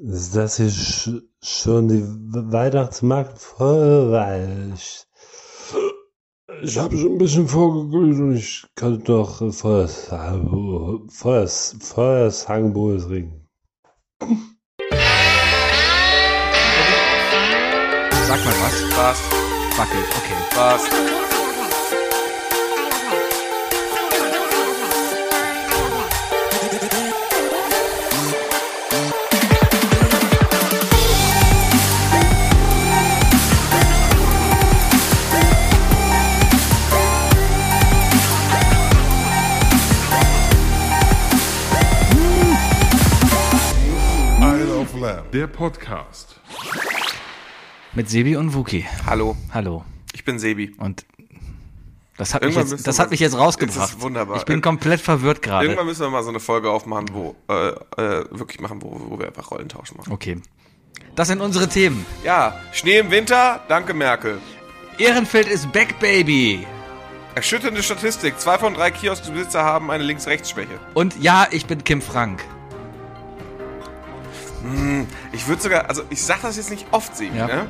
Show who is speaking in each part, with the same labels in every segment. Speaker 1: Das ist schon die Weihnachtsmarkt voll, weil ich, ich habe schon ein bisschen vorgegrillt und ich kann doch volles Hangbrot- volles, volles Hangbrot trinken.
Speaker 2: Sag mal was.
Speaker 3: Was?
Speaker 2: Wackel. Okay.
Speaker 3: Was?
Speaker 4: Isle of Lamb, der Podcast.
Speaker 2: Mit Sebi und Wuki.
Speaker 3: Hallo,
Speaker 2: Hallo.
Speaker 3: ich bin Sebi.
Speaker 2: Und das hat, mich
Speaker 3: Irgendwann müssen
Speaker 2: jetzt, das
Speaker 3: wir-
Speaker 2: hat mich jetzt
Speaker 3: Das
Speaker 2: rausgebracht.
Speaker 3: ist wunderbar.
Speaker 2: Ich bin
Speaker 3: Ir-
Speaker 2: komplett verwirrt gerade.
Speaker 3: Irgendwann müssen wir mal so eine Folge aufmachen, wo äh, äh, wirklich machen, wo, wo wir einfach Rollentausch machen.
Speaker 2: Okay. Das sind unsere Themen.
Speaker 3: Ja, Schnee im Winter, danke Merkel.
Speaker 2: Ehrenfeld ist back, Baby.
Speaker 3: Erschütternde Statistik, zwei von drei Kioskbesitzer haben eine Links-Rechts-Schwäche.
Speaker 2: Und ja, ich bin Kim Frank.
Speaker 3: Ich würde sogar, also ich sag das jetzt nicht oft, Sebi,
Speaker 2: Ja.
Speaker 3: ne?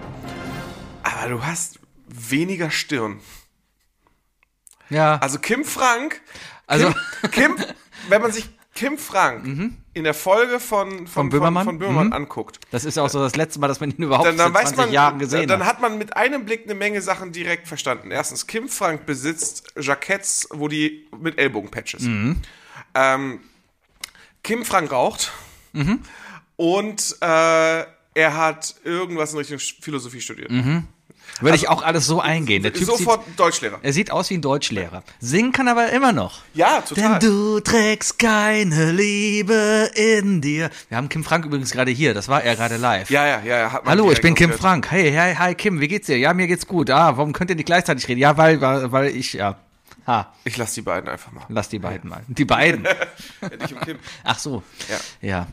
Speaker 3: Aber du hast weniger Stirn.
Speaker 2: Ja.
Speaker 3: Also Kim Frank,
Speaker 2: Also, Mhm.
Speaker 3: Kim, wenn man sich Kim Frank in der Folge von, von, von
Speaker 2: Böhmermann?
Speaker 3: von, Böhmermann
Speaker 2: Mhm.
Speaker 3: anguckt,
Speaker 2: das ist auch so das letzte Mal, dass man ihn überhaupt
Speaker 3: dann, dann
Speaker 2: seit
Speaker 3: weiß
Speaker 2: 20
Speaker 3: man,
Speaker 2: Jahren gesehen
Speaker 3: dann
Speaker 2: hat.
Speaker 3: hat man mit einem Blick eine Menge Sachen direkt verstanden. Erstens, Kim Frank besitzt Jacketts, wo die mit Ellbogenpatches.
Speaker 2: Mhm.
Speaker 3: Ähm, Kim Frank raucht
Speaker 2: Mhm.
Speaker 3: und äh, er hat irgendwas in Richtung Philosophie studiert.
Speaker 2: Würde ich auch alles so eingehen. Der Mhm. Typ
Speaker 3: Sofort
Speaker 2: sieht,
Speaker 3: Deutschlehrer.
Speaker 2: er sieht aus wie ein Deutschlehrer. Singen kann aber immer noch.
Speaker 3: Ja, total.
Speaker 2: Denn du trägst keine Liebe in dir. Wir haben Kim Frank übrigens gerade hier. Das war er gerade live.
Speaker 3: ja, ja, ja. ja, Hat man
Speaker 2: Hallo, ich
Speaker 3: direkt
Speaker 2: bin Kim
Speaker 3: gehört.
Speaker 2: Frank. Hey, hi, hi, Kim, wie geht's dir? Ja, mir geht's gut. Ah, warum könnt ihr nicht gleichzeitig reden? Ja, weil, weil, weil ich, ja. Ha,
Speaker 3: Ich lasse die beiden einfach mal.
Speaker 2: lass die beiden mal. Die beiden.
Speaker 3: Ja, dich und Kim.
Speaker 2: Ach so.
Speaker 3: Ja.
Speaker 2: Ja.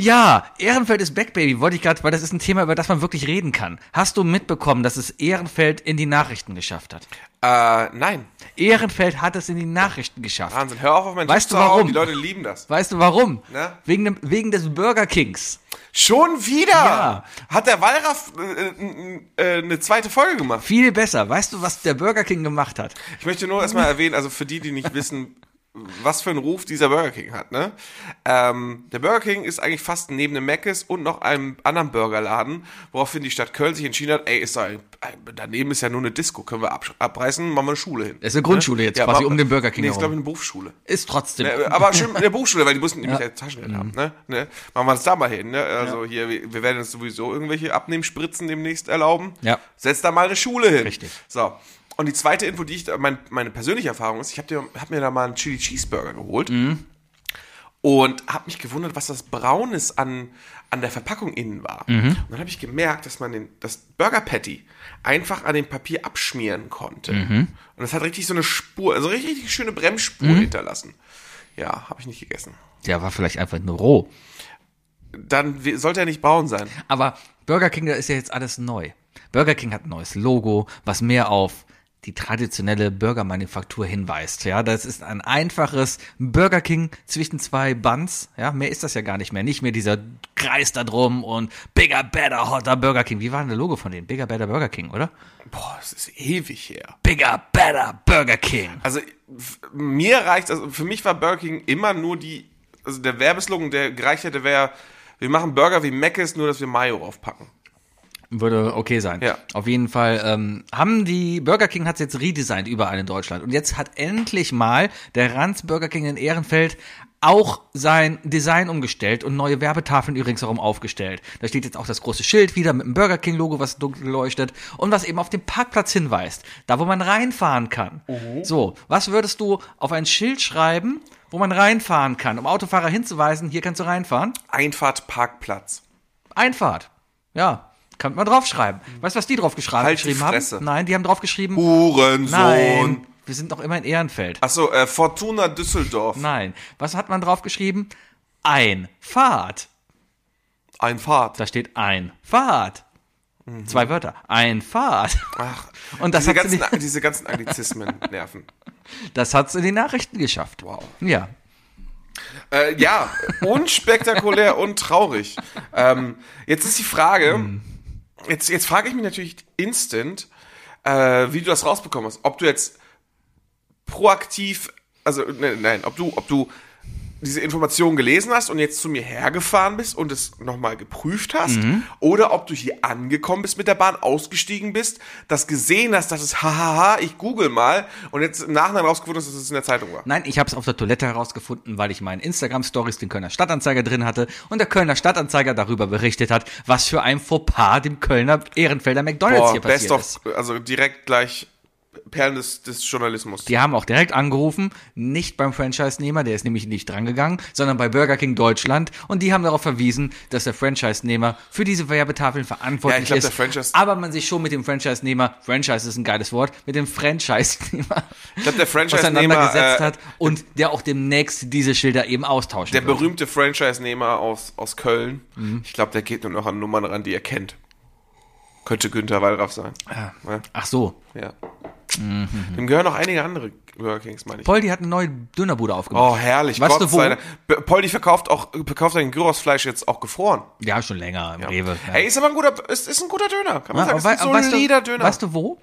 Speaker 2: Ja, Ehrenfeld ist back, Baby, wollte ich gerade, weil das ist ein Thema, über das man wirklich reden kann. Hast du mitbekommen, dass es Ehrenfeld in die Nachrichten geschafft hat?
Speaker 3: Äh, nein,
Speaker 2: Ehrenfeld hat es in die Nachrichten geschafft.
Speaker 3: Wahnsinn. Hör auf, auf meinen
Speaker 2: Weißt
Speaker 3: Tisch
Speaker 2: du
Speaker 3: zu hauen.
Speaker 2: warum?
Speaker 3: Die Leute lieben das.
Speaker 2: Weißt du warum?
Speaker 3: Na?
Speaker 2: Wegen, dem, wegen des Burger Kings.
Speaker 3: Schon wieder?
Speaker 2: Ja.
Speaker 3: Hat der Wallraff äh, äh, äh, eine zweite Folge gemacht?
Speaker 2: Viel besser. Weißt du, was der Burger King gemacht hat?
Speaker 3: Ich möchte nur erstmal erwähnen, also für die, die nicht wissen, was für einen Ruf dieser Burger King hat, ne? Ähm, der Burger King ist eigentlich fast neben dem Mc's und noch einem anderen Burgerladen, woraufhin die Stadt Köln sich entschieden hat, ey, ist da, ein- daneben ist ja nur eine Disco, können wir ab, abreißen, machen wir eine Schule hin. Ne?
Speaker 2: Das ist eine Grundschule jetzt quasi
Speaker 3: aber-
Speaker 2: um den Burger King
Speaker 3: Nee, ist glaube
Speaker 2: herum.
Speaker 3: ich eine Berufsschule.
Speaker 2: Ist trotzdem.
Speaker 3: Ja, äh, aber schön in der Buchschule, weil die mussten nämlich ja. Taschengeld
Speaker 2: Genau.
Speaker 3: haben. Ne? Ne? Machen wir das da mal hin. Ne? Also hier, wir wir werden uns sowieso irgendwelche Abnehmspritzen demnächst erlauben.
Speaker 2: Ja.
Speaker 3: Setz da mal eine Schule hin.
Speaker 2: Richtig.
Speaker 3: So. Und die zweite Info, die ich, da- mein, meine persönliche Erfahrung ist, ich habe hab mir da mal einen Chili Cheeseburger geholt
Speaker 2: Mhm.
Speaker 3: und habe mich gewundert, was das Braunes an, an der Verpackung innen war.
Speaker 2: Mhm.
Speaker 3: Und dann habe ich gemerkt, dass man den, das Burger Patty einfach an dem Papier abschmieren konnte.
Speaker 2: Mhm.
Speaker 3: Und das hat richtig so eine Spur, also richtig, richtig schöne Bremsspur hinterlassen. Ja, habe ich nicht gegessen.
Speaker 2: Der war vielleicht einfach nur roh.
Speaker 3: Dann we- sollte er nicht braun sein.
Speaker 2: Aber Burger King, da ist ja jetzt alles neu. Burger King hat ein neues Logo, was mehr auf die traditionelle Burgermanufaktur hinweist. Ja, das ist ein einfaches Burger King zwischen zwei Buns. Ja, mehr ist das ja gar nicht mehr. Nicht mehr dieser Kreis da drum und Bigger, Better, Hotter Burger King. Wie war denn der Logo von denen? Bigger, Better Burger King, oder?
Speaker 3: Boah, das ist ewig her.
Speaker 2: Bigger, Better Burger King.
Speaker 3: Also f- mir reicht, also für mich war Burger King immer nur die, also der Werbeslogan, der gereicht hätte, wäre, wir machen Burger wie Mc's, nur dass wir Mayo draufpacken.
Speaker 2: Würde okay sein.
Speaker 3: Ja.
Speaker 2: Auf jeden Fall ähm, haben die Burger King hat jetzt redesigned überall in Deutschland und jetzt hat endlich mal der Ranz Burger King in Ehrenfeld auch sein Design umgestellt und neue Werbetafeln übrigens herum aufgestellt. Da steht jetzt auch das große Schild wieder mit dem Burger King Logo, was dunkel leuchtet und was eben auf den Parkplatz hinweist, da wo man reinfahren kann. So, was würdest du auf ein Schild schreiben, wo man reinfahren kann, um Autofahrer hinzuweisen, hier kannst du reinfahren?
Speaker 3: Einfahrt Parkplatz.
Speaker 2: Einfahrt. Ja, kann man draufschreiben. Weißt du, was die draufgeschrieben
Speaker 3: Hm. Halt die
Speaker 2: geschrieben haben?
Speaker 3: Fresse.
Speaker 2: Nein, die haben draufgeschrieben.
Speaker 3: Hurensohn.
Speaker 2: nein, wir sind noch immer in Ehrenfeld.
Speaker 3: Achso, äh, Fortuna Düsseldorf.
Speaker 2: Nein, was hat man draufgeschrieben? Einfahrt.
Speaker 3: Einfahrt.
Speaker 2: Da steht Einfahrt. Zwei Wörter. Einfahrt.
Speaker 3: Mhm. Ach,
Speaker 2: Und das
Speaker 3: diese,
Speaker 2: hat's
Speaker 3: ganzen, diese ganzen Anglizismen nerven.
Speaker 2: Das hat's in die Nachrichten geschafft.
Speaker 3: Wow.
Speaker 2: Ja.
Speaker 3: Äh, ja, unspektakulär und traurig. Ähm, jetzt ist die Frage, jetzt, jetzt frage ich mich natürlich instant, äh, wie du das rausbekommen hast. Ob du jetzt proaktiv, also nein, nein ob du, ob du diese Information gelesen hast und jetzt zu mir hergefahren bist und es nochmal geprüft hast, oder ob du hier angekommen bist mit der Bahn, ausgestiegen bist, das gesehen hast, dass es hahaha, ich google mal und jetzt im Nachhinein rausgefunden hast, dass es in der Zeitung war.
Speaker 2: Nein, ich habe es auf der Toilette herausgefunden, weil ich meinen Instagram-Stories den Kölner Stadtanzeiger drin hatte und der Kölner Stadtanzeiger darüber berichtet hat, was für ein Fauxpas dem Kölner Ehrenfelder McDonalds
Speaker 3: Boah,
Speaker 2: hier
Speaker 3: best
Speaker 2: passiert ist.
Speaker 3: of, also direkt gleich Perlen des, des Journalismus.
Speaker 2: Die haben auch direkt angerufen, nicht beim Franchise-Nehmer, der ist nämlich nicht drangegangen, sondern bei Burger King Deutschland. Und die haben darauf verwiesen, dass der Franchise-Nehmer für diese Werbetafeln verantwortlich
Speaker 3: Ja, ich glaub,
Speaker 2: ist.
Speaker 3: der Franchise-
Speaker 2: aber man sich schon mit dem Franchise-Nehmer, Franchise ist ein geiles Wort, mit dem Franchise-Nehmer
Speaker 3: Ich glaube, der Franchise-Nehmer,
Speaker 2: auseinandergesetzt
Speaker 3: äh,
Speaker 2: hat und der auch demnächst diese Schilder eben austauschen
Speaker 3: der
Speaker 2: wird.
Speaker 3: berühmte Franchise-Nehmer aus, aus Köln,
Speaker 2: Mhm.
Speaker 3: ich glaube, der geht nur noch an Nummern ran, die er kennt. Könnte Günther Wallraff sein.
Speaker 2: Ah.
Speaker 3: Ja.
Speaker 2: Ach so,
Speaker 3: ja.
Speaker 2: Mhm.
Speaker 3: Dem gehören noch einige andere Burger Kings, meine ich.
Speaker 2: Poldi hat eine neue Dönerbude aufgemacht.
Speaker 3: Oh, herrlich.
Speaker 2: Weißt du, wo?
Speaker 3: sei Dank. B- Poldi verkauft auch verkauft sein Gyrosfleisch jetzt auch gefroren.
Speaker 2: Ja, schon länger im Rewe. Ja.
Speaker 3: Ey, ist aber ein guter, ist, ist ein guter Döner. Kann man
Speaker 2: aber,
Speaker 3: sagen, ist ein
Speaker 2: aber weißt,
Speaker 3: solider
Speaker 2: du,
Speaker 3: Döner.
Speaker 2: weißt du wo?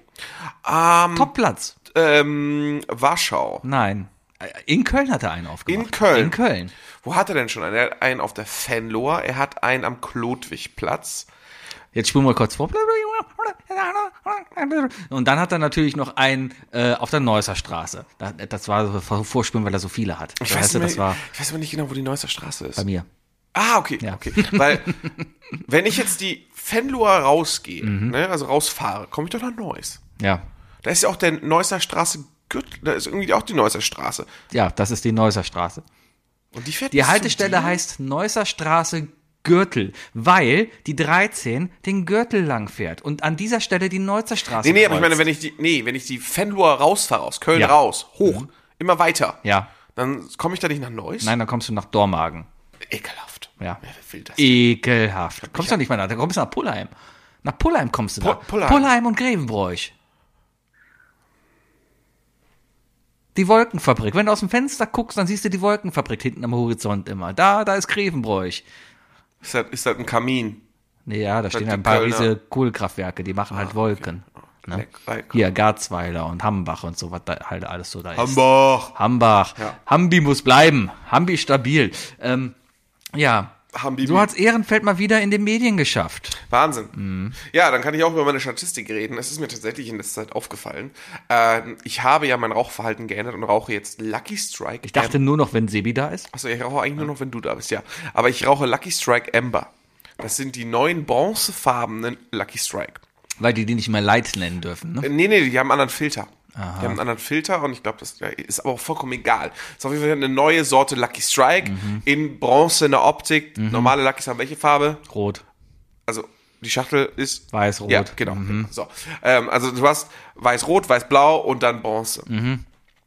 Speaker 2: Topplatz.
Speaker 3: ähm, Warschau.
Speaker 2: Nein. Äh, In Köln hat er einen aufgemacht.
Speaker 3: In Köln?
Speaker 2: In Köln.
Speaker 3: Wo hat er denn schon einen? Er hat einen auf der Fenloher, er hat einen am Klodwigplatz.
Speaker 2: Jetzt spielen wir kurz vor. Und dann hat er natürlich noch einen äh, auf der Neusser Straße. Da- Das war so Vorspielen, weil er so viele hat.
Speaker 3: Ich
Speaker 2: Da
Speaker 3: weiß,
Speaker 2: heißt er,
Speaker 3: nicht mehr,
Speaker 2: das war
Speaker 3: ich weiß aber nicht genau, wo die Neusser Straße ist.
Speaker 2: bei mir.
Speaker 3: Ah, okay.
Speaker 2: Ja.
Speaker 3: okay. Weil, wenn ich jetzt die Fenloher rausgehe,
Speaker 2: Mhm.
Speaker 3: ne, also rausfahre, komme ich doch nach Neuss.
Speaker 2: Ja.
Speaker 3: Da ist ja auch der Neusser Straße Gürtel, da ist irgendwie auch die Neusser Straße.
Speaker 2: Ja, das ist die Neusser Straße.
Speaker 3: Und die fährt
Speaker 2: Die
Speaker 3: bis zu
Speaker 2: Haltestelle
Speaker 3: dir?
Speaker 2: heißt Neusser Straße Gürtel, weil die 13 den Gürtel lang fährt und an dieser Stelle die Neusser Straße.
Speaker 3: Nee, nee, aber ich meine,
Speaker 2: kreuzt.
Speaker 3: wenn ich die, nee, wenn ich die Fenloher rausfahre, aus Köln
Speaker 2: Ja. Mhm.
Speaker 3: raus, hoch, immer weiter,
Speaker 2: Ja.
Speaker 3: dann komme ich da nicht nach Neuss?
Speaker 2: Nein, dann kommst du nach Dormagen.
Speaker 3: Ekelhaft.
Speaker 2: Ja.
Speaker 3: Wer will das?
Speaker 2: Ekelhaft. Kommst du nicht mal nach, dann kommst du nach Pullheim. Nach Pullheim kommst du da.
Speaker 3: Pullheim.
Speaker 2: Pullheim und Grevenbroich. Die Wolkenfabrik. Wenn du aus dem Fenster guckst, dann siehst du die Wolkenfabrik hinten am Horizont immer. Da, da ist Grevenbroich.
Speaker 3: Ist das, ist das ein Kamin?
Speaker 2: Nee, ja, da stehen halt
Speaker 3: die
Speaker 2: ein paar
Speaker 3: Kölner. Ah,
Speaker 2: riesige Kohlekraftwerke, die machen halt Wolken. Ne?
Speaker 3: Leck, leck.
Speaker 2: Hier, Garzweiler und Hambach und so, was da halt alles so da ist.
Speaker 3: Hamburg.
Speaker 2: Hambach.
Speaker 3: Ja.
Speaker 2: Hambi muss bleiben. Hambi stabil. Ähm, ja.
Speaker 3: Hambibi.
Speaker 2: So hat's Mhm. Ehrenfeld mal wieder in den Medien geschafft.
Speaker 3: Wahnsinn. Ja, dann kann ich auch über meine Statistik reden. Es ist mir tatsächlich in letzter Zeit aufgefallen. Ähm, ich habe ja mein Rauchverhalten geändert und rauche jetzt Lucky Strike.
Speaker 2: Ich dachte nur noch, wenn Sebi da ist.
Speaker 3: Achso, ich rauche eigentlich nur noch, wenn du da bist, ja. Aber ich rauche Lucky Strike Amber. Das sind die neuen bronzefarbenen Lucky Strike.
Speaker 2: Weil die die nicht mehr Light nennen dürfen. Ne?
Speaker 3: Äh, Nee, nee, die haben einen anderen Filter. Die haben einen anderen Filter und ich glaube, das ja, ist aber auch vollkommen egal. Ist auf jeden Fall eine neue Sorte Lucky Strike
Speaker 2: Mhm.
Speaker 3: in Bronze in der Optik. Normale Luckys haben welche Farbe?
Speaker 2: Rot.
Speaker 3: Also die Schachtel ist
Speaker 2: Weiß-rot.
Speaker 3: Ja, genau.
Speaker 2: Mhm.
Speaker 3: So, ähm, also du hast weiß-rot, weiß-blau und dann Bronze.
Speaker 2: Mhm.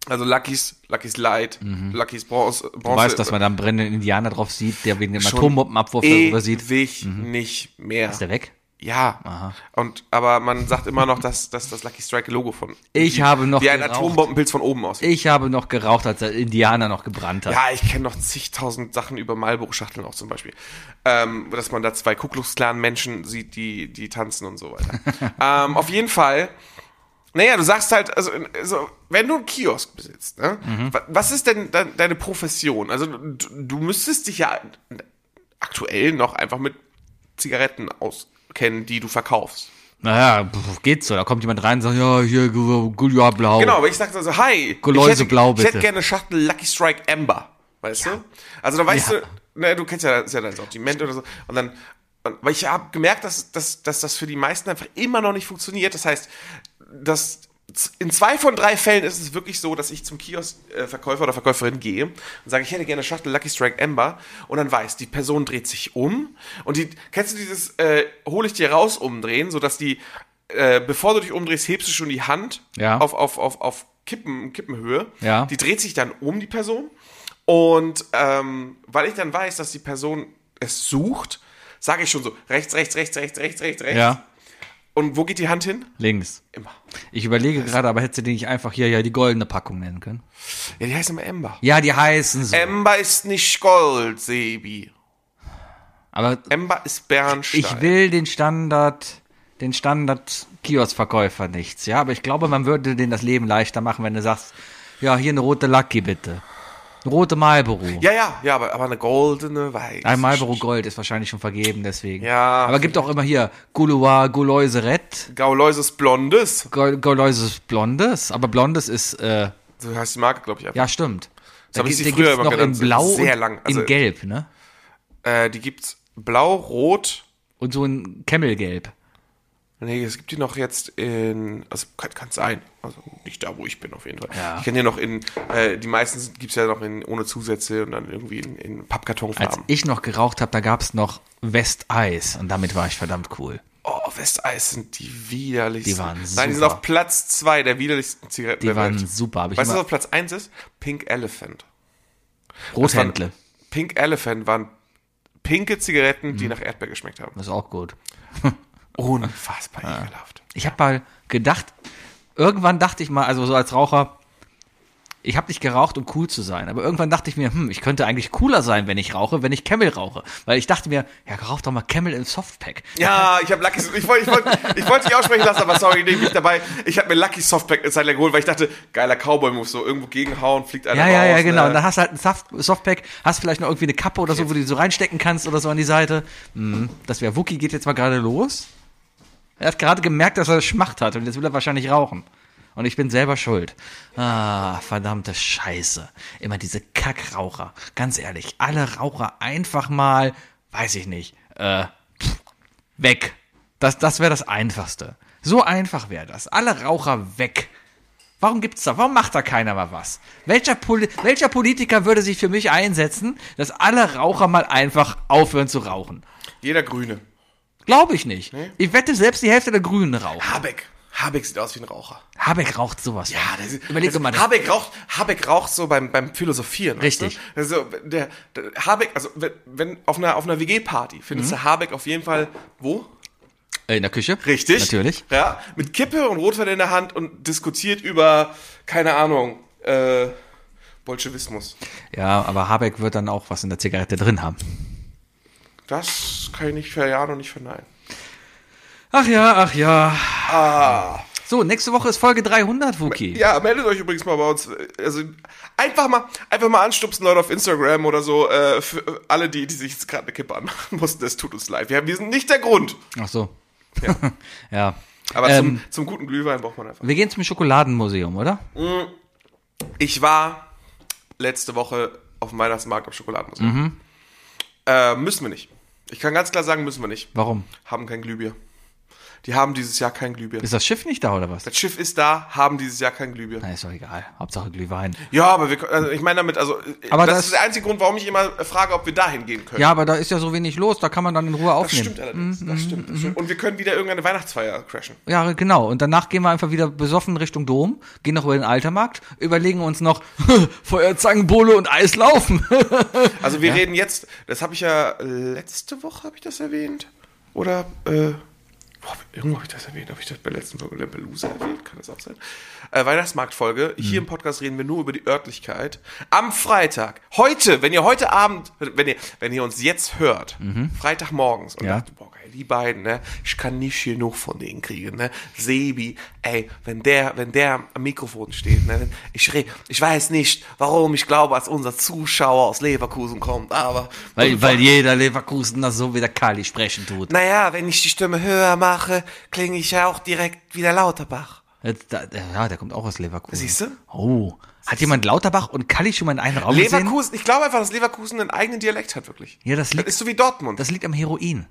Speaker 3: Also Luckys, Luckys Light, Luckys Bronze. Bronze
Speaker 2: Du weißt, dass man da einen brennenden Indianer drauf sieht, der wegen dem Atombombenabwurf darüber sieht. Mhm.
Speaker 3: ewig nicht mehr.
Speaker 2: Ist der weg?
Speaker 3: Ja. Und aber man sagt immer noch, dass, dass das Lucky Strike Logo von
Speaker 2: Ich
Speaker 3: wie,
Speaker 2: habe noch
Speaker 3: wie ein
Speaker 2: geraucht.
Speaker 3: Atombombenpilz von oben aussieht.
Speaker 2: Ich habe noch geraucht, als der Indianer noch gebrannt hat.
Speaker 3: Ja, ich kenne noch zigtausend Sachen über Marlboro-Schachteln auch zum Beispiel. Ähm, dass man da zwei Ku Klux Klan-Menschen sieht, die, die tanzen und so weiter. ähm, auf jeden Fall. Naja, du sagst halt, also, also wenn du einen Kiosk besitzt, ne, wa- was ist denn de deine Profession? Also du, du müsstest dich ja aktuell noch einfach mit Zigaretten auskennen, die du verkaufst.
Speaker 2: Naja, pf, geht so. Da kommt jemand rein und sagt, ja, hier, gu- gu- ja, blau.
Speaker 3: Genau, aber ich sagte also, hi,
Speaker 2: Geläuse
Speaker 3: ich hätte,
Speaker 2: blau,
Speaker 3: ich hätte
Speaker 2: bitte.
Speaker 3: gerne eine Schachtel Lucky Strike Amber, weißt du? Also da weißt du, na, du kennst ja, das ist ja dein Sortiment oder so. Und dann, und, aber ich habe gemerkt, dass, dass, dass das für die meisten einfach immer noch nicht funktioniert. Das heißt, dass z- in zwei von drei Fällen ist es wirklich so, dass ich zum Kiosk-Verkäufer oder Verkäuferin gehe und sage, ich hätte gerne eine Schachtel Lucky Strike Amber. Und dann weiß, die Person dreht sich um. Und die, kennst du dieses, äh, hole ich dir raus umdrehen, sodass die, äh, bevor du dich umdrehst, hebst du schon die Hand
Speaker 2: Ja.
Speaker 3: auf, auf, auf, auf Kippen, Kippenhöhe.
Speaker 2: Ja.
Speaker 3: Die dreht sich dann um, die Person. Und ähm, weil ich dann weiß, dass die Person es sucht, sage ich schon so rechts, rechts, rechts, rechts, rechts, rechts, rechts.
Speaker 2: Ja.
Speaker 3: Und wo geht die Hand hin?
Speaker 2: Links.
Speaker 3: Immer.
Speaker 2: Ich überlege gerade, aber hättest du die nicht einfach hier ja die goldene Packung nennen können?
Speaker 3: Ja, die heißt immer Ember.
Speaker 2: Ja, die heißen so.
Speaker 3: Ember ist nicht Gold, Sebi.
Speaker 2: aber
Speaker 3: Ember ist Bernstein.
Speaker 2: ich will den Standard, den Standard Kioskverkäufer nichts, ja. Aber ich glaube, man würde denen das Leben leichter machen, wenn du sagst, ja, hier eine rote Lucky bitte. Eine rote Marlboro.
Speaker 3: Ja, ja, ja, aber, aber eine goldene weiß.
Speaker 2: Ein Marlboro Gold ist wahrscheinlich schon vergeben, deswegen.
Speaker 3: Ja.
Speaker 2: Aber gibt auch immer hier Gouloir, Gouloise Red,
Speaker 3: Gauläuses Blondes.
Speaker 2: Gouloise Blondes, aber Blondes ist, äh,
Speaker 3: So heißt die Marke, glaube ich.
Speaker 2: ja, stimmt.
Speaker 3: hab ich
Speaker 2: gibt-
Speaker 3: sie früher
Speaker 2: gibt's
Speaker 3: immer
Speaker 2: noch in
Speaker 3: genannt, so
Speaker 2: Blau
Speaker 3: sehr
Speaker 2: und
Speaker 3: lang, also-
Speaker 2: in Gelb, ne?
Speaker 3: Äh, die gibt's blau, rot.
Speaker 2: Und so in Kemmelgelb.
Speaker 3: Nee, es gibt die noch jetzt in. Also kann, kann sein. Also nicht da, wo ich bin, auf jeden Fall. Ich kenne die noch in. Äh, die meisten sind- gibt's ja noch in ohne Zusätze und dann irgendwie in, in
Speaker 2: Als
Speaker 3: Pappkartonfarben.
Speaker 2: ich noch geraucht habe, da gab's noch Westeis und damit war ich verdammt cool.
Speaker 3: Oh, Westeis sind die widerlichsten.
Speaker 2: Die waren
Speaker 3: Nein, die sind
Speaker 2: super.
Speaker 3: auf Platz zwei der widerlichsten Zigaretten
Speaker 2: Die
Speaker 3: der
Speaker 2: waren
Speaker 3: Welt.
Speaker 2: super, aber ich
Speaker 3: Weißt du, was
Speaker 2: immer,
Speaker 3: auf Platz eins ist? Pink Elephant.
Speaker 2: Rothändle.
Speaker 3: Pink Elephant waren pinke Zigaretten,
Speaker 2: Mhm.
Speaker 3: die nach Erdbeer geschmeckt haben.
Speaker 2: Das ist auch gut.
Speaker 3: Unfassbar ekelhaft.
Speaker 2: Ich habe mal gedacht, irgendwann dachte ich mal, also so als Raucher, ich habe nicht geraucht, um cool zu sein. Aber irgendwann dachte ich mir, hm, ich könnte eigentlich cooler sein, wenn ich rauche, wenn ich Camel rauche. Weil ich dachte mir, ja, rauch doch mal Camel im Softpack.
Speaker 3: Ja, ich habe Lucky ich wollte ich wollte ich wollte dich aussprechen lassen, aber sorry, nee, nicht dabei. Ich habe mir Lucky Softpack eine Zeit lang geholt, weil ich dachte, geiler Cowboy muss so irgendwo gegenhauen, fliegt einer
Speaker 2: Ja, ja,
Speaker 3: raus.
Speaker 2: ja, genau. Und dann
Speaker 3: Ne?
Speaker 2: hast du halt ein Soft Softpack, hast vielleicht noch irgendwie eine Kappe oder so, wo du die so reinstecken kannst oder so an die Seite. Hm, das wäre Wookie geht jetzt mal gerade los. Er hat gerade gemerkt, dass er Schmacht hat und jetzt will er wahrscheinlich rauchen. Und ich bin selber schuld. Ah, verdammte Scheiße. Immer diese Kackraucher. Ganz ehrlich, alle Raucher einfach mal, weiß ich nicht, äh, pff, weg. Das, das wäre das Einfachste. So einfach wäre das. Alle Raucher weg. Warum gibt's da? Warum macht da keiner mal was? Welcher, Poli welcher Politiker würde sich für mich einsetzen, dass alle Raucher mal einfach aufhören zu rauchen?
Speaker 3: Jeder Grüne.
Speaker 2: Glaube ich nicht. Ich wette, selbst die Hälfte der Grünen raucht.
Speaker 3: Habeck. Habeck sieht aus wie ein Raucher.
Speaker 2: Habeck raucht sowas. Ja,
Speaker 3: das ist-
Speaker 2: Überleg
Speaker 3: das-
Speaker 2: doch mal. Das,
Speaker 3: Habeck raucht, Habeck raucht so beim, beim Philosophieren.
Speaker 2: Richtig.
Speaker 3: Weißt du? Also, der, der Habeck, also, wenn, wenn auf einer, auf einer WG-Party
Speaker 2: Mhm.
Speaker 3: findest du Habeck auf jeden Fall, wo?
Speaker 2: äh, in der Küche.
Speaker 3: Richtig.
Speaker 2: Natürlich.
Speaker 3: Ja, mit Kippe und Rotwein in der Hand und diskutiert über, keine Ahnung, äh, Bolschewismus.
Speaker 2: Ja, aber Habeck wird dann auch was in der Zigarette drin haben.
Speaker 3: Das kann ich nicht verjahren und nicht verneinen.
Speaker 2: Ach ja, ach ja. Ah. So, nächste Woche ist Folge 300, Wookie.
Speaker 3: Ja, meldet euch übrigens mal bei uns. Also einfach mal, einfach mal anstupsen, Leute, auf Instagram oder so. Äh, für alle die, die sich jetzt gerade eine Kippe anmachen mussten, es tut uns leid. Wir, haben- wir sind nicht der Grund.
Speaker 2: Ach so. Ja. ja.
Speaker 3: Aber
Speaker 2: Ähm.
Speaker 3: zum, zum guten Glühwein braucht man einfach.
Speaker 2: Wir gehen zum Schokoladenmuseum, oder?
Speaker 3: Ich war letzte Woche auf dem Weihnachtsmarkt am Schokoladenmuseum.
Speaker 2: Mhm.
Speaker 3: Äh, müssen wir nicht. Ich kann ganz klar sagen, müssen wir nicht.
Speaker 2: Warum?
Speaker 3: Haben kein Glühbier. Die haben dieses Jahr kein Glühbier.
Speaker 2: Ist das Schiff nicht da oder was?
Speaker 3: Das Schiff ist da, haben dieses Jahr kein Glühbier.
Speaker 2: Na, ist doch egal. Hauptsache Glühwein.
Speaker 3: Ja, aber wir, können- also ich meine damit, also
Speaker 2: Aber
Speaker 3: das,
Speaker 2: das-
Speaker 3: ist der einzige Grund, warum ich immer frage, ob wir dahin gehen können.
Speaker 2: Ja, aber da ist ja so wenig los, da kann man dann in Ruhe
Speaker 3: das
Speaker 2: aufnehmen. Mhm,
Speaker 3: stimmt allerdings. das stimmt. Das stimmt. Und wir können wieder irgendeine Weihnachtsfeier crashen.
Speaker 2: Ja, genau. Und danach gehen wir einfach wieder besoffen Richtung Dom, gehen noch über den Altermarkt, überlegen uns noch Feuerzangenbowle und Eis laufen.
Speaker 3: Also wir reden jetzt, das habe ich ja letzte Woche habe ich das erwähnt oder äh Boah, irgendwo habe ich das erwähnt. Habe ich das bei der letzten Folge Lampelusa erwähnt? Kann das auch sein? Äh, Weihnachtsmarktfolge. Hier im Podcast reden wir nur über die Örtlichkeit. Am Freitag, heute, wenn ihr heute Abend, wenn ihr, wenn ihr uns jetzt hört, Freitagmorgens und
Speaker 2: Ja.
Speaker 3: dacht, boah, geil, die beiden, ne? Ich kann nicht genug von denen kriegen, ne? Sebi, ey, wenn der, wenn der am Mikrofon steht, ne? Wenn, ich re, ich weiß nicht, warum ich glaube, als unser Zuschauer aus Leverkusen kommt, aber
Speaker 2: weil, weil jeder Leverkusener so wie der Kali sprechen tut.
Speaker 3: naja, wenn ich die Stimme höher mache, klinge ich ja auch direkt wie der Lauterbach.
Speaker 2: Jetzt, da, ja, der kommt auch aus Leverkusen.
Speaker 3: Siehst du?
Speaker 2: Oh. Hat jemand Lauterbach und Kali schon mal in einen Raum gesehen?
Speaker 3: Leverkusen, ich glaube einfach, dass Leverkusen einen eigenen Dialekt hat, wirklich.
Speaker 2: Ja, das liegt-
Speaker 3: ist so wie Dortmund.
Speaker 2: Das liegt am Heroin.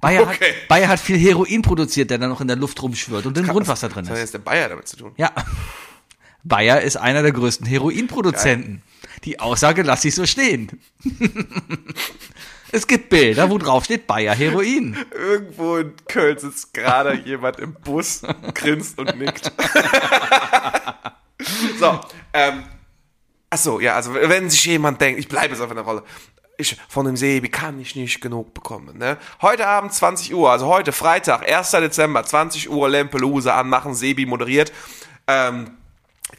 Speaker 2: Bayer,
Speaker 3: Okay.
Speaker 2: hat, Bayer hat viel Heroin produziert, der dann noch in der Luft rumschwirrt und im Grundwasser drin
Speaker 3: Das hat
Speaker 2: ist.
Speaker 3: jetzt der Bayer damit zu tun.
Speaker 2: Ja. Bayer ist einer der größten Heroinproduzenten. Die Aussage lasse ich so stehen. es gibt Bilder, wo drauf steht Bayer Heroin.
Speaker 3: Irgendwo in Köln sitzt gerade jemand im Bus, grinst und nickt. so, ähm, achso, ja, also wenn sich jemand denkt, ich bleibe jetzt auf einer Rolle. ich, von dem Sebi kann ich nicht genug bekommen. Ne? Heute Abend 20 Uhr, also heute Freitag, 1. Dezember, 20 Uhr Lampelusa anmachen, Sebi moderiert. Ähm,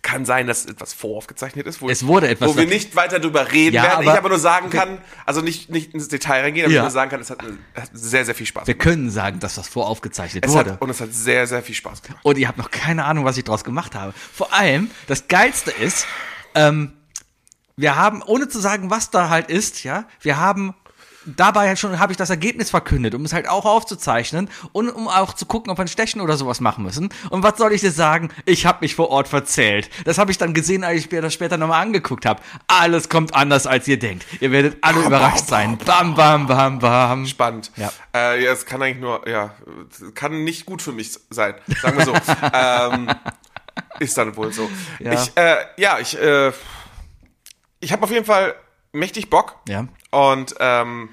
Speaker 3: kann sein, dass etwas voraufgezeichnet ist, wo,
Speaker 2: Es wurde etwas
Speaker 3: wo wir nicht weiter drüber reden
Speaker 2: Ja,
Speaker 3: werden. ich
Speaker 2: aber-
Speaker 3: aber nur sagen kann, also nicht, nicht ins Detail reingehen, aber
Speaker 2: Ja.
Speaker 3: ich nur sagen kann, es hat, es hat sehr, sehr viel Spaß
Speaker 2: Wir
Speaker 3: gemacht.
Speaker 2: können sagen, dass das voraufgezeichnet
Speaker 3: Es
Speaker 2: wurde.
Speaker 3: hat, und es hat sehr, sehr viel Spaß gemacht.
Speaker 2: und ihr habt noch keine Ahnung, was ich draus gemacht habe. Vor allem, das Geilste ist, ähm, wir haben, ohne zu sagen, was da halt ist, ja, wir haben dabei halt schon, habe ich das Ergebnis verkündet, um es halt auch aufzuzeichnen und um auch zu gucken, ob wir ein Stechen oder sowas machen müssen. Und was soll ich dir sagen? Ich habe mich vor Ort verzählt. Das habe ich dann gesehen, als ich mir das später nochmal angeguckt habe. Alles kommt anders, als ihr denkt. Ihr werdet alle überrascht sein. Bam, bam, bam, bam.
Speaker 3: Spannend.
Speaker 2: Ja.
Speaker 3: Äh, ja, es kann eigentlich nur, ja, kann nicht gut für mich sein. Sagen wir so. ähm, ist dann wohl so.
Speaker 2: Ja.
Speaker 3: Ich, äh, ja, ich, äh, ich habe auf jeden Fall mächtig Bock.
Speaker 2: Ja.
Speaker 3: Und ähm,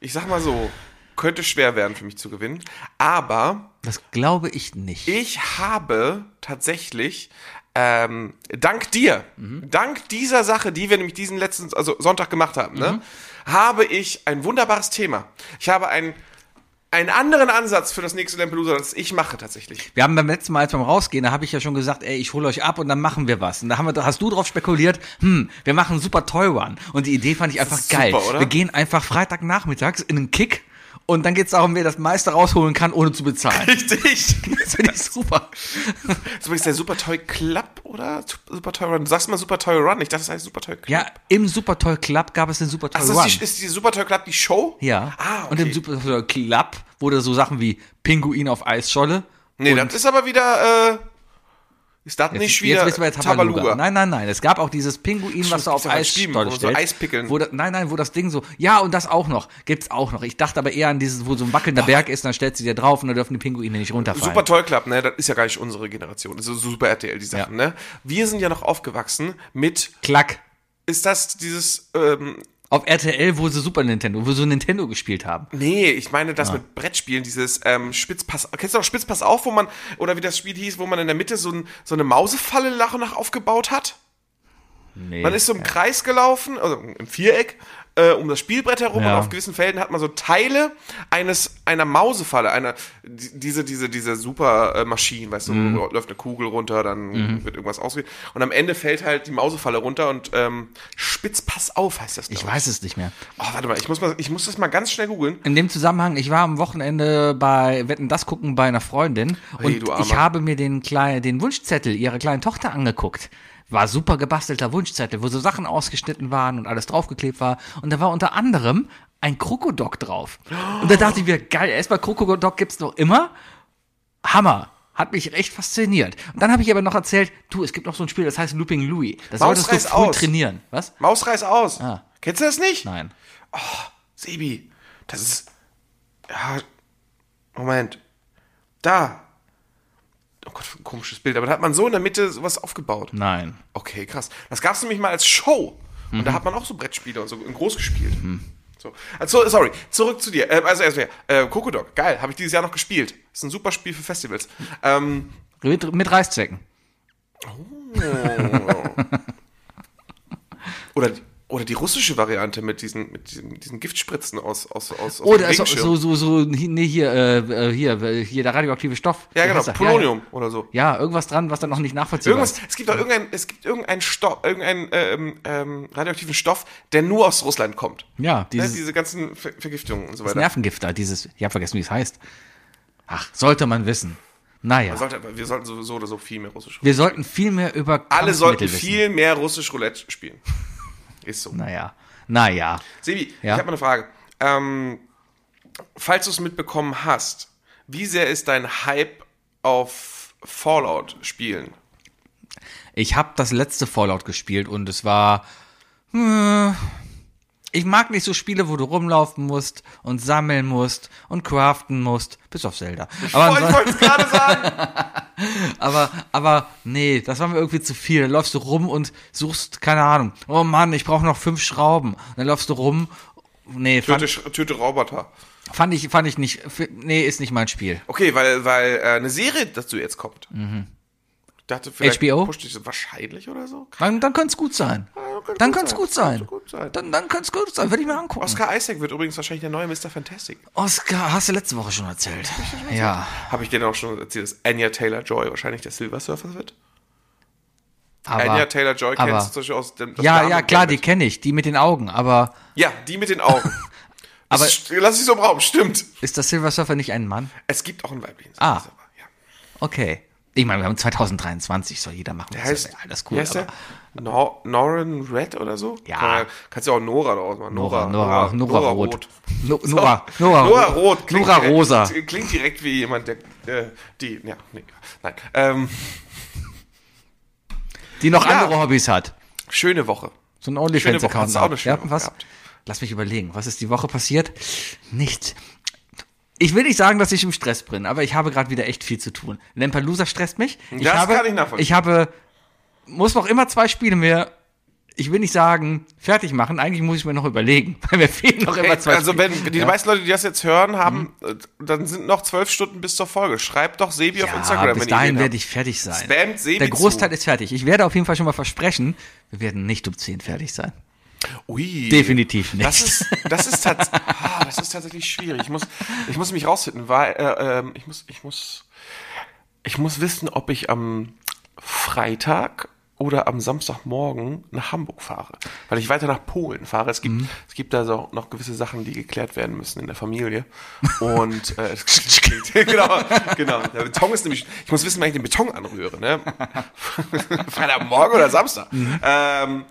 Speaker 3: ich sag mal so, könnte schwer werden für mich zu gewinnen. Aber
Speaker 2: Das glaube ich nicht.
Speaker 3: ich habe tatsächlich, ähm, dank dir, dank dieser Sache, die wir nämlich diesen letzten also Sonntag gemacht haben, ne, habe ich ein wunderbares Thema. Ich habe ein, einen anderen Ansatz für das nächste Lampelusa, das ich mache tatsächlich.
Speaker 2: Wir haben beim letzten Mal, als wir rausgehen, da habe ich ja schon gesagt, ey, ich hole euch ab und dann machen wir was. Und da haben wir, da hast du drauf spekuliert, hm, wir machen einen super Toy Run. Und die Idee fand ich einfach
Speaker 3: ist
Speaker 2: geil.
Speaker 3: super, oder?
Speaker 2: Wir gehen einfach Freitagnachmittags in einen Kick und dann geht es darum, wer das meiste rausholen kann, ohne zu bezahlen.
Speaker 3: Richtig.
Speaker 2: Das finde ich super.
Speaker 3: Das ist übrigens der Super Toy Club, oder? Super Toy Run. Du sagst mal Super Toy Run, ich dachte, das heißt Super Toy Club.
Speaker 2: Ja, im Super Toy Club gab es den Super Toy
Speaker 3: Ach, das
Speaker 2: Run.
Speaker 3: ist, die, ist die Super Toy Club die Show?
Speaker 2: ja.
Speaker 3: Ah, okay.
Speaker 2: Und im Super Toy Club wurde so Sachen wie Pinguin auf Eisscholle.
Speaker 3: nee, das ist aber wieder, äh, ist das nicht wieder
Speaker 2: jetzt wissen wir jetzt Tabaluga. Nein, nein, nein. Es gab auch dieses Pinguin, was da
Speaker 3: gibt's
Speaker 2: auf
Speaker 3: doch als
Speaker 2: Eis
Speaker 3: Spielen,
Speaker 2: Stolle
Speaker 3: wo so
Speaker 2: stellt.
Speaker 3: Eispickeln.
Speaker 2: Wo da, nein, nein, wo das Ding so. Ja, und das auch noch. Gibt's auch noch. Ich dachte aber eher an dieses, wo so ein wackelnder Berg ist, und dann stellst du dir drauf und dann dürfen die Pinguine nicht runterfallen.
Speaker 3: Super Toy Club, ne? Das ist ja gar nicht unsere Generation. Das ist so super RTL, die Sachen, ne? Wir sind ja noch aufgewachsen mit,
Speaker 2: Klack.
Speaker 3: ist das dieses, ähm,
Speaker 2: Auf RTL, wo sie Super Nintendo, wo sie Nintendo gespielt haben.
Speaker 3: nee, ich meine das mit Brettspielen, dieses ähm, Spitzpass, kennst du noch Spitzpass auf, wo man, oder wie das Spiel hieß, wo man in der Mitte so, ein, so eine Mausefalle nach und nach aufgebaut hat?
Speaker 2: Nee.
Speaker 3: Man ist so im Kreis gelaufen, also im Viereck, äh, um das Spielbrett herum
Speaker 2: Ja.
Speaker 3: und auf gewissen Felden hat man so Teile eines einer Mausefalle, einer die- diese diese diese super äh, Maschinen, weißt du,
Speaker 2: Mhm.
Speaker 3: wo läuft eine Kugel runter, dann wird irgendwas ausge und am Ende fällt halt die Mausefalle runter und ähm, Spitzpass auf heißt das. glaub
Speaker 2: ich weiß es nicht mehr.
Speaker 3: Oh, warte mal, ich muss mal ich muss das mal ganz schnell googeln.
Speaker 2: In dem Zusammenhang, ich war am Wochenende bei Wetten das gucken bei einer Freundin
Speaker 3: Hey,
Speaker 2: und
Speaker 3: du Armer.
Speaker 2: ich habe mir den kleinen den Wunschzettel ihrer kleinen Tochter angeguckt. War super gebastelter Wunschzettel, wo so Sachen ausgeschnitten waren und alles draufgeklebt war und da war unter anderem ein Krokodok drauf. Und da dachte ich mir, geil, erstmal Krokodok gibt's noch immer. Hammer. Hat mich echt fasziniert. Und dann habe ich aber noch erzählt, du, es gibt noch so ein Spiel, das heißt Looping Louis. Das
Speaker 3: Maus
Speaker 2: solltest du
Speaker 3: reiß
Speaker 2: früh
Speaker 3: aus.
Speaker 2: trainieren. Was?
Speaker 3: Maus reiß aus.
Speaker 2: Ah.
Speaker 3: Kennst du das nicht?
Speaker 2: Nein.
Speaker 3: Sebi, das ist. Ja, Moment. Da. Oh Gott, ein komisches Bild. Aber da hat man so in der Mitte sowas aufgebaut.
Speaker 2: Nein.
Speaker 3: Okay, krass. Das gab es nämlich mal als Show. Und da hat man auch so Brettspiele und so in groß gespielt. So. Also, sorry, zurück zu dir. Ähm, also erstmal, äh, Kokodok, geil, habe ich dieses Jahr noch gespielt. Ist ein super Spiel für Festivals. Ähm,
Speaker 2: Mit, mit Reißzwecken.
Speaker 3: oder, oder die russische Variante mit diesen, mit diesen, diesen Giftspritzen aus, aus, aus, aus
Speaker 2: Oder
Speaker 3: dem
Speaker 2: so,
Speaker 3: Regenschirm.
Speaker 2: Oh, so, so, so, nee, hier, äh, äh, hier, äh, hier, der radioaktive Stoff.
Speaker 3: ja,
Speaker 2: Wie
Speaker 3: genau,
Speaker 2: heißt er?
Speaker 3: Polonium oder so.
Speaker 2: Ja, ja. ja, irgendwas dran, was dann noch nicht nachvollziehbar
Speaker 3: Irgendwas,
Speaker 2: ist.
Speaker 3: es gibt doch irgendein, es gibt irgendeinen Stoff, irgendeinen ähm, ähm, radioaktiven Stoff, der nur aus Russland kommt.
Speaker 2: Ja,
Speaker 3: ne,
Speaker 2: dieses
Speaker 3: diese ganzen Ver Vergiftungen und so weiter.
Speaker 2: Nervengift da, dieses, ich hab vergessen, wie es heißt. Ach, sollte man wissen. Naja,
Speaker 3: Man sollte, aber- wir sollten sowieso oder so viel mehr russisch.
Speaker 2: wir sollten viel mehr über
Speaker 3: Also- Alle sollten
Speaker 2: Kampfmittel
Speaker 3: viel mehr russisch Roulette spielen. Ist so.
Speaker 2: Wissen. Naja, naja.
Speaker 3: Sebi,
Speaker 2: Ja?
Speaker 3: ich habe mal eine Frage. Ähm, falls du es mitbekommen hast, wie sehr ist dein Hype auf Fallout spielen?
Speaker 2: Ich habe das letzte Fallout gespielt und es war. äh, Ich mag nicht so Spiele, wo du rumlaufen musst und sammeln musst und craften musst, bis auf Zelda. Aber
Speaker 3: Oh, ich
Speaker 2: ansonsten-
Speaker 3: wollte es gerade sagen.
Speaker 2: aber, aber nee, das war mir irgendwie zu viel. Dann läufst du rum und suchst, keine Ahnung, oh Mann, ich brauche noch fünf Schrauben. dann läufst du rum. Nee,
Speaker 3: Töte,
Speaker 2: fand,
Speaker 3: Sch- töte Roboter.
Speaker 2: fand ich, fand ich nicht. f- Nee, ist nicht mein Spiel.
Speaker 3: Okay, weil, weil äh, eine Serie dazu jetzt
Speaker 2: Mhm.
Speaker 3: kommt. Ich dachte, vielleicht
Speaker 2: HBO?
Speaker 3: pusht dich das wahrscheinlich oder so.
Speaker 2: Dann, dann könnte es gut sein. Dann könnte es gut sein.
Speaker 3: Könnte gut sein.
Speaker 2: Dann, dann könnte es gut sein. Würde ich mir angucken. Oscar,
Speaker 3: Oscar Isaac wird übrigens wahrscheinlich der neue Mr. Fantastic.
Speaker 2: hast du letzte Woche schon erzählt. Ja.
Speaker 3: Habe ich dir auch schon erzählt, dass Anya Taylor-Joy wahrscheinlich der Silver Surfer wird?
Speaker 2: Aber,
Speaker 3: Anya Taylor-Joy
Speaker 2: aber-
Speaker 3: kennst du zum Beispiel aus dem das
Speaker 2: Ja,
Speaker 3: Dame-
Speaker 2: ja, klar, die kenne ich. Die mit den Augen. Aber
Speaker 3: Ja, die mit den Augen.
Speaker 2: Aber-
Speaker 3: Das st- Lass dich so im Raum, stimmt.
Speaker 2: ist das Silver Surfer nicht ein Mann?
Speaker 3: Es gibt auch einen weiblichen
Speaker 2: Ah.
Speaker 3: Silver Surfer, ja.
Speaker 2: Okay. Ich meine, wir haben 2023, soll jeder machen.
Speaker 3: Der
Speaker 2: was er
Speaker 3: heißt,
Speaker 2: will. alles
Speaker 3: wie
Speaker 2: cool.
Speaker 3: heißt
Speaker 2: Aber
Speaker 3: der? Nor Noran Red oder so?
Speaker 2: Ja.
Speaker 3: Kann, kannst du auch Nora daraus machen. Nora,
Speaker 2: Nora, Nora, Nora, Rot. No, Nora,
Speaker 3: Oh. Nora,
Speaker 2: Nora,
Speaker 3: Rot. klingt
Speaker 2: Nora
Speaker 3: direkt,
Speaker 2: Rosa.
Speaker 3: Klingt direkt wie jemand, der, äh, die, ja, nee, nein. Ähm,
Speaker 2: Die noch
Speaker 3: Ja.
Speaker 2: andere Hobbys hat.
Speaker 3: schöne Woche.
Speaker 2: So ein
Speaker 3: Schöne Woche, hast
Speaker 2: OnlyFans-Account.
Speaker 3: du auch eine schöne
Speaker 2: ja,
Speaker 3: Woche
Speaker 2: was?
Speaker 3: gehabt.
Speaker 2: Lass mich überlegen, was ist die Woche passiert? Nichts. Ich will nicht sagen, dass ich im Stress bin, aber ich habe gerade wieder echt viel zu tun. Lampelusa stresst mich. Ich
Speaker 3: Das
Speaker 2: habe,
Speaker 3: kann ich nachvollziehen.
Speaker 2: Ich habe, muss noch immer zwei Spiele mehr, ich will nicht sagen, fertig machen. Eigentlich muss ich mir noch überlegen, weil mir fehlen noch immer
Speaker 3: Ey,
Speaker 2: zwei
Speaker 3: also
Speaker 2: Spiele.
Speaker 3: wenn die meisten Leute, die das jetzt hören, haben,
Speaker 2: Mhm.
Speaker 3: äh, dann sind noch zwölf Stunden bis zur Folge. Schreibt doch Sebi auf
Speaker 2: ja,
Speaker 3: Instagram,
Speaker 2: bis
Speaker 3: wenn ihr
Speaker 2: dahin
Speaker 3: Ideen
Speaker 2: werde
Speaker 3: habt.
Speaker 2: ich fertig sein.
Speaker 3: Spammt Sebi
Speaker 2: Der Großteil
Speaker 3: zu.
Speaker 2: ist fertig. Ich werde auf jeden Fall schon mal versprechen, wir werden nicht um 10 fertig sein.
Speaker 3: Ui.
Speaker 2: Definitiv nicht.
Speaker 3: Das ist, das ist, tats ah, das ist tatsächlich schwierig. Ich muss, ich muss mich rausfinden, weil äh, ähm, ich muss, ich muss, ich muss wissen, ob ich am Freitag oder am Samstagmorgen nach Hamburg fahre, weil ich weiter nach Polen fahre. Es gibt,
Speaker 2: Mhm.
Speaker 3: es gibt da so noch gewisse Sachen, die geklärt werden müssen in der Familie. Und äh, es klingt- genau, genau. Der Beton ist nämlich, ich muss wissen, wann ich den Beton anrühre. Ne? Freitagmorgen oder Samstag.
Speaker 2: Mhm.
Speaker 3: Ähm,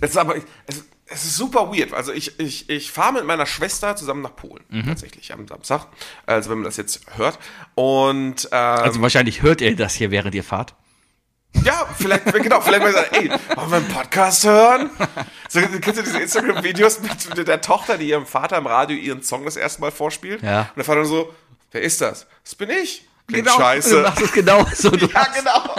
Speaker 3: es ist aber, es, es ist super weird. Also ich, ich, ich fahre mit meiner Schwester zusammen nach Polen,
Speaker 2: Mhm.
Speaker 3: tatsächlich am Samstag. Also wenn man das jetzt hört. Und ähm,
Speaker 2: Also wahrscheinlich hört ihr das hier, während ihr fahrt.
Speaker 3: ja, vielleicht, genau, vielleicht mal sagen, ey, wollen wir einen Podcast hören? So, kennst du diese Instagram-Videos mit, mit der Tochter, die ihrem Vater im Radio ihren Song das erste Mal vorspielt?
Speaker 2: Ja. Genau.
Speaker 3: Und der Vater so, wer ist das? Das bin ich. Klingt
Speaker 2: Du
Speaker 3: scheiße.
Speaker 2: machst es genau so. Du
Speaker 3: Ja, genau.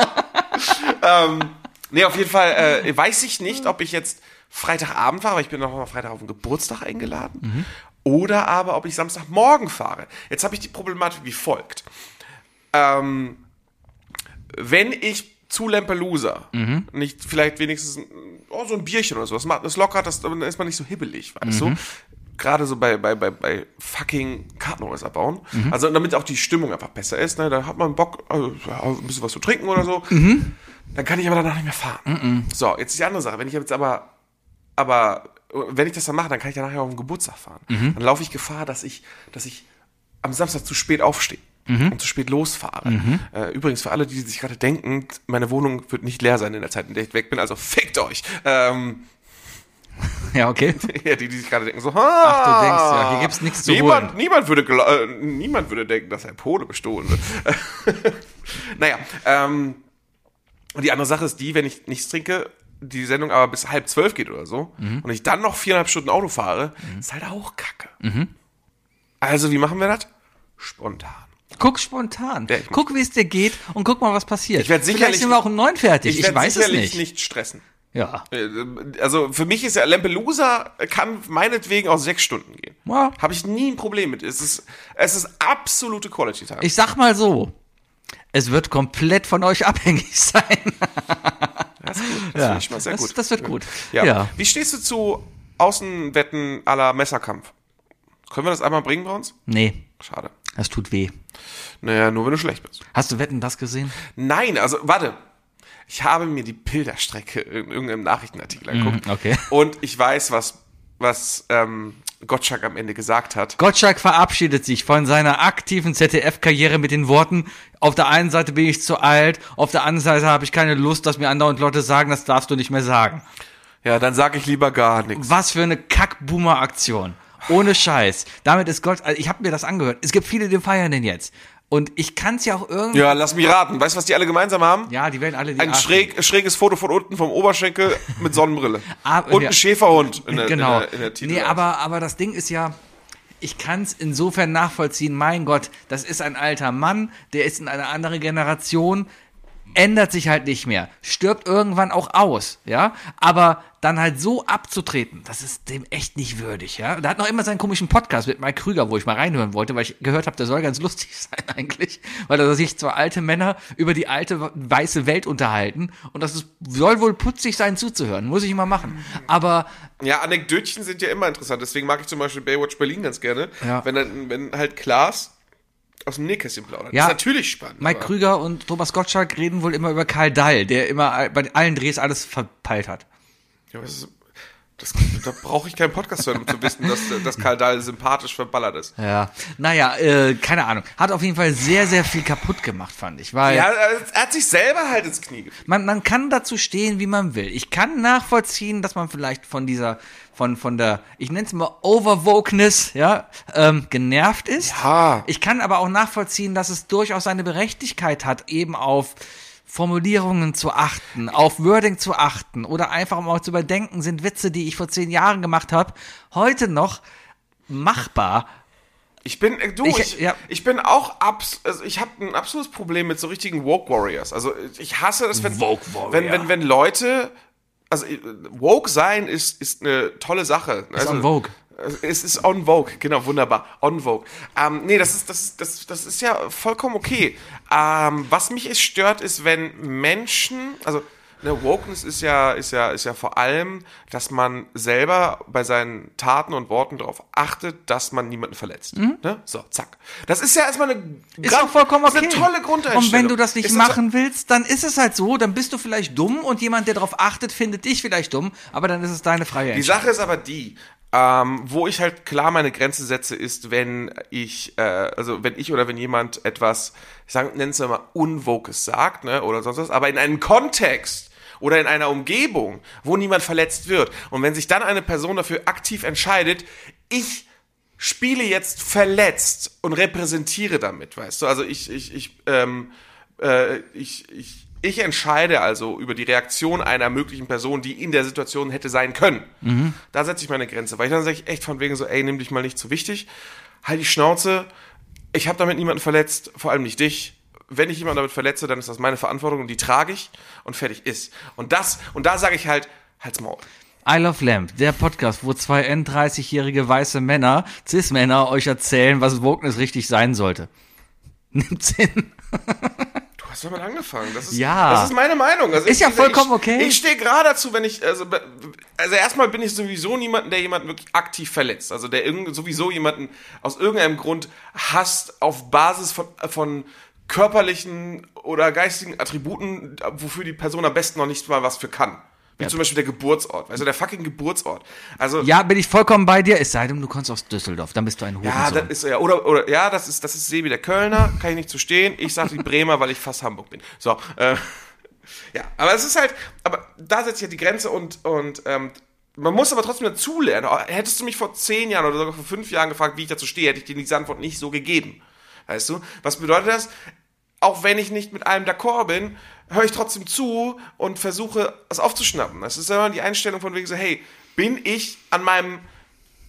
Speaker 3: ähm, nee, auf jeden Fall äh, weiß ich nicht, ob ich jetzt Freitagabend fahre, weil ich bin nochmal Freitag auf den Geburtstag eingeladen. Oder aber, ob ich Samstagmorgen fahre. Jetzt habe ich die Problematik wie folgt. Ähm, wenn ich zu Lampelusa nicht vielleicht wenigstens ein- oh, so ein Bierchen oder so, das, macht, das lockert, das, dann ist man nicht so hibbelig, weißt du? Gerade so bei, bei, bei, bei fucking Kartenhäuser bauen. Also damit auch die Stimmung einfach besser ist, ne? da hat man Bock, also, ja, ein bisschen was zu trinken oder so. Dann kann ich aber danach nicht mehr fahren. So, jetzt ist die andere Sache. Wenn ich jetzt aber aber äh, wenn ich das dann mache, dann kann ich danach ja auf den Geburtstag fahren. Dann laufe ich Gefahr, dass ich, dass ich am Samstag zu spät aufstehe und zu spät losfahre. Äh, übrigens, für alle, die sich gerade denken, meine Wohnung wird nicht leer sein in der Zeit, in der ich weg bin, also fickt euch. Ähm,
Speaker 2: Ja, okay.
Speaker 3: ja, die, die sich gerade denken so,
Speaker 2: Ach, du denkst,
Speaker 3: ha,
Speaker 2: ja, hier gibt's nichts zu
Speaker 3: niemand,
Speaker 2: holen.
Speaker 3: niemand würde, gla- äh, niemand würde denken, dass ein Pole bestohlen wird. naja, ähm, und die andere Sache ist die, wenn ich nichts trinke, die Sendung aber bis halb zwölf geht oder so
Speaker 2: Mhm.
Speaker 3: und ich dann noch viereinhalb Stunden Auto fahre, ist halt auch kacke.
Speaker 2: Mhm.
Speaker 3: Also, wie machen wir das? Spontan.
Speaker 2: Guck spontan.
Speaker 3: Ja, ich-
Speaker 2: guck, wie es dir geht und guck mal, was passiert.
Speaker 3: Ich werd sicherlich-
Speaker 2: Vielleicht sind wir auch um neun fertig. Ich,
Speaker 3: werd
Speaker 2: weiß es
Speaker 3: sicherlich
Speaker 2: nicht.
Speaker 3: nicht stressen.
Speaker 2: Ja.
Speaker 3: Äh, Also für mich ist ja Lampelusa kann meinetwegen auch sechs Stunden gehen.
Speaker 2: Ja.
Speaker 3: Habe ich nie ein Problem mit. Es ist, es ist absolute Quality Time.
Speaker 2: Ich sag mal so. Es wird komplett von euch abhängig sein.
Speaker 3: das ist gut. Das
Speaker 2: Ja.
Speaker 3: finde ich mal sehr
Speaker 2: das,
Speaker 3: gut.
Speaker 2: das wird gut.
Speaker 3: ja. Wie stehst du zu Außenwetten à la Messerkampf? Können wir das einmal bringen bei uns?
Speaker 2: Nee,
Speaker 3: Schade.
Speaker 2: das tut weh.
Speaker 3: Naja, nur wenn du schlecht bist.
Speaker 2: Hast du Wetten das gesehen?
Speaker 3: Nein, also warte. Ich habe mir die Bilderstrecke in irgendeinem Nachrichtenartikel angeguckt.
Speaker 2: Mhm, Hm, okay.
Speaker 3: Und ich weiß, was, was ähm, Gottschalk am Ende gesagt hat.
Speaker 2: Gottschalk verabschiedet sich von seiner aktiven ZDF-Karriere mit den Worten, auf der einen Seite bin ich zu alt, auf der anderen Seite habe ich keine Lust, dass mir andauernd Leute sagen, das darfst du nicht mehr sagen.
Speaker 3: Ja, dann sage ich lieber gar nichts.
Speaker 2: Was für eine Kack-Boomer-Aktion. Ohne Scheiß. Damit ist Gott, also ich habe mir das angehört. Es gibt viele, die feiern den jetzt. Und ich kann es ja auch irgendwie.
Speaker 3: Ja, lass mich raten. Weißt du, was die alle gemeinsam haben?
Speaker 2: Ja, die werden alle die
Speaker 3: Ein
Speaker 2: Arten.
Speaker 3: schräg, schräges Foto von unten vom Oberschenkel mit Sonnenbrille.
Speaker 2: Ah,
Speaker 3: Und
Speaker 2: ja.
Speaker 3: ein Schäferhund in der,
Speaker 2: genau.
Speaker 3: in der, in der Titel.
Speaker 2: nee, aber, aber das Ding ist ja, ich kann es insofern nachvollziehen, mein Gott, das ist ein alter Mann, der ist in einer anderen Generation. ändert sich halt nicht mehr, stirbt irgendwann auch aus, ja. Aber dann halt so abzutreten, das ist dem echt nicht würdig, ja. Da hat noch immer seinen komischen Podcast mit Mike Krüger, wo ich mal reinhören wollte, weil ich gehört habe, der soll ganz lustig sein eigentlich, weil da sich zwei alte Männer über die alte weiße Welt unterhalten und das ist, soll wohl putzig sein zuzuhören, muss ich mal machen. Aber
Speaker 3: Ja, Anekdötchen sind ja immer interessant. Deswegen mag ich zum Beispiel Baywatch Berlin ganz gerne.
Speaker 2: Ja.
Speaker 3: Wenn, dann, wenn halt Klaas aus dem Nähkästchen plaudert.
Speaker 2: Ja.
Speaker 3: Ist natürlich spannend.
Speaker 2: Mike
Speaker 3: aber-
Speaker 2: Krüger und Thomas Gottschalk reden wohl immer über Karl Dall, der immer bei allen Drehs alles verpeilt hat.
Speaker 3: Ja, aber das, ist- das, da brauche ich keinen Podcast hören, um zu wissen, dass, dass Karl Dahl sympathisch verballert ist.
Speaker 2: Ja, naja, äh, keine Ahnung. Hat auf jeden Fall sehr, sehr viel kaputt gemacht, fand ich. Weil
Speaker 3: Ja, er hat sich selber halt ins Knie geführt.
Speaker 2: man, man kann dazu stehen, wie man will. Ich kann nachvollziehen, dass man vielleicht von dieser, von, von der, ich nenne es mal Overwokeness, ja, ähm, genervt ist.
Speaker 3: Ja.
Speaker 2: Ich kann aber auch nachvollziehen, dass es durchaus seine Berechtigkeit hat, eben auf Formulierungen zu achten, auf Wording zu achten oder einfach um auch zu überdenken, sind Witze, die ich vor zehn Jahren gemacht habe, heute noch machbar.
Speaker 3: Ich bin, äh, du,
Speaker 2: Ich-
Speaker 3: ich,
Speaker 2: ja.
Speaker 3: ich bin auch, abs also ich habe ein absolutes Problem mit so richtigen Woke Warriors. Also ich hasse das, wenn,
Speaker 2: Woke Warrior.
Speaker 3: wenn, wenn, wenn Leute, also äh, Woke sein ist, ist eine tolle Sache. also,
Speaker 2: on vogue.
Speaker 3: Es ist on Vogue, genau, wunderbar. On Vogue. Ähm, nee, das ist, das, ist- das, das ist ja vollkommen okay. Ähm, was mich es stört, ist, wenn Menschen, also ne, Wokeness ist ja, ist ja, ist ja vor allem, dass man selber bei seinen Taten und Worten darauf achtet, dass man niemanden verletzt. Ne? So, zack. Das ist ja erstmal eine,
Speaker 2: Mhm. Ist auch vollkommen
Speaker 3: ist
Speaker 2: okay.
Speaker 3: eine tolle Grundeinstellung.
Speaker 2: Und wenn du das nicht
Speaker 3: Ist
Speaker 2: machen willst, dann ist es halt so, dann bist du vielleicht dumm und jemand, der darauf achtet, findet dich vielleicht dumm, aber dann ist es deine freie
Speaker 3: Die
Speaker 2: Entscheidung.
Speaker 3: Sache ist aber die, ähm, wo ich halt klar meine Grenze setze, ist, wenn ich, äh, also wenn ich oder wenn jemand etwas, ich nenne es mal Unvokes sagt, ne, oder sonst was, aber in einem Kontext oder in einer Umgebung, wo niemand verletzt wird. Und wenn sich dann eine Person dafür aktiv entscheidet, ich spiele jetzt verletzt und repräsentiere damit, weißt du? Also ich, ich, ich, ähm, äh, ich, ich, ich entscheide also über die Reaktion einer möglichen Person, die in der Situation hätte sein können. Da setze ich meine Grenze, weil ich dann sage ich echt von wegen so, ey, nimm dich mal nicht zu wichtig, halt die Schnauze, ich habe damit niemanden verletzt, vor allem nicht dich. Wenn ich jemanden damit verletze, dann ist das meine Verantwortung und die trage ich und fertig ist. Und das, und da sage ich halt, halt's Maul.
Speaker 2: I Love Lamp, der Podcast, wo zwei N30-jährige weiße Männer, Cis-Männer, euch erzählen, was Wokeness richtig sein sollte. Nimmt's hin.
Speaker 3: Du hast damit angefangen. Das ist,
Speaker 2: Ja.
Speaker 3: das ist meine Meinung. Also
Speaker 2: Ist ja
Speaker 3: wie gesagt,
Speaker 2: vollkommen
Speaker 3: ich,
Speaker 2: okay.
Speaker 3: Ich stehe gerade dazu, wenn ich, also, be- also erstmal bin ich sowieso niemanden, der jemanden wirklich aktiv verletzt. Also der irgend, sowieso jemanden aus irgendeinem Grund hasst auf Basis von, von körperlichen oder geistigen Attributen, wofür die Person am besten noch nicht mal was für kann. Wie zum Beispiel der Geburtsort, also der fucking Geburtsort. Also
Speaker 2: Ja, bin ich vollkommen bei dir, es sei denn, du kommst aus Düsseldorf, dann bist du ein
Speaker 3: ja,
Speaker 2: Hurensohn.
Speaker 3: das ist ja oder oder ja, das ist das ist Sebi der Kölner, kann ich nicht zu stehen. Ich sage die Bremer, weil ich fast Hamburg bin. So, äh, ja, aber es ist halt, aber da setzt ja die Grenze und und ähm, man muss aber trotzdem dazulernen. Hättest du mich vor zehn Jahren oder sogar vor fünf Jahren gefragt, wie ich dazu stehe, hätte ich dir diese Antwort nicht so gegeben. Weißt du? Was bedeutet das? Auch wenn ich nicht mit allem d'accord bin, höre ich trotzdem zu und versuche, es aufzuschnappen. Das ist immer die Einstellung von wegen so, hey, bin ich an meinem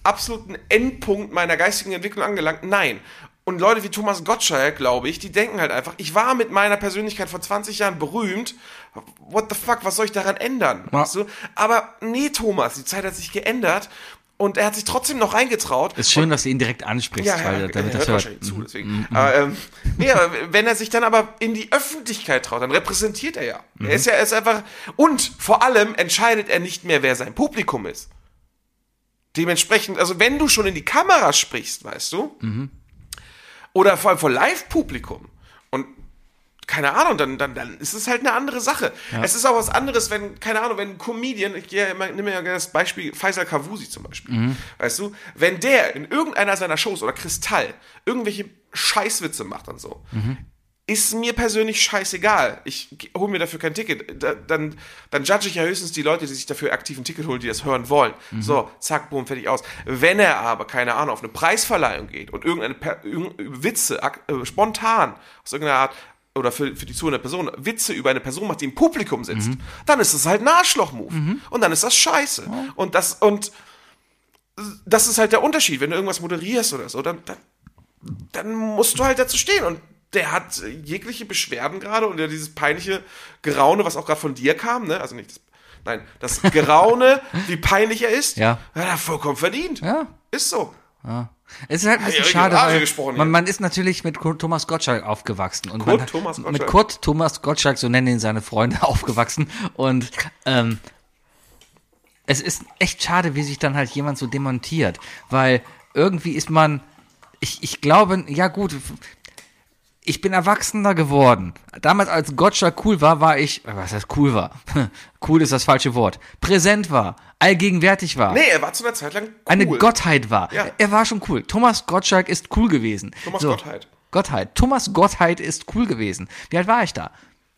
Speaker 3: absoluten Endpunkt meiner geistigen Entwicklung angelangt? Nein. Und Leute wie Thomas Gottschalk, glaube ich, die denken halt einfach, ich war mit meiner Persönlichkeit vor 20 Jahren berühmt. What the fuck, was soll ich daran ändern?
Speaker 2: Ja.
Speaker 3: Weißt du? Aber nee, Thomas, die Zeit hat sich geändert und er hat sich trotzdem noch reingetraut.
Speaker 2: ist schön, dass du ihn direkt ansprichst, weil, äh, damit
Speaker 3: er
Speaker 2: das
Speaker 3: hört
Speaker 2: hört. Mhm,
Speaker 3: wahrscheinlich zu, deswegen. Aber, ähm, nee, aber wenn er sich dann aber in die Öffentlichkeit traut, dann repräsentiert er ja.
Speaker 2: Mhm.
Speaker 3: Er ist ja er ist einfach und vor allem entscheidet er nicht mehr, wer sein Publikum ist. Dementsprechend, also wenn du schon in die Kamera sprichst, weißt du,
Speaker 2: Mhm.
Speaker 3: oder vor allem vor Live-Publikum und keine Ahnung, dann, dann, dann ist es halt eine andere Sache. Es ist auch was anderes, wenn, keine Ahnung, wenn ein Comedian, ich gehe ja immer, nehme ja gerne das Beispiel Faisal Kavusi zum Beispiel, weißt du, wenn der in irgendeiner seiner Shows oder Kristall irgendwelche Scheißwitze macht und so, ist mir persönlich scheißegal. Ich hole mir dafür kein Ticket. Da, dann, dann judge ich ja höchstens die Leute, die sich dafür aktiv ein Ticket holen, die das hören wollen. So, zack, boom, fertig aus. Wenn er aber, keine Ahnung, auf eine Preisverleihung geht und irgendeine per irgend- Witze ak- äh, spontan aus irgendeiner Art oder für, für die zuhörende Person Witze über eine Person macht, die im Publikum sitzt, dann ist das halt ein Arschloch-Move. Und dann ist das scheiße. Und das, und das ist halt der Unterschied. Wenn du irgendwas moderierst oder so, dann, dann, dann musst du halt dazu stehen und der hat jegliche Beschwerden gerade und ja dieses peinliche Geraune, was auch gerade von dir kam, ne? Also nicht das, nein, das Geraune, wie peinlich er ist,
Speaker 2: Ja.
Speaker 3: hat er vollkommen verdient.
Speaker 2: Ja.
Speaker 3: Ist so.
Speaker 2: Es ist halt ein bisschen
Speaker 3: Ja, ja,
Speaker 2: schade,
Speaker 3: Rage
Speaker 2: weil
Speaker 3: gesprochen
Speaker 2: man,
Speaker 3: hier.
Speaker 2: man ist natürlich mit Kurt Thomas Gottschalk aufgewachsen. Und
Speaker 3: Kurt
Speaker 2: man,
Speaker 3: Thomas Gottschalk.
Speaker 2: Mit Kurt Thomas Gottschalk, so nennen ihn seine Freunde, aufgewachsen. Und ähm, es ist echt schade, wie sich dann halt jemand so demontiert. Weil irgendwie ist man, ich, ich glaube, ja gut, ich bin erwachsener geworden. Damals, als Gottschalk cool war, war ich, was heißt cool war? cool ist das falsche Wort. Präsent war, allgegenwärtig war
Speaker 3: Nee, er war zu einer Zeit lang cool.
Speaker 2: eine Gottheit war.
Speaker 3: Ja.
Speaker 2: Er war schon cool. Thomas Gottschalk ist cool gewesen.
Speaker 3: Thomas Gottheit.
Speaker 2: Gottheit. Thomas Gottheit ist cool gewesen. Wie alt war ich da?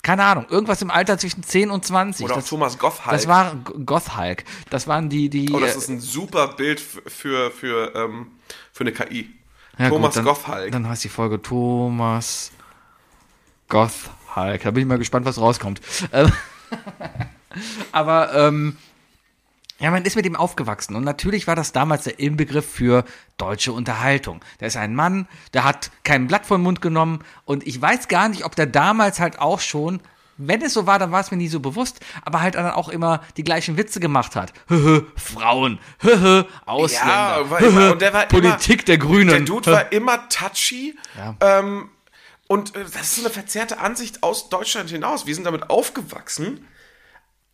Speaker 2: Keine Ahnung. Irgendwas im Alter zwischen 10 und 20.
Speaker 3: Oder auch
Speaker 2: das,
Speaker 3: Thomas Goffheit.
Speaker 2: das war G- Gotthalk. Das waren die, die.
Speaker 3: Oh, das
Speaker 2: äh,
Speaker 3: ist ein super Bild f- für, für, ähm, für eine KI.
Speaker 2: ja, gut,
Speaker 3: Thomas
Speaker 2: dann,
Speaker 3: Goffhalk.
Speaker 2: Dann heißt die Folge Thomas Gotthalk. Da bin ich mal gespannt, was rauskommt. Ähm, Aber ähm, ja, man ist mit ihm aufgewachsen und natürlich war das damals der Inbegriff für deutsche Unterhaltung. Da ist ein Mann, der hat kein Blatt vom Mund genommen und ich weiß gar nicht, ob der damals halt auch schon, wenn es so war, dann war es mir nie so bewusst, aber halt dann auch immer die gleichen Witze gemacht hat. Höhö, Frauen, höhö, Ausländer,
Speaker 3: war immer- und der war immer-
Speaker 2: Politik der Grünen.
Speaker 3: Der Dude war immer touchy.
Speaker 2: Ja.
Speaker 3: Ähm, und äh, das ist so eine verzerrte Ansicht aus Deutschland hinaus. Wir sind damit aufgewachsen.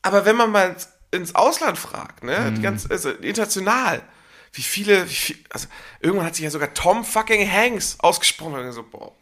Speaker 3: Aber wenn man mal ins- ins Ausland fragt, ne,
Speaker 2: Mhm.
Speaker 3: die ganz, also international, wie viele, wie viel, also irgendwann hat sich ja sogar Tom fucking Hanks ausgesprochen. Und ich so, boah,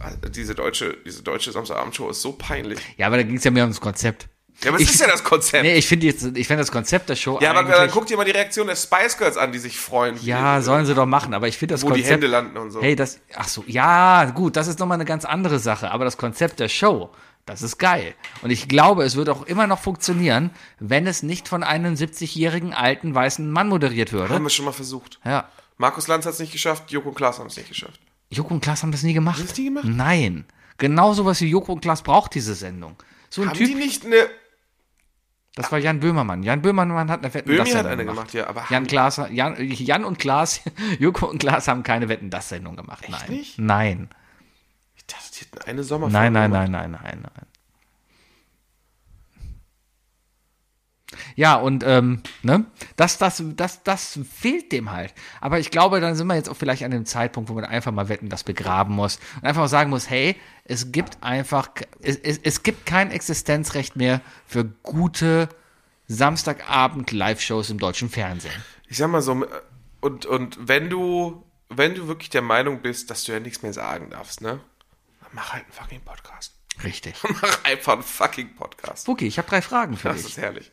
Speaker 3: also diese deutsche, diese deutsche Samstagabendshow ist so peinlich.
Speaker 2: ja, aber da ging es ja mehr ums Konzept.
Speaker 3: Ja, aber es
Speaker 2: Ich-
Speaker 3: ist ja das Konzept.
Speaker 2: Nee, ich finde jetzt, ich finde das Konzept der Show
Speaker 3: ja, aber
Speaker 2: eigentlich-
Speaker 3: dann guck dir mal die Reaktion der Spice Girls an, die sich freuen.
Speaker 2: Ja,
Speaker 3: wie,
Speaker 2: sollen sie doch machen, aber ich finde das
Speaker 3: wo die
Speaker 2: Konzept.
Speaker 3: Hände landen und so.
Speaker 2: Hey, das. Ach so, ja, gut, das ist nochmal eine ganz andere Sache, aber das Konzept der Show, das ist geil. Und ich glaube, es wird auch immer noch funktionieren, wenn es nicht von einem 70-jährigen alten weißen Mann moderiert
Speaker 3: Haben
Speaker 2: würde.
Speaker 3: wir schon mal versucht.
Speaker 2: Ja.
Speaker 3: Markus Lanz hat es nicht geschafft, Joko und Klaas haben es nicht geschafft.
Speaker 2: Joko und Klaas haben das nie gemacht.
Speaker 3: das nie gemacht?
Speaker 2: Nein. Genau sowas wie Joko und Klaas braucht diese Sendung. So ein
Speaker 3: haben die
Speaker 2: Typ,
Speaker 3: nicht eine.
Speaker 2: das war Jan Böhmermann. Jan Böhmermann hat eine Wetten,
Speaker 3: Böhmi
Speaker 2: dass er
Speaker 3: hat
Speaker 2: dann
Speaker 3: eine gemacht, ja, aber.
Speaker 2: Jan, Klaas, Jan, Jan und Klaas, Joko und Klaas haben keine Wetten, das Sendung gemacht. nein.
Speaker 3: nicht?
Speaker 2: Nein.
Speaker 3: Ich dachte, die hätten eine Sommerfolge.
Speaker 2: Nein, nein,
Speaker 3: gemacht.
Speaker 2: nein, nein, nein, nein. Ja, und ähm, ne, das, das, das, das fehlt dem halt. Aber ich glaube, dann sind wir jetzt auch vielleicht an dem Zeitpunkt, wo man einfach mal wetten, das begraben muss. Und einfach mal sagen muss, hey, es gibt einfach, k- es, es, es gibt kein Existenzrecht mehr für gute Samstagabend-Live-Shows im deutschen Fernsehen.
Speaker 3: Ich sag mal so, äh, und, und wenn du, wenn du wirklich der Meinung bist, dass du ja nichts mehr sagen darfst, ne? Dann mach halt einen fucking Podcast.
Speaker 2: Richtig.
Speaker 3: mach einfach einen fucking Podcast.
Speaker 2: Fuki, ich habe drei Fragen für
Speaker 3: Das
Speaker 2: dich.
Speaker 3: ist herrlich.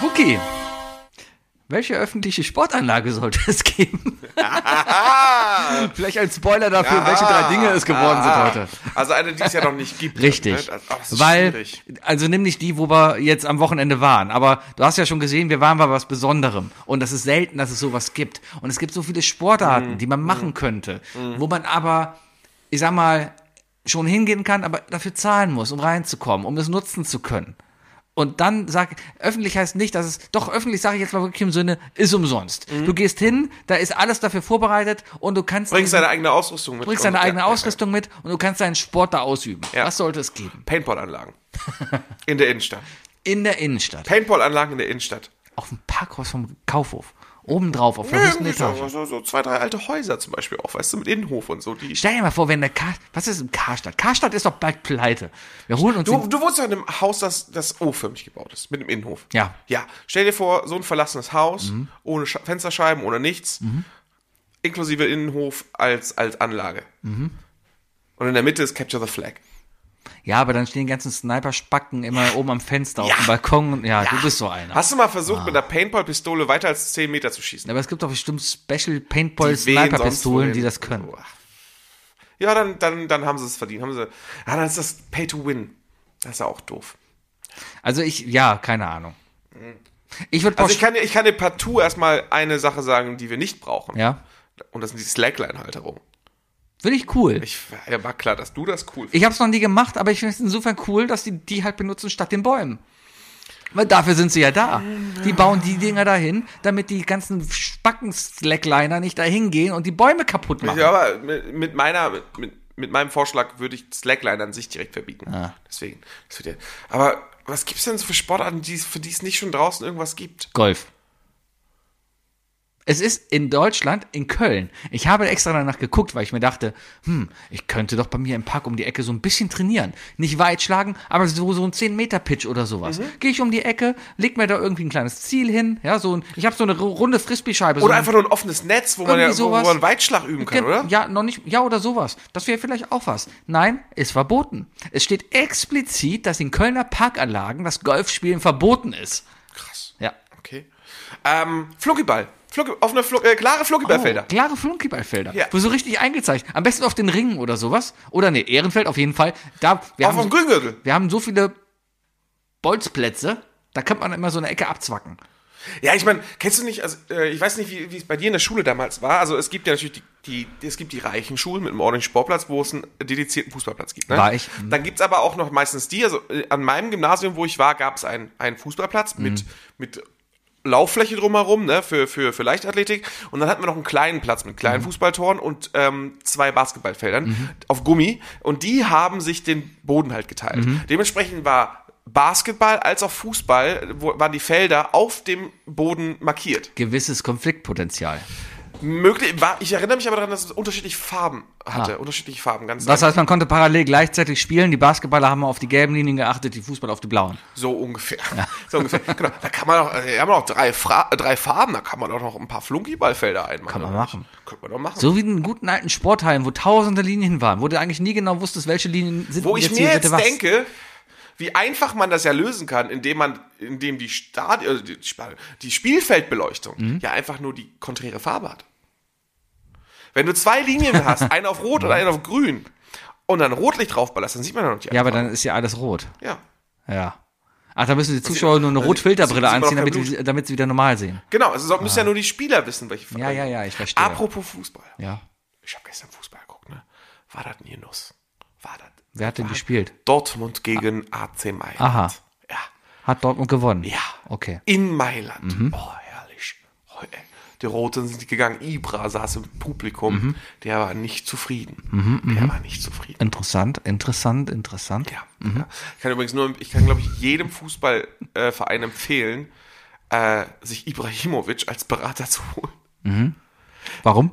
Speaker 2: Fuki, welche öffentliche Sportanlage sollte es geben? Vielleicht als Spoiler dafür, welche drei Dinge es geworden sind heute.
Speaker 3: Also eine, die es ja noch nicht gibt.
Speaker 2: ah. Richtig.
Speaker 3: Ne? Also, oh, das ist
Speaker 2: Weil,
Speaker 3: schwierig.
Speaker 2: also nimm nicht die, wo wir jetzt am Wochenende waren. Aber du hast ja schon gesehen, wir waren bei was Besonderem. Und das ist selten, dass es sowas gibt. Und es gibt so viele Sportarten,
Speaker 3: Mhm.
Speaker 2: die man machen könnte, wo man aber, ich sag mal, schon hingehen kann, aber dafür zahlen muss, um reinzukommen, um es nutzen zu können. Und dann sag, öffentlich heißt nicht, dass es, doch öffentlich sage ich jetzt mal wirklich im Sinne, ist umsonst.
Speaker 3: Mhm.
Speaker 2: Du gehst hin, da ist alles dafür vorbereitet und du kannst,
Speaker 3: Bringst deine eigene Ausrüstung mit.
Speaker 2: bringst deine
Speaker 3: Und-
Speaker 2: eigene
Speaker 3: ja, ja, ja.
Speaker 2: Ausrüstung mit und du kannst deinen Sport da ausüben.
Speaker 3: Ja.
Speaker 2: Das sollte es geben.
Speaker 3: Paintball-Anlagen. In der Innenstadt.
Speaker 2: In der Innenstadt.
Speaker 3: Paintball-Anlagen in der Innenstadt.
Speaker 2: Auf dem Parkhaus vom Kaufhof. Oben drauf, auf der höchsten
Speaker 3: Irgendwie so,
Speaker 2: Etage.
Speaker 3: so, so zwei, drei alte Häuser zum Beispiel auch, weißt du, mit Innenhof und so. Die,
Speaker 2: Stell dir mal vor, wenn der Kar Was ist im Karstadt? Karstadt ist doch bald pleite. Wir holen uns.
Speaker 3: du,
Speaker 2: den-
Speaker 3: du wohnst ja in einem Haus, das, das O-förmig gebaut ist, mit einem Innenhof.
Speaker 2: Ja. Mhm.
Speaker 3: Ja, stell dir vor, so ein verlassenes Haus, ohne Scha Fensterscheiben, ohne nichts,
Speaker 2: Mhm.
Speaker 3: inklusive Innenhof als, als Anlage. Und in der Mitte ist Capture the Flag.
Speaker 2: Ja, aber dann stehen die ganzen Sniper-Spacken immer oben am Fenster auf dem Balkon. und- Ja, ja, du bist so einer.
Speaker 3: Hast du mal
Speaker 2: Ah.
Speaker 3: versucht, mit einer Paintball-Pistole weiter als 10 Meter zu schießen?
Speaker 2: Aber es gibt doch bestimmt Special
Speaker 3: Die wehen sonst
Speaker 2: Paintball-Sniper-Pistolen,
Speaker 3: wohin.
Speaker 2: die das können.
Speaker 3: Ja, dann, dann, dann haben sie es verdient. Haben sie, ah, dann ist das Pay to Win. Das ist ja auch doof.
Speaker 2: Also ich, ja, keine Ahnung. Ich würde
Speaker 3: Also ich kann, dir- ich kann dir partout erstmal eine Sache sagen, die wir nicht brauchen.
Speaker 2: Ja.
Speaker 3: Und das sind die Slackline-Halterung.
Speaker 2: Finde ich cool. Ich,
Speaker 3: Ich ja, war klar, dass du das cool
Speaker 2: habe es noch nie gemacht, aber ich finde es insofern cool, dass die die halt benutzen statt den Bäumen. Weil dafür sind sie ja da. Die bauen die Dinger dahin, damit die ganzen Spacken-Slackliner nicht dahin gehen und die Bäume kaputt machen.
Speaker 3: Ja, aber mit, mit meiner, mit, mit meinem Vorschlag würde ich Slackline an sich direkt verbieten.
Speaker 2: Ah.
Speaker 3: Deswegen. Das wird ja, aber was gibt's denn so für Sportarten, die, es- für die es nicht schon draußen irgendwas gibt?
Speaker 2: Golf. Es ist in Deutschland, in Köln. Ich habe extra danach geguckt, weil ich mir dachte, hm, ich könnte doch bei mir im Park um die Ecke so ein bisschen trainieren. Nicht weit schlagen, aber so, so ein 10-Meter-Pitch oder
Speaker 3: Mhm.
Speaker 2: sowas. Gehe ich um die Ecke, leg mir da irgendwie ein kleines Ziel hin. Ja, so ein, ich habe so eine ru- runde Frisbee-Scheibe. so
Speaker 3: Oder
Speaker 2: ein-
Speaker 3: einfach nur ein offenes Netz, wo man, ja,
Speaker 2: irgendwie
Speaker 3: wo, wo
Speaker 2: sowas.
Speaker 3: man Weitschlag üben kann,
Speaker 2: Gen-
Speaker 3: oder?
Speaker 2: Ja, noch nicht, ja, oder sowas. Das wäre vielleicht auch was. Nein, ist verboten. Es steht explizit, dass in Kölner Parkanlagen das Golfspielen verboten ist.
Speaker 3: Krass.
Speaker 2: Ja.
Speaker 3: Okay. Ähm, Flunkyball. Flunky, offene, Flunk, äh, klare Flunkyballfelder.
Speaker 2: Oh, klare Flunkyballfelder.
Speaker 3: Ja.
Speaker 2: Wo so richtig eingezeichnet. Am besten auf den Ringen oder sowas. Oder nee, Ehrenfeld auf jeden Fall. Da, wir,
Speaker 3: Auf dem
Speaker 2: haben, so-
Speaker 3: Grüngürtel.
Speaker 2: wir haben so viele Bolzplätze, da könnte man immer so eine Ecke abzwacken.
Speaker 3: Ja, ich meine, kennst du nicht, also, äh, ich weiß nicht, wie wie es bei dir in der Schule damals war. Also es gibt ja natürlich die, die es gibt die reichen Schulen mit einem ordentlichen Sportplatz, wo es einen dedizierten Fußballplatz gibt. Ne?
Speaker 2: War ich.
Speaker 3: Dann gibt's aber auch noch meistens die, also äh, an meinem Gymnasium, wo ich war, gab's einen, einen Fußballplatz mit, mit Lauffläche drumherum, ne, für, für, für Leichtathletik. Und dann hatten wir noch einen kleinen Platz mit kleinen Fußballtoren und ähm, zwei Basketballfeldern auf Gummi. Und die haben sich den Boden halt geteilt. Dementsprechend war Basketball als auch Fußball, wo, waren die Felder auf dem Boden markiert.
Speaker 2: Gewisses Konfliktpotenzial.
Speaker 3: Möglich, war, ich erinnere mich aber daran, dass es unterschiedliche Farben hatte.
Speaker 2: Ah.
Speaker 3: Unterschiedliche Farben, ganz
Speaker 2: Das heißt, man konnte parallel gleichzeitig spielen. Die Basketballer haben auf die gelben Linien geachtet, die Fußballer auf die blauen.
Speaker 3: So ungefähr. So ungefähr. Genau. Da kann man auch, also wir haben auch drei, Fra äh, drei Farben, da kann man auch noch ein paar Flunkyballfelder einmachen.
Speaker 2: Kann man
Speaker 3: oder nicht?
Speaker 2: machen.
Speaker 3: Könnte man doch machen.
Speaker 2: So wie in guten alten Sporthallen, wo tausende Linien waren, wo du eigentlich nie genau wusstest, welche Linien sind
Speaker 3: Wo ich
Speaker 2: jetzt
Speaker 3: mir
Speaker 2: hier
Speaker 3: jetzt
Speaker 2: bitte was.
Speaker 3: denke, wie einfach man das ja lösen kann, indem man, indem die Stadion, also die, Stadion- die Spielfeldbeleuchtung
Speaker 2: Mhm.
Speaker 3: ja einfach nur die konträre Farbe hat. Wenn du zwei Linien hast, eine auf Rot und eine auf Grün, und dann Rotlicht draufballerst, dann sieht man ja noch die
Speaker 2: Ja, aber
Speaker 3: andere
Speaker 2: dann ist ja alles rot.
Speaker 3: Farbe. Ja.
Speaker 2: Ja. Ach, da müssen die Zuschauer
Speaker 3: äh,
Speaker 2: nur eine Rotfilterbrille
Speaker 3: sieht man auch
Speaker 2: anziehen,
Speaker 3: kein
Speaker 2: damit, die, damit sie wieder normal sehen.
Speaker 3: Genau, also so- müssen ja nur die Spieler wissen, welche Farbe.
Speaker 2: Ja, ja, ja, ich verstehe.
Speaker 3: Apropos Fußball.
Speaker 2: Ja.
Speaker 3: Ich habe gestern Fußball geguckt, ne? War das ein Genuss? War das?
Speaker 2: Wer hat denn
Speaker 3: war
Speaker 2: gespielt?
Speaker 3: Dortmund gegen AC Mailand.
Speaker 2: Aha.
Speaker 3: Ja.
Speaker 2: Hat Dortmund gewonnen?
Speaker 3: Ja.
Speaker 2: Okay. Mhm.
Speaker 3: In Mailand. Oh, herrlich. Oh, ey. Die Roten sind gegangen. Ibra saß im Publikum.
Speaker 2: Mhm.
Speaker 3: Der war nicht zufrieden. der war nicht zufrieden.
Speaker 2: Interessant, interessant, interessant.
Speaker 3: Ja. ja. Ich kann übrigens nur, ich kann, glaube ich, jedem Fußballverein äh, Verein empfehlen, äh, sich Ibrahimovic als Berater zu holen.
Speaker 2: Warum?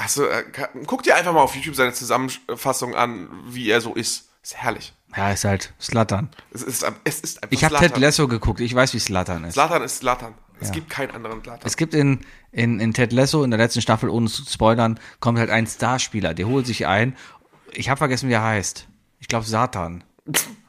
Speaker 3: Also, äh, ka- guck dir einfach mal auf YouTube seine Zusammenfassung an, wie er so ist. Ist herrlich.
Speaker 2: Ja, ist halt Slattern.
Speaker 3: Es ist, am- es ist einfach
Speaker 2: Ich habe Ted
Speaker 3: Zlatan.
Speaker 2: Lasso geguckt, ich weiß, wie Slattern ist.
Speaker 3: Zlatan ist Zlatan. Es gibt keinen anderen Zlatan.
Speaker 2: Es gibt in, in, in Ted Lasso, in der letzten Staffel, ohne zu spoilern, kommt halt ein Starspieler, der holt sich ein. Ich habe vergessen, wie er heißt. Ich glaube, Satan.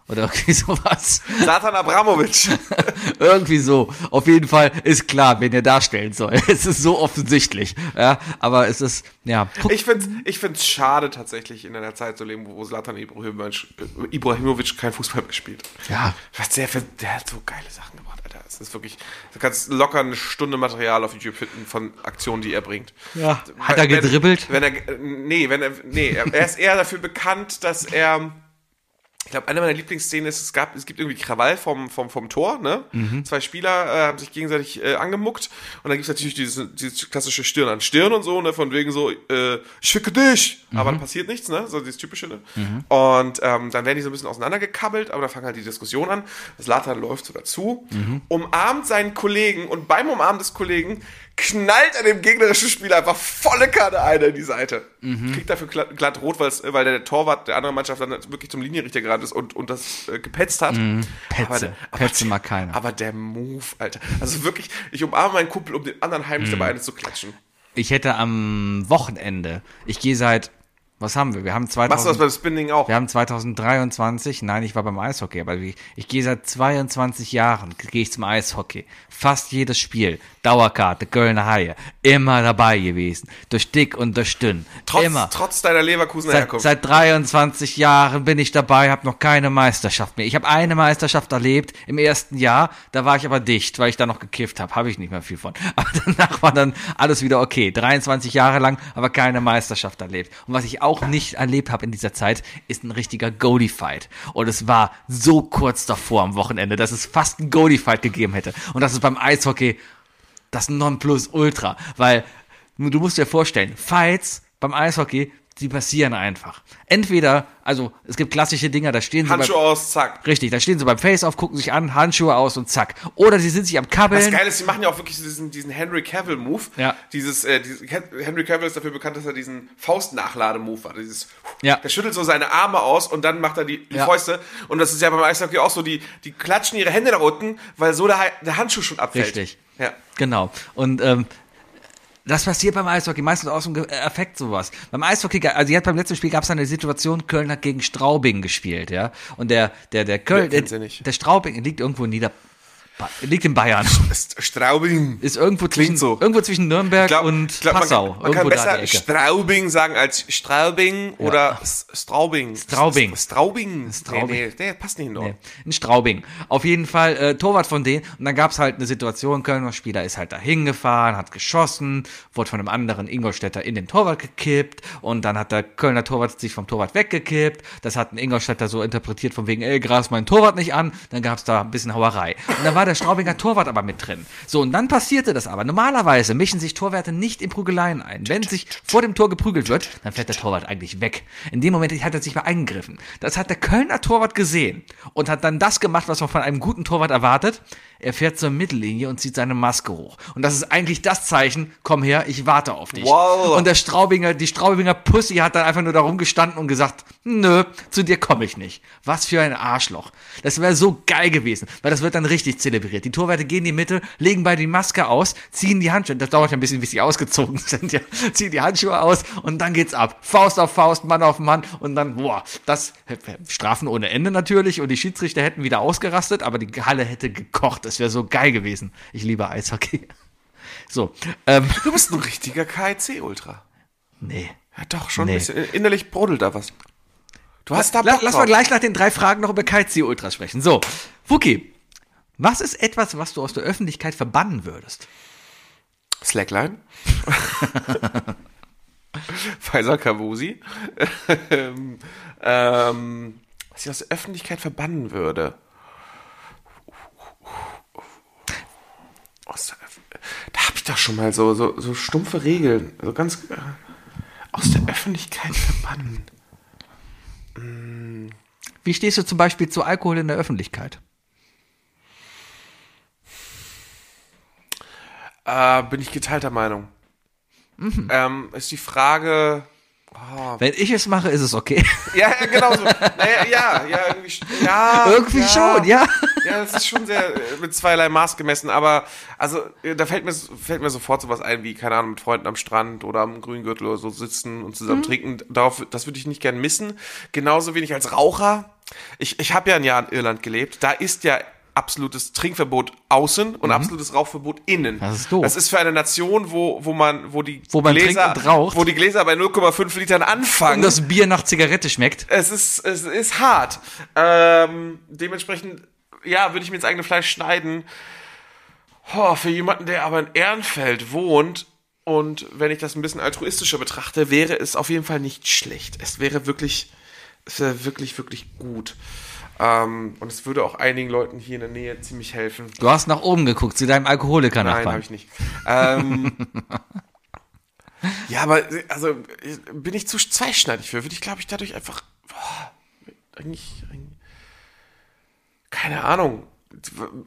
Speaker 2: Oder irgendwie sowas.
Speaker 3: Zlatan Abramovic.
Speaker 2: Irgendwie so. Auf jeden Fall ist klar, wen er darstellen soll. Es ist so offensichtlich. Ja, aber es ist, ja. Guck,
Speaker 3: Ich find's, ich find's schade tatsächlich, in einer Zeit zu leben, wo Zlatan Ibrahimovic, äh, Ibrahimovic kein Fußball mehr spielt.
Speaker 2: Ja.
Speaker 3: Was der, für- der hat so geile Sachen gemacht, Alter. Es ist wirklich, du kannst locker eine Stunde Material auf YouTube finden von Aktionen, die er bringt.
Speaker 2: Ja. Hat er
Speaker 3: Wenn-
Speaker 2: gedribbelt?
Speaker 3: Wenn er, äh, nee, wenn er, nee, er, er ist eher dafür bekannt, dass er, ich glaube, eine meiner Lieblingsszenen ist, es gab, es gibt irgendwie Krawall vom, vom, vom Tor, ne?
Speaker 2: Mhm.
Speaker 3: Zwei Spieler äh, haben sich gegenseitig äh, angemuckt und dann gibt's natürlich dieses, dieses klassische Stirn an Stirn und so, ne? Von wegen so, äh, ich ficke dich! Aber
Speaker 2: Mhm.
Speaker 3: dann passiert nichts, ne? So dieses typische, ne? Und ähm, dann werden die so ein bisschen auseinandergekabbelt, aber dann fangen halt die Diskussion an. Slatan läuft so dazu,
Speaker 2: Mhm.
Speaker 3: umarmt seinen Kollegen und beim Umarmen des Kollegen knallt er dem gegnerischen Spieler einfach volle Kanne einer in die Seite.
Speaker 2: Mhm.
Speaker 3: Kriegt dafür glatt, glatt rot, weil's- äh, weil der Torwart der anderen Mannschaft dann wirklich zum Linienrichter gerannt ist und, und das äh, gepetzt hat.
Speaker 2: Mhm. Petze. Petze
Speaker 3: der-
Speaker 2: mag keiner.
Speaker 3: Aber der Move, Alter. Also wirklich, ich umarme meinen Kumpel,
Speaker 2: Mhm.
Speaker 3: um den anderen heimlich dabei eines zu klatschen.
Speaker 2: Ich hätte am Wochenende, ich gehe seit Was haben wir? Wir haben
Speaker 3: Machst du das
Speaker 2: 2000,
Speaker 3: beim Spinning auch?
Speaker 2: wir haben 2023, nein, ich war beim Eishockey, aber ich, ich gehe seit 22 Jahren, gehe ich zum Eishockey. Fast jedes Spiel, Dauerkarte, Kölner Haie, immer dabei gewesen. Durch dick und durch dünn.
Speaker 3: trotz,
Speaker 2: immer.
Speaker 3: trotz deiner Leverkusener
Speaker 2: Seit,
Speaker 3: Herkunft.
Speaker 2: seit 23 Jahren bin ich dabei, habe noch keine Meisterschaft mehr. Ich habe eine Meisterschaft erlebt im ersten Jahr, da war ich aber dicht, weil ich da noch gekifft habe, habe ich nicht mehr viel von. Aber danach war dann alles wieder okay. 23 Jahre lang, aber keine Meisterschaft erlebt. Und was ich auch nicht erlebt habe in dieser Zeit, ist ein richtiger Goalie-Fight. Und es war so kurz davor am Wochenende, dass es fast einen Goalie-Fight gegeben hätte. Und das ist beim Eishockey das Nonplusultra, weil du musst dir vorstellen, Fights beim Eishockey, die passieren einfach. Entweder, also es gibt klassische Dinger, da stehen sie
Speaker 3: Handschuhe
Speaker 2: beim,
Speaker 3: aus, zack.
Speaker 2: richtig, da stehen sie beim Face-Off, gucken sich an, Handschuhe aus und zack. Oder sie sind sich am
Speaker 3: Das
Speaker 2: Kabbeln.
Speaker 3: Geile ist, die machen ja auch wirklich so diesen, diesen Henry Cavill-Move.
Speaker 2: Ja.
Speaker 3: Dieses, äh, dieses, Henry Cavill ist dafür bekannt, dass er diesen Faustnachlade-Move hat. Dieses,
Speaker 2: Ja.
Speaker 3: Der schüttelt so seine Arme aus und dann macht er die, die
Speaker 2: Ja.
Speaker 3: Fäuste. Und das ist ja beim Eishockey auch so, die, die klatschen ihre Hände nach unten, weil so der, Ha- der Handschuh schon abfällt.
Speaker 2: Richtig.
Speaker 3: Ja.
Speaker 2: Genau. Und ähm, das passiert beim Eishockey meistens aus dem Ge- äh, Affekt sowas. Beim Eishockey, ga- also jetzt beim letzten Spiel gab es eine Situation, Köln hat gegen Straubing gespielt, ja. Und der, der, der Köln,
Speaker 3: kennt
Speaker 2: der,
Speaker 3: sie nicht.
Speaker 2: der Straubing liegt irgendwo in Nieder, Ba- liegt in Bayern.
Speaker 3: St- Straubing.
Speaker 2: Ist irgendwo zwischen,
Speaker 3: so.
Speaker 2: irgendwo zwischen Nürnberg und
Speaker 3: ich glaub,
Speaker 2: Passau.
Speaker 3: Man, man
Speaker 2: irgendwo
Speaker 3: kann
Speaker 2: da in
Speaker 3: besser
Speaker 2: der Ecke.
Speaker 3: Straubing sagen als Straubing oder S- Straubing.
Speaker 2: Straubing.
Speaker 3: S- Straubing.
Speaker 2: Straubing.
Speaker 3: Nee, nee, der passt nicht in Ordnung.
Speaker 2: Nee, in Straubing. Auf jeden Fall äh, Torwart von denen. Und dann gab's halt eine Situation, Kölner Spieler ist halt da hingefahren, hat geschossen, wurde von einem anderen Ingolstädter in den Torwart gekippt und dann hat der Kölner Torwart sich vom Torwart weggekippt. Das hat ein Ingolstädter so interpretiert von wegen, ey, gras meinen Torwart nicht an. Dann gab's da ein bisschen Hauerei. Und dann war der Straubinger Torwart aber mit drin. So, und dann passierte das aber. Normalerweise mischen sich Torwärter nicht in Prügeleien ein. Wenn sich vor dem Tor geprügelt wird, dann fährt der Torwart eigentlich weg. In dem Moment hat er sich mal eingegriffen. Das hat der Kölner Torwart gesehen und hat dann das gemacht, was man von einem guten Torwart erwartet. Er fährt zur Mittellinie und zieht seine Maske hoch. Und das ist eigentlich das Zeichen, komm her, ich warte auf dich.
Speaker 3: Wow.
Speaker 2: Und der Straubinger, die Straubinger Pussy hat dann einfach nur da rumgestanden und gesagt, nö, zu dir komme ich nicht. Was für ein Arschloch. Das wäre so geil gewesen, weil das wird dann richtig zelebriert. Die Torwärter gehen in die Mitte, legen beide die Maske aus, ziehen die Handschuhe, das dauert ja ein bisschen, bis sie ausgezogen sind, ja, ziehen die Handschuhe aus und dann geht's ab. Faust auf Faust, Mann auf Mann und dann, boah, das, Strafen ohne Ende natürlich und die Schiedsrichter hätten wieder ausgerastet, aber die Halle hätte gekocht. Das wäre so geil gewesen. Ich liebe Eishockey. So, ähm,
Speaker 3: Du bist ein richtiger KIC-Ultra.
Speaker 2: nee.
Speaker 3: Ja, Ah, doch, schon
Speaker 2: Nee.
Speaker 3: ein bisschen. Innerlich brodelt da was. Du hast da
Speaker 2: La
Speaker 3: Bock
Speaker 2: lass
Speaker 3: drauf.
Speaker 2: mal gleich nach den drei Fragen noch über KC Ultra sprechen. So, Fuki, was ist etwas, was du aus der Öffentlichkeit verbannen würdest?
Speaker 3: Slackline. Faisal Kavusi. ähm, ähm, was ich aus der Öffentlichkeit verbannen würde. Aus der Öff da habe ich doch schon mal so, so, so stumpfe Regeln. So ganz. Äh, aus der Öffentlichkeit verbannen.
Speaker 2: Wie stehst du zum Beispiel zu Alkohol in der Öffentlichkeit?
Speaker 3: Äh, bin ich geteilter Meinung.
Speaker 2: Mhm.
Speaker 3: Ähm, ist die Frage. Oh.
Speaker 2: Wenn ich es mache, ist es okay.
Speaker 3: Ja, ja, genau so. Naja, ja, ja, irgendwie, sch- ja,
Speaker 2: Irgendwie
Speaker 3: Oh, ja.
Speaker 2: schon, ja.
Speaker 3: Ja, das ist schon sehr äh, mit zweierlei Maß gemessen, aber also äh, da fällt mir, s- fällt mir sofort sowas ein, wie, keine Ahnung, mit Freunden am Strand oder am Grüngürtel oder so sitzen und
Speaker 2: Mhm.
Speaker 3: zusammen trinken. Darauf, das würde ich nicht gern missen. Genauso wenig als Raucher. Ich, ich habe ja ein Jahr in Irland gelebt. Da ist ja absolutes Trinkverbot außen und absolutes Rauchverbot innen.
Speaker 2: Mhm. Das ist doof.
Speaker 3: Das ist für eine Nation, wo, wo man, wo die
Speaker 2: Wo man trinkt und raucht.
Speaker 3: wo die Gläser bei 0,5 Litern anfangen
Speaker 2: Und das Bier nach Zigarette schmeckt.
Speaker 3: es ist, es ist hart. Ähm, dementsprechend, ja, würde ich mir ins eigene Fleisch schneiden. Oh, für jemanden, der aber in Ehrenfeld wohnt und wenn ich das ein bisschen altruistischer betrachte, wäre es auf jeden Fall nicht schlecht. Es wäre wirklich, es wäre wirklich, wirklich gut. Ähm, und es würde auch einigen Leuten hier in der Nähe ziemlich helfen.
Speaker 2: Du hast nach oben geguckt, zu deinem
Speaker 3: Nein, habe
Speaker 2: Alkoholiker-Nachbarn.
Speaker 3: ich nicht. Ähm, ja, aber also bin ich zu zweischneidig für. Würde ich, glaube ich, dadurch einfach boah, eigentlich, eigentlich keine Ahnung.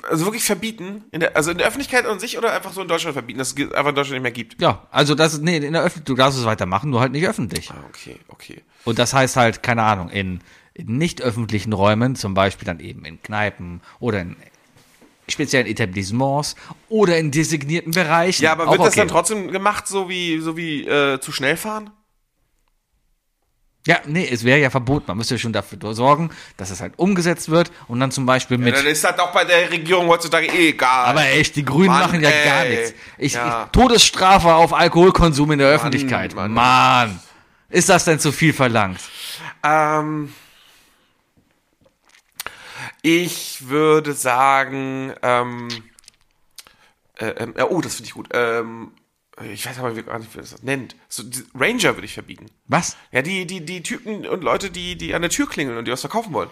Speaker 3: Also wirklich verbieten, in der, also in der Öffentlichkeit an sich oder einfach so in Deutschland verbieten, dass es ge- einfach in Deutschland nicht mehr gibt.
Speaker 2: Ja, also das ist, nee, in der Öffentlichkeit, du darfst es weitermachen, nur halt nicht öffentlich.
Speaker 3: Ah, Okay, okay.
Speaker 2: Und das heißt halt, keine Ahnung, in, in nicht öffentlichen Räumen, zum Beispiel dann eben in Kneipen oder in speziellen Etablissements oder in designierten Bereichen.
Speaker 3: Ja, aber
Speaker 2: Auch
Speaker 3: wird das
Speaker 2: okay.
Speaker 3: dann trotzdem gemacht, so wie so wie äh, zu schnell fahren?
Speaker 2: Ja, nee, es wäre ja verboten. Man müsste schon dafür sorgen, dass es halt umgesetzt wird und dann zum Beispiel mit.
Speaker 3: Dann ist das auch bei der Regierung heutzutage eh egal.
Speaker 2: Aber echt, die Grünen
Speaker 3: Mann,
Speaker 2: machen ja
Speaker 3: ey.
Speaker 2: gar nichts. Ich,
Speaker 3: Ja.
Speaker 2: ich, Todesstrafe auf Alkoholkonsum in der Öffentlichkeit. Mann,
Speaker 3: Mann.
Speaker 2: ist das denn zu viel verlangt?
Speaker 3: Ähm, ich würde sagen, ähm, äh, ähm, ja, oh, das finde ich gut. Ähm, ich weiß aber gar nicht, wie das nennt. So, die Ranger würde ich verbieten.
Speaker 2: Was?
Speaker 3: Ja, die, die, die Typen und Leute, die, die an der Tür klingeln und die was verkaufen wollen.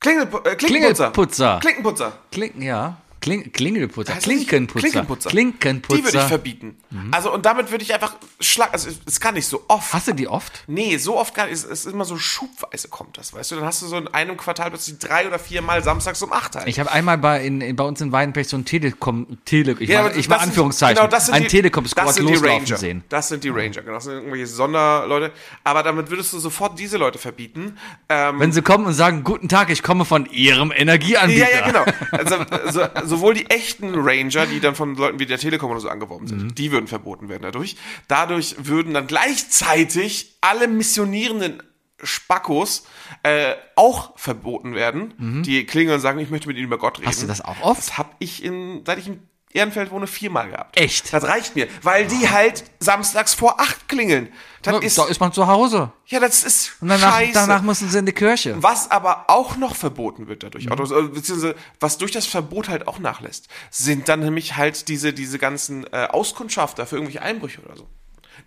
Speaker 3: Klingel, äh, Klinkenputzer.
Speaker 2: Klingelputzer.
Speaker 3: Klinkenputzer.
Speaker 2: Klinken, ja. Kling, Klingelputzer.
Speaker 3: Heißt das nicht?
Speaker 2: Klinkenputzer.
Speaker 3: Klinkenputzer.
Speaker 2: Klinkenputzer.
Speaker 3: Die würde ich verbieten. Also, und damit würde ich einfach schlag, also, es- es kann nicht so oft.
Speaker 2: Hast du die oft?
Speaker 3: Nee, so oft gar nicht. Es ist immer so schubweise kommt das, weißt du? Dann hast du so in einem Quartal plötzlich drei oder vier Mal samstags um acht halt.
Speaker 2: Ich habe einmal bei, in, in, bei uns in Weidenpech so ein Telekom, Tele, ich,
Speaker 3: Ja,
Speaker 2: war,
Speaker 3: aber
Speaker 2: ich war
Speaker 3: das sind-
Speaker 2: Anführungszeichen,
Speaker 3: genau, das sind
Speaker 2: ein
Speaker 3: die- das
Speaker 2: Telekom-Squad
Speaker 3: sind die
Speaker 2: loslaufen
Speaker 3: Ranger.
Speaker 2: sehen.
Speaker 3: Das sind die Ranger, genau. Das sind irgendwelche Sonderleute. Aber damit würdest du sofort diese Leute verbieten. Ähm,
Speaker 2: Wenn sie kommen und sagen, guten Tag, ich komme von ihrem Energieanbieter.
Speaker 3: ja, ja, genau. Also, so, sowohl die echten Ranger, die dann von Leuten wie der Telekom oder so angeworben sind,
Speaker 2: Mhm.
Speaker 3: die würden verboten werden dadurch. Dadurch würden dann gleichzeitig alle missionierenden Spackos äh, auch verboten werden, die klingeln und sagen, ich möchte mit ihnen über Gott reden.
Speaker 2: Mhm. Hast du das auch oft?
Speaker 3: Das habe ich in, seit ich in Ehrenfeld wohne, viermal gehabt.
Speaker 2: Echt?
Speaker 3: Das reicht mir, weil die halt samstags vor acht klingeln. Das ist,
Speaker 2: da ist man zu Hause.
Speaker 3: ja, das ist
Speaker 2: Und danach,
Speaker 3: scheiße.
Speaker 2: danach müssen sie in die Kirche.
Speaker 3: Was aber auch noch verboten wird
Speaker 2: Mhm.
Speaker 3: dadurch, oder beziehungsweise was durch das Verbot halt auch nachlässt, sind dann nämlich halt diese, diese ganzen äh, Auskundschafter für irgendwelche Einbrüche oder so.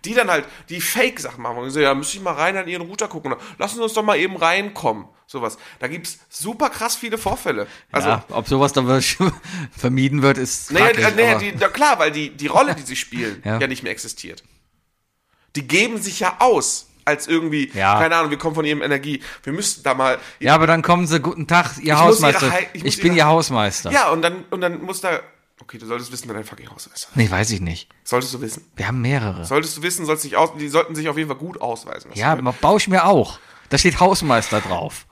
Speaker 3: Die dann halt die Fake-Sachen machen und so, ja, müsste ich mal rein an ihren Router gucken oder lassen Sie uns doch mal eben reinkommen. Sowas. Da gibt's super krass viele Vorfälle. Also,
Speaker 2: ja, ob sowas dann wirklich vermieden wird, ist
Speaker 3: naja,
Speaker 2: fraglich,
Speaker 3: äh, naja
Speaker 2: aber-
Speaker 3: die, na klar, weil die, die Rolle, die sie spielen,
Speaker 2: Ja.
Speaker 3: ja. nicht mehr existiert. Die geben sich ja aus als irgendwie,
Speaker 2: Ja.
Speaker 3: keine Ahnung, wir kommen von ihrem Energie. Wir müssten da mal
Speaker 2: ja, aber dann kommen sie, guten Tag, ihr
Speaker 3: muss
Speaker 2: Hausmeister.
Speaker 3: ihre Hei-
Speaker 2: ich
Speaker 3: ich muss
Speaker 2: bin
Speaker 3: ihre-
Speaker 2: ihr Hausmeister.
Speaker 3: Ja, und dann, und dann muss da. Okay, du solltest wissen, wer dein fucking Haus ist.
Speaker 2: Nee, weiß ich nicht.
Speaker 3: Solltest du wissen.
Speaker 2: Wir haben mehrere.
Speaker 3: Solltest du wissen, sollst dich aus, die sollten sich auf jeden Fall gut ausweisen.
Speaker 2: ja, ma- baue ich mir auch. Da steht Hausmeister drauf.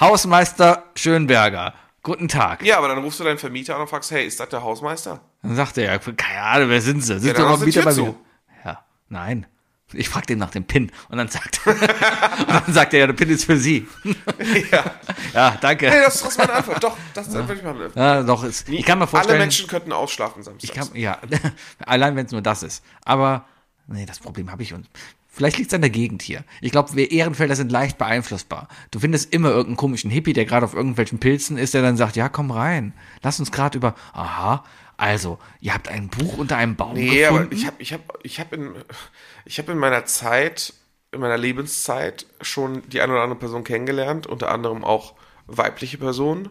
Speaker 2: Hausmeister Schönberger. Guten Tag.
Speaker 3: Ja, aber dann rufst du deinen Vermieter an und fragst, hey, ist das der Hausmeister?
Speaker 2: Dann sagt er, ja, keine Ahnung, wer sind sie? Sind
Speaker 3: dann
Speaker 2: doch
Speaker 3: machst
Speaker 2: mal
Speaker 3: du
Speaker 2: wieder
Speaker 3: die
Speaker 2: bei
Speaker 3: Tür
Speaker 2: mir. Ja, nein. Ich frag den nach dem PIN und dann sagt er, und dann sagt er, ja, der PIN ist für Sie.
Speaker 3: ja.
Speaker 2: Ja, danke.
Speaker 3: Nee, das ist trotzdem meine Antwort. Doch, das das würde ich machen.
Speaker 2: Ja, doch, es, ich kann mir vorstellen.
Speaker 3: Alle Menschen könnten ausschlafen samstags.
Speaker 2: ich kann, ja, allein wenn es nur das ist. Aber, nee, das Problem habe ich und. Vielleicht liegt es an der Gegend hier. Ich glaube, wir Ehrenfelder sind leicht beeinflussbar. Du findest immer irgendeinen komischen Hippie, der gerade auf irgendwelchen Pilzen ist, der dann sagt, ja, komm rein. Lass uns gerade über, aha, also, ihr habt ein Buch unter einem Baum
Speaker 3: nee,
Speaker 2: gefunden.
Speaker 3: aber ich habe ich hab, ich hab in, ich hab in meiner Zeit, in meiner Lebenszeit schon die eine oder andere Person kennengelernt, unter anderem auch weibliche Personen,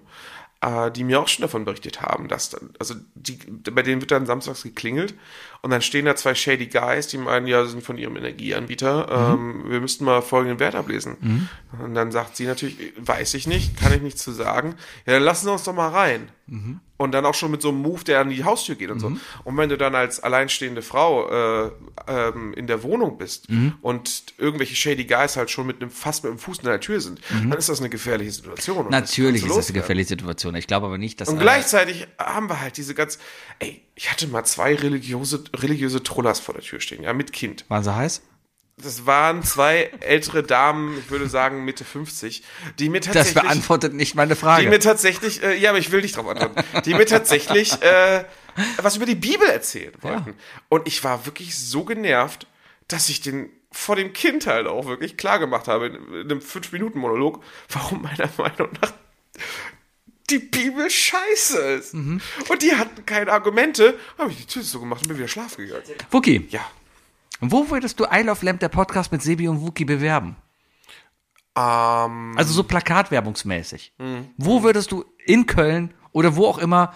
Speaker 3: äh, die mir auch schon davon berichtet haben, dass dann, also die, bei denen wird dann samstags geklingelt und dann stehen da zwei Shady Guys, die meinen, ja, sie sind von ihrem Energieanbieter, ähm, wir müssten mal folgenden Wert ablesen. Und dann sagt sie natürlich, weiß ich nicht, kann ich nichts zu sagen, ja, dann lassen Sie uns doch mal rein. Und dann auch schon mit so einem Move, der an die Haustür geht und
Speaker 2: Mhm.
Speaker 3: so. Und wenn du dann als alleinstehende Frau äh, ähm, in der Wohnung bist
Speaker 2: Mhm.
Speaker 3: und irgendwelche Shady Guys halt schon mit einem fast mit dem Fuß in der Tür sind, dann ist das eine gefährliche Situation. Und
Speaker 2: Mhm. Natürlich ist
Speaker 3: kannst du
Speaker 2: das eine
Speaker 3: loswerden.
Speaker 2: gefährliche Situation. Ich glaube aber nicht, dass.
Speaker 3: Und gleichzeitig haben wir halt diese ganz. Ey, ich hatte mal zwei religiöse, religiöse Trollers vor der Tür stehen, ja, mit Kind.
Speaker 2: Waren sie heiß?
Speaker 3: Das waren zwei ältere Damen, ich würde sagen Mitte 50, die mir
Speaker 2: Das
Speaker 3: tatsächlich.
Speaker 2: beantwortet nicht meine
Speaker 3: Die mir
Speaker 2: Frage.
Speaker 3: tatsächlich, äh, ja, aber ich will nicht drauf antworten, die mir tatsächlich äh, was über die Bibel erzählen wollten. Und ich war wirklich so genervt, dass ich den vor dem Kind halt auch wirklich klar gemacht habe, in, in einem 5-Minuten-Monolog, warum meiner Meinung nach die Bibel scheiße ist.
Speaker 2: Mhm.
Speaker 3: Und die hatten keine Argumente, habe ich die Tür so gemacht und bin wieder schlafen gegangen.
Speaker 2: Wookie,
Speaker 3: Ja.
Speaker 2: wo würdest du I Love Lamp, der Podcast mit Sebi und Wookie, bewerben?
Speaker 3: Ähm,
Speaker 2: Also so plakatwerbungsmäßig.
Speaker 3: Mhm.
Speaker 2: Wo würdest du in Köln oder wo auch immer,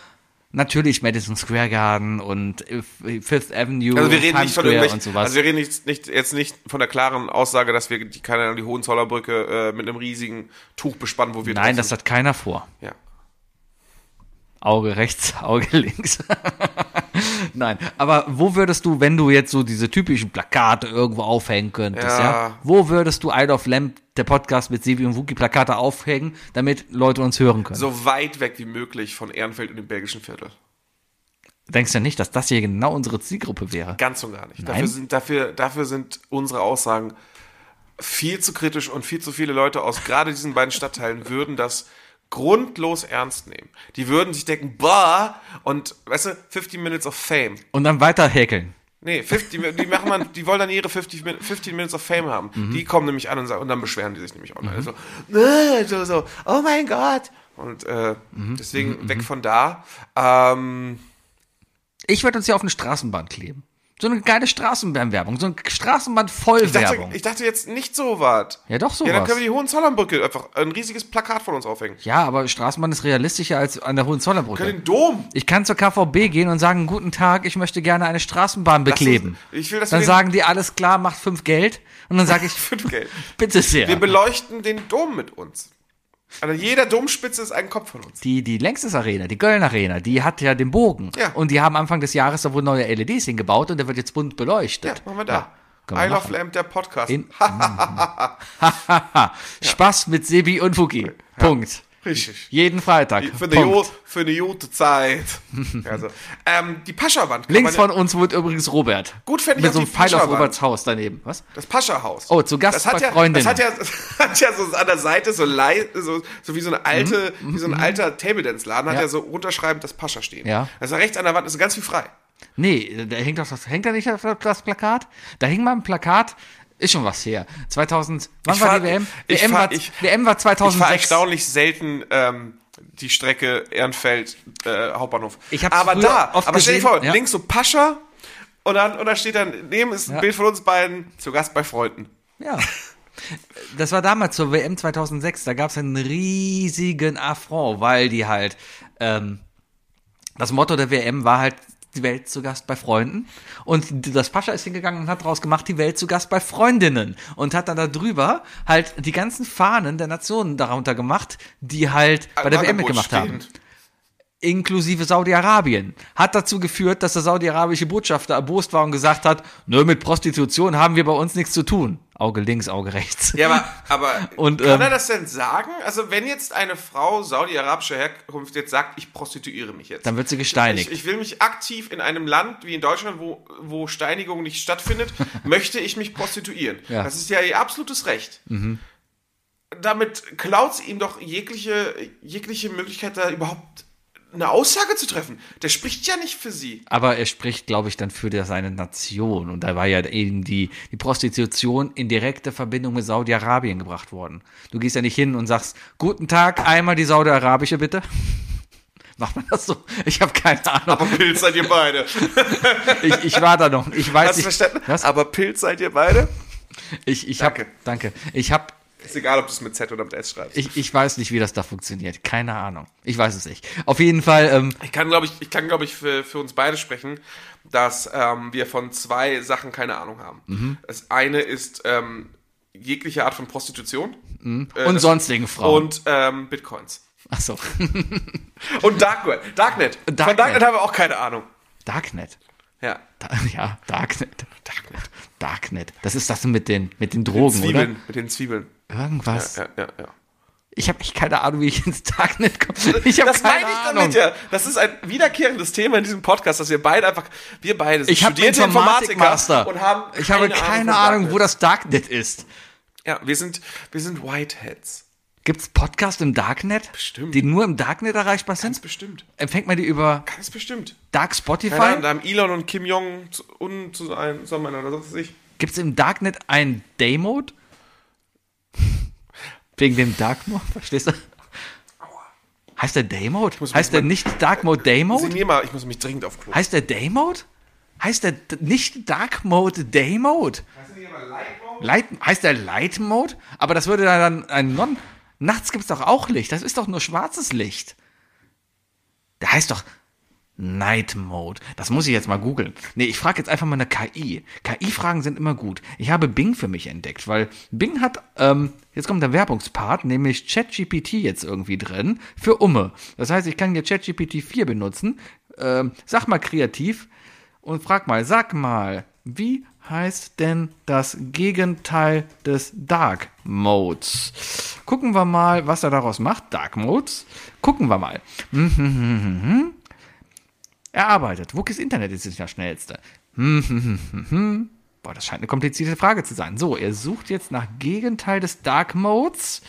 Speaker 2: natürlich Madison Square Garden und äh, Fifth Avenue
Speaker 3: also wir
Speaker 2: und Times
Speaker 3: reden nicht von
Speaker 2: Square
Speaker 3: irgendwelchen,
Speaker 2: und sowas.
Speaker 3: also wir reden nicht, nicht, jetzt nicht von der klaren Aussage, dass wir die, keine Ahnung, die Hohenzollerbrücke äh, mit einem riesigen Tuch bespannen, wo wir
Speaker 2: Nein,
Speaker 3: drauf
Speaker 2: das
Speaker 3: sind.
Speaker 2: hat keiner vor.
Speaker 3: ja.
Speaker 2: Auge rechts, Auge links. Nein, aber wo würdest du, wenn du jetzt so diese typischen Plakate irgendwo aufhängen könntest, ja?
Speaker 3: Ja.
Speaker 2: wo würdest du Isle of Lamp, der Podcast mit Sebi und Wookie Plakate aufhängen, damit Leute uns hören können?
Speaker 3: So weit weg wie möglich von Ehrenfeld und dem belgischen Viertel.
Speaker 2: Denkst du nicht, dass das hier genau unsere Zielgruppe wäre?
Speaker 3: Ganz und gar nicht.
Speaker 2: Nein.
Speaker 3: Dafür sind, dafür, dafür sind unsere Aussagen viel zu kritisch und viel zu viele Leute aus gerade diesen beiden Stadtteilen würden das grundlos ernst nehmen. Die würden sich denken, bah, und weißt du, 50 Minutes of Fame.
Speaker 2: Und dann weiter häkeln.
Speaker 3: Nee, 50, die machen man, die wollen dann ihre 50, Min- 15 Minutes of Fame haben.
Speaker 2: Mhm.
Speaker 3: Die kommen nämlich an und sagen, und dann beschweren die sich nämlich online. So, "Nö", so, so, oh mein Gott. Und äh,
Speaker 2: Mhm.
Speaker 3: deswegen weg von da. Ähm,
Speaker 2: Ich werde uns hier auf eine Straßenbahn kleben. So eine geile Straßenbahnwerbung, so eine
Speaker 3: ich, dachte,
Speaker 2: Straßenbahnvollwerbung.
Speaker 3: ich dachte jetzt nicht so was.
Speaker 2: Ja, doch
Speaker 3: Ja, dann
Speaker 2: sowas.
Speaker 3: können wir die Hohenzollernbrücke einfach ein riesiges Plakat von uns aufhängen.
Speaker 2: Ja, aber Straßenbahn ist realistischer als an der
Speaker 3: Können
Speaker 2: Hohenzollernbrücke.
Speaker 3: den Dom.
Speaker 2: Ich kann zur KVB gehen und sagen, guten Tag, ich möchte gerne eine Straßenbahn bekleben.
Speaker 3: uns- ich will, dass wir
Speaker 2: dann
Speaker 3: den-
Speaker 2: sagen die, alles klar, macht fünf Geld. Und dann sage ich,
Speaker 3: Fünf Geld.
Speaker 2: bitte sehr.
Speaker 3: Wir beleuchten den Dom mit uns. An jeder Domspitze ist ein Kopf von uns.
Speaker 2: die, die Längstes Arena, die Köln Arena, die hat ja den Bogen.
Speaker 3: Ja.
Speaker 2: Und die haben Anfang des Jahres da wohl neue LEDs hingebaut und der wird jetzt bunt
Speaker 3: Ja,
Speaker 2: beleuchtet.
Speaker 3: machen wir da.
Speaker 2: können wir
Speaker 3: I Love
Speaker 2: machen.
Speaker 3: Lamp, der Podcast.
Speaker 2: In- Hahaha. Spaß mit Sebi und Fuki. Punkt.
Speaker 3: Richtig.
Speaker 2: Jeden Freitag.
Speaker 3: Für eine,
Speaker 2: Punkt.
Speaker 3: Ju- für eine gute Zeit. Also, ähm, die Paschawand. kann
Speaker 2: Links
Speaker 3: man-
Speaker 2: von uns wohnt übrigens Robert.
Speaker 3: Gut fände ich
Speaker 2: Mit
Speaker 3: auch
Speaker 2: so
Speaker 3: die
Speaker 2: einem Pfeil auf
Speaker 3: Fischerwand.
Speaker 2: Roberts Haus daneben. Was?
Speaker 3: Das Pascha-Haus.
Speaker 2: Oh, zu Gast
Speaker 3: das hat
Speaker 2: bei
Speaker 3: ja,
Speaker 2: Freundinnen.
Speaker 3: Das hat ja, das hat ja so an der Seite so, lei, so, so wie so eine alte, wie so ein alter Table Dance Laden hat
Speaker 2: Mhm, Ja.
Speaker 3: ja so runterschreibend das Pascha stehen.
Speaker 2: Ja.
Speaker 3: Also rechts an der Wand ist ganz viel frei.
Speaker 2: Nee, da hängt doch das, hängt da nicht das, das Plakat? Da hing mal ein Plakat, ist schon was her. 2000, wann
Speaker 3: Ich
Speaker 2: war
Speaker 3: fahr-
Speaker 2: die WM?
Speaker 3: ich
Speaker 2: WM,
Speaker 3: fahr-
Speaker 2: war,
Speaker 3: ich-
Speaker 2: WM war
Speaker 3: Ich fahre
Speaker 2: 2006.
Speaker 3: erstaunlich selten ähm, die Strecke Ehrenfeld äh, Hauptbahnhof.
Speaker 2: Ich hab's
Speaker 3: aber
Speaker 2: früher
Speaker 3: da,
Speaker 2: oft
Speaker 3: aber stell dir
Speaker 2: gesehen,
Speaker 3: vor,
Speaker 2: ja.
Speaker 3: links so Pascha und dann und da steht dann neben ist ein Bild von uns beiden zu Gast bei Freunden.
Speaker 2: Ja. Das war damals zur WM 2006. Da gab es einen riesigen Affront, weil die halt ähm, das Motto der WM war halt die Welt zu Gast bei Freunden. Und das Pascha ist hingegangen und hat daraus gemacht, die Welt zu Gast bei Freundinnen. Und hat dann darüber halt die ganzen Fahnen der Nationen darunter gemacht, die halt bei der WM
Speaker 3: Am Äh, Angebot
Speaker 2: mitgemacht haben
Speaker 3: stehend.
Speaker 2: inklusive Saudi-Arabien, hat dazu geführt, dass der saudi-arabische Botschafter erbost war und gesagt hat, nö, mit Prostitution haben wir bei uns nichts zu tun. Auge links, Auge rechts.
Speaker 3: Ja, aber, aber
Speaker 2: Und,
Speaker 3: kann er
Speaker 2: ähm,
Speaker 3: das denn sagen? Also wenn jetzt eine Frau saudi-arabischer Herkunft jetzt sagt, ich prostituiere mich jetzt.
Speaker 2: Dann wird sie gesteinigt.
Speaker 3: Ich, ich will mich aktiv in einem Land wie in Deutschland, wo, wo Steinigung nicht stattfindet, möchte ich mich prostituieren.
Speaker 2: Ja. Mhm.
Speaker 3: Das ist ja ihr absolutes Recht. Damit klaut sie ihm doch jegliche, jegliche Möglichkeit, da überhaupt eine Aussage zu treffen. Der spricht ja nicht für sie.
Speaker 2: Aber er spricht, glaube ich, dann für der- seine Nation. Und da war ja eben die, die Prostitution in direkter Verbindung mit Saudi-Arabien gebracht worden. Du gehst ja nicht hin und sagst, guten Tag, einmal die saudi-arabische bitte. Macht man das so? Ich habe keine Ahnung.
Speaker 3: Aber Pilz seid ihr beide.
Speaker 2: Ich, ich war da noch. Ich weiß
Speaker 3: Hast du
Speaker 2: nicht.
Speaker 3: verstanden?
Speaker 2: Was?
Speaker 3: Aber Pilz seid ihr beide?
Speaker 2: Ich, ich
Speaker 3: Danke.
Speaker 2: Hab, danke. Ich habe
Speaker 3: Ist egal, ob du es mit Z oder mit S schreibst.
Speaker 2: Ich, ich weiß nicht, wie das da funktioniert. Keine Ahnung. Ich weiß es nicht. Auf jeden Fall, ähm,
Speaker 3: Ich kann, glaube ich, ich kann, glaube ich, für, für uns beide sprechen, dass ähm, wir von zwei Sachen keine Ahnung haben.
Speaker 2: Mhm.
Speaker 3: Das eine ist ähm, jegliche Art von Prostitution Äh,
Speaker 2: und
Speaker 3: das-
Speaker 2: sonstigen Frauen.
Speaker 3: und ähm, Bitcoins.
Speaker 2: Achso.
Speaker 3: Und Darknet. Darknet. Von
Speaker 2: Darknet.
Speaker 3: Darknet haben wir auch keine Ahnung.
Speaker 2: Darknet.
Speaker 3: Ja.
Speaker 2: Da, ja, Darknet.
Speaker 3: Darknet.
Speaker 2: Darknet. Das ist das mit den, mit den Drogen,
Speaker 3: Zwiebeln,
Speaker 2: oder?
Speaker 3: mit den Zwiebeln.
Speaker 2: Irgendwas.
Speaker 3: Ja, ja, ja.
Speaker 2: Ich habe echt keine Ahnung, wie ich ins Darknet komme. Ich habe
Speaker 3: das
Speaker 2: keine
Speaker 3: meine ich
Speaker 2: Ahnung.
Speaker 3: damit ja. Das ist ein wiederkehrendes Thema in diesem Podcast, dass wir beide einfach, wir beide sind
Speaker 2: Ich habe Informatikmaster.
Speaker 3: und haben
Speaker 2: ich habe keine Ahnung,
Speaker 3: von
Speaker 2: wo das Darknet ist.
Speaker 3: Darknet. Ja, wir sind, wir sind Whiteheads.
Speaker 2: Gibt's Podcasts im Darknet?
Speaker 3: Bestimmt.
Speaker 2: Die nur im Darknet erreichbar sind?
Speaker 3: Ganz bestimmt.
Speaker 2: Empfängt man die über
Speaker 3: Ganz bestimmt.
Speaker 2: Dark
Speaker 3: Keine Ahnung,
Speaker 2: Spotify?
Speaker 3: da haben Elon und Kim Jong zu- un zu ein- zusammen oder sonst was ich.
Speaker 2: Gibt es im Darknet einen Day-Mode? Wegen dem Dark Mode, verstehst du? Heißt der Day Mode?
Speaker 3: muss
Speaker 2: Heißt
Speaker 3: mich
Speaker 2: der
Speaker 3: mal-
Speaker 2: nicht Dark Mode Day Mode?
Speaker 3: Signier mal, ich muss mich dringend auf Klo.
Speaker 2: Heißt der Day Mode? Heißt der d- nicht Dark Mode Day Mode? Light, heißt der Light Mode? Aber das würde dann ein Non. Nachts gibt es doch auch Licht. Das ist doch nur schwarzes Licht. Der heißt doch Night Mode. Das muss ich jetzt mal googeln. Nee, ich frage jetzt einfach mal eine KI. KI-Fragen sind immer gut. Ich habe Bing für mich entdeckt, weil Bing hat, ähm, jetzt kommt der Werbungspart, nämlich ChatGPT jetzt irgendwie drin für Umme. Das heißt, ich kann hier ChatGPT 4 benutzen. Ähm, sag mal kreativ und frag mal, sag mal, wie heißt denn das Gegenteil des Dark Modes? Gucken wir mal, was er daraus macht. Dark Modes. Gucken wir mal erarbeitet. Wookies Internet ist nicht das schnellste. Hm, hm, hm, hm, hm. Boah, das scheint eine komplizierte Frage zu sein. So, ihr sucht jetzt nach Gegenteil des Dark Modes.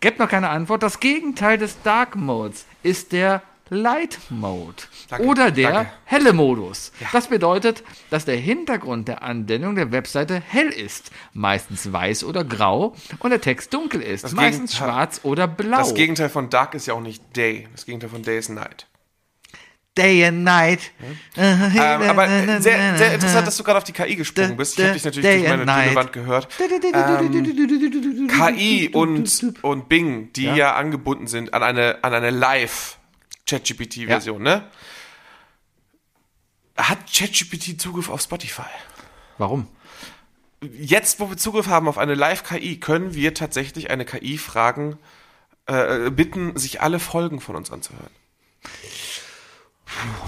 Speaker 2: Gebt noch keine Antwort. Das Gegenteil des Dark Modes ist der Light Mode
Speaker 3: Danke,
Speaker 2: oder der
Speaker 3: danke.
Speaker 2: helle Modus. Das bedeutet, dass der Hintergrund der Anwendung der Webseite hell ist, meistens weiß oder grau und der Text dunkel ist, meistens
Speaker 3: Gegenteil-
Speaker 2: schwarz oder blau.
Speaker 3: Das Gegenteil von Dark ist ja auch nicht Day. Das Gegenteil von Day ist Night.
Speaker 2: Day and Night.
Speaker 3: Ähm, aber äh, sehr, sehr interessant, dass du gerade auf die KI gesprungen bist. Ich habe dich natürlich
Speaker 2: Day
Speaker 3: durch meine
Speaker 2: and night.
Speaker 3: dünne Wand gehört. KI und, und Bing, die ja. angebunden sind an eine, an eine Live-ChatGPT-Version, ne? Hat ChatGPT Zugriff auf Spotify?
Speaker 2: Warum?
Speaker 3: Jetzt, wo wir Zugriff haben auf eine Live-KI, können wir tatsächlich eine KI fragen, äh, bitten, sich alle Folgen von uns anzuhören.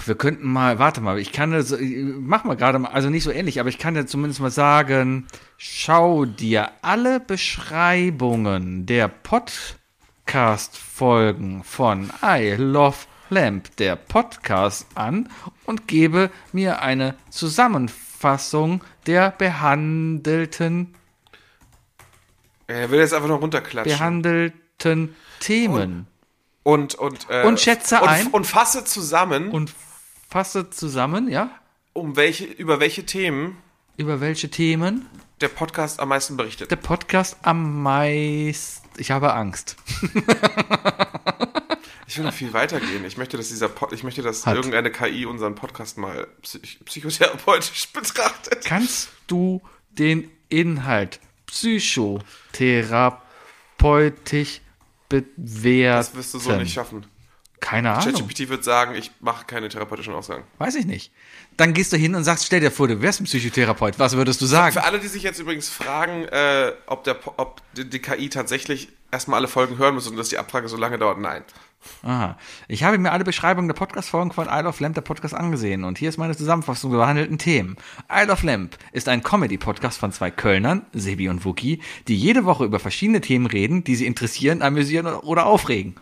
Speaker 2: Wir könnten mal, warte mal, ich kann, so- mach mal gerade mal, also nicht so ähnlich, aber ich kann dir zumindest mal sagen, schau dir alle Beschreibungen der Podcast-Folgen von I Love Lamp, der Podcast, an und gebe mir eine Zusammenfassung der behandelten,
Speaker 3: Er will jetzt einfach nur runterklatschen.
Speaker 2: behandelten Themen
Speaker 3: und, und, äh,
Speaker 2: Und schätze
Speaker 3: und,
Speaker 2: ein.
Speaker 3: Und fasse zusammen,
Speaker 2: und fasse zusammen, ja,
Speaker 3: um welche, über welche Themen
Speaker 2: über welche Themen
Speaker 3: der Podcast am meisten berichtet.
Speaker 2: der Podcast am meisten. Ich habe Angst.
Speaker 3: Ich will noch viel weitergehen. Ich möchte, dass dieser Pod ich möchte, dass
Speaker 2: Hat.
Speaker 3: irgendeine KI unseren Podcast mal psych psychotherapeutisch betrachtet.
Speaker 2: Kannst du den Inhalt psychotherapeutisch bewerten?
Speaker 3: Das wirst du so nicht schaffen.
Speaker 2: Keine Ahnung.
Speaker 3: ChatGPT wird sagen, ich mache keine therapeutischen Aussagen.
Speaker 2: Weiß ich nicht. Dann gehst du hin und sagst, stell dir vor, du wärst ein Psychotherapeut. Was würdest du sagen?
Speaker 3: Für alle, die sich jetzt übrigens fragen, äh, ob, der, Po- ob die, die KI tatsächlich erstmal alle Folgen hören muss und dass die Abfrage so lange dauert, nein.
Speaker 2: Aha. Ich habe mir alle Beschreibungen der Podcast-Folgen von Isle of Lamp, der Podcast, angesehen und hier ist meine Zusammenfassung der behandelten Themen. Isle of Lamp ist ein Comedy-Podcast von zwei Kölnern, Sebi und Wookie, die jede Woche über verschiedene Themen reden, die sie interessieren, amüsieren oder aufregen.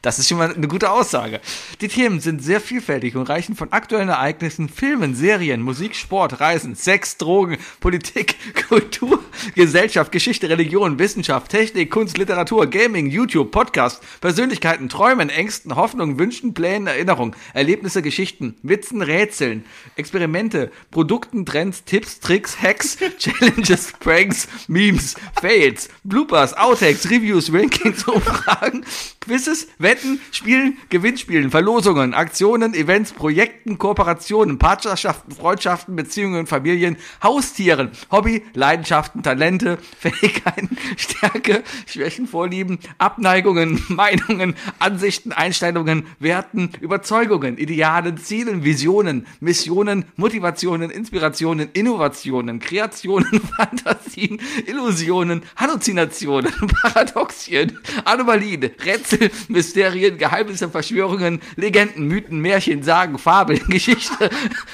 Speaker 2: Das ist schon mal eine gute Aussage. Die Themen sind sehr vielfältig und reichen von aktuellen Ereignissen, Filmen, Serien, Musik, Sport, Reisen, Sex, Drogen, Politik, Kultur, Gesellschaft, Geschichte, Religion, Wissenschaft, Technik, Kunst, Literatur, Gaming, YouTube, Podcast, Persönlichkeiten, Träumen, Ängsten, Hoffnungen, Wünschen, Plänen, Erinnerungen, Erlebnisse, Geschichten, Witzen, Rätseln, Experimente, Produkten, Trends, Tipps, Tricks, Hacks, Challenges, Pranks, Memes, Fails, Bloopers, Outtakes, Reviews, Rankings, Umfragen, Quizzes, Wetten, Spielen, Gewinnspielen, Verlosungen, Aktionen, Events, Projekten, Kooperationen, Partnerschaften, Freundschaften, Beziehungen, Familien, Haustieren, Hobby, Leidenschaften, Talente, Fähigkeiten, Stärke, Schwächen, Vorlieben, Abneigungen, Meinungen, Ansichten, Einstellungen, Werten, Überzeugungen, Idealen, Zielen, Visionen, Missionen, Motivationen, Inspirationen, Innovationen, Kreationen, Fantasien, Illusionen, Halluzinationen, Paradoxien, Anomalien, Rätsel, Mysterien, Geheimnisse, Verschwörungen, Legenden, Mythen, Märchen, Sagen, Fabeln, Geschichte,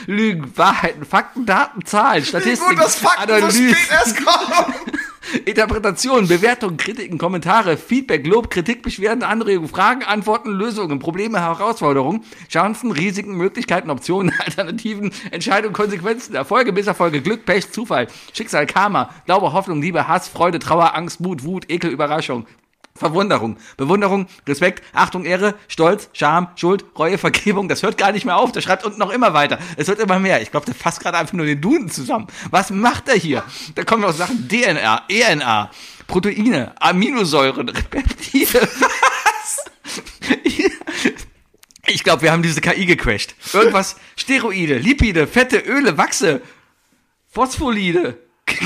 Speaker 2: Lügen, Wahrheiten, Fakten, Daten, Zahlen, Statistiken, Analysen,
Speaker 3: erst kommen.
Speaker 2: Interpretation, Bewertung, Kritiken, Kommentare, Feedback, Lob, Kritik, Beschwerden, Anregungen, Fragen, Antworten, Lösungen, Probleme, Herausforderungen, Chancen, Risiken, Möglichkeiten, Optionen, Alternativen, Entscheidungen, Konsequenzen, Erfolge, Misserfolge, Glück, Pech, Zufall, Schicksal, Karma, Glaube, Hoffnung, Liebe, Hass, Freude, Trauer, Angst, Mut, Wut, Ekel, Überraschung. Verwunderung, Bewunderung, Respekt, Achtung, Ehre, Stolz, Scham, Schuld, Reue, Vergebung, das hört gar nicht mehr auf, der schreibt unten noch immer weiter. Es wird immer mehr. Ich glaube, der fasst gerade einfach nur den Duden zusammen. Was macht er hier? Da kommen noch Sachen DNA, ENA, E Proteine, Aminosäuren, Repeptide. Ich glaube, wir haben diese KI gecrashed. Irgendwas, Steroide, Lipide, Fette, Öle, Wachse, Phospholide.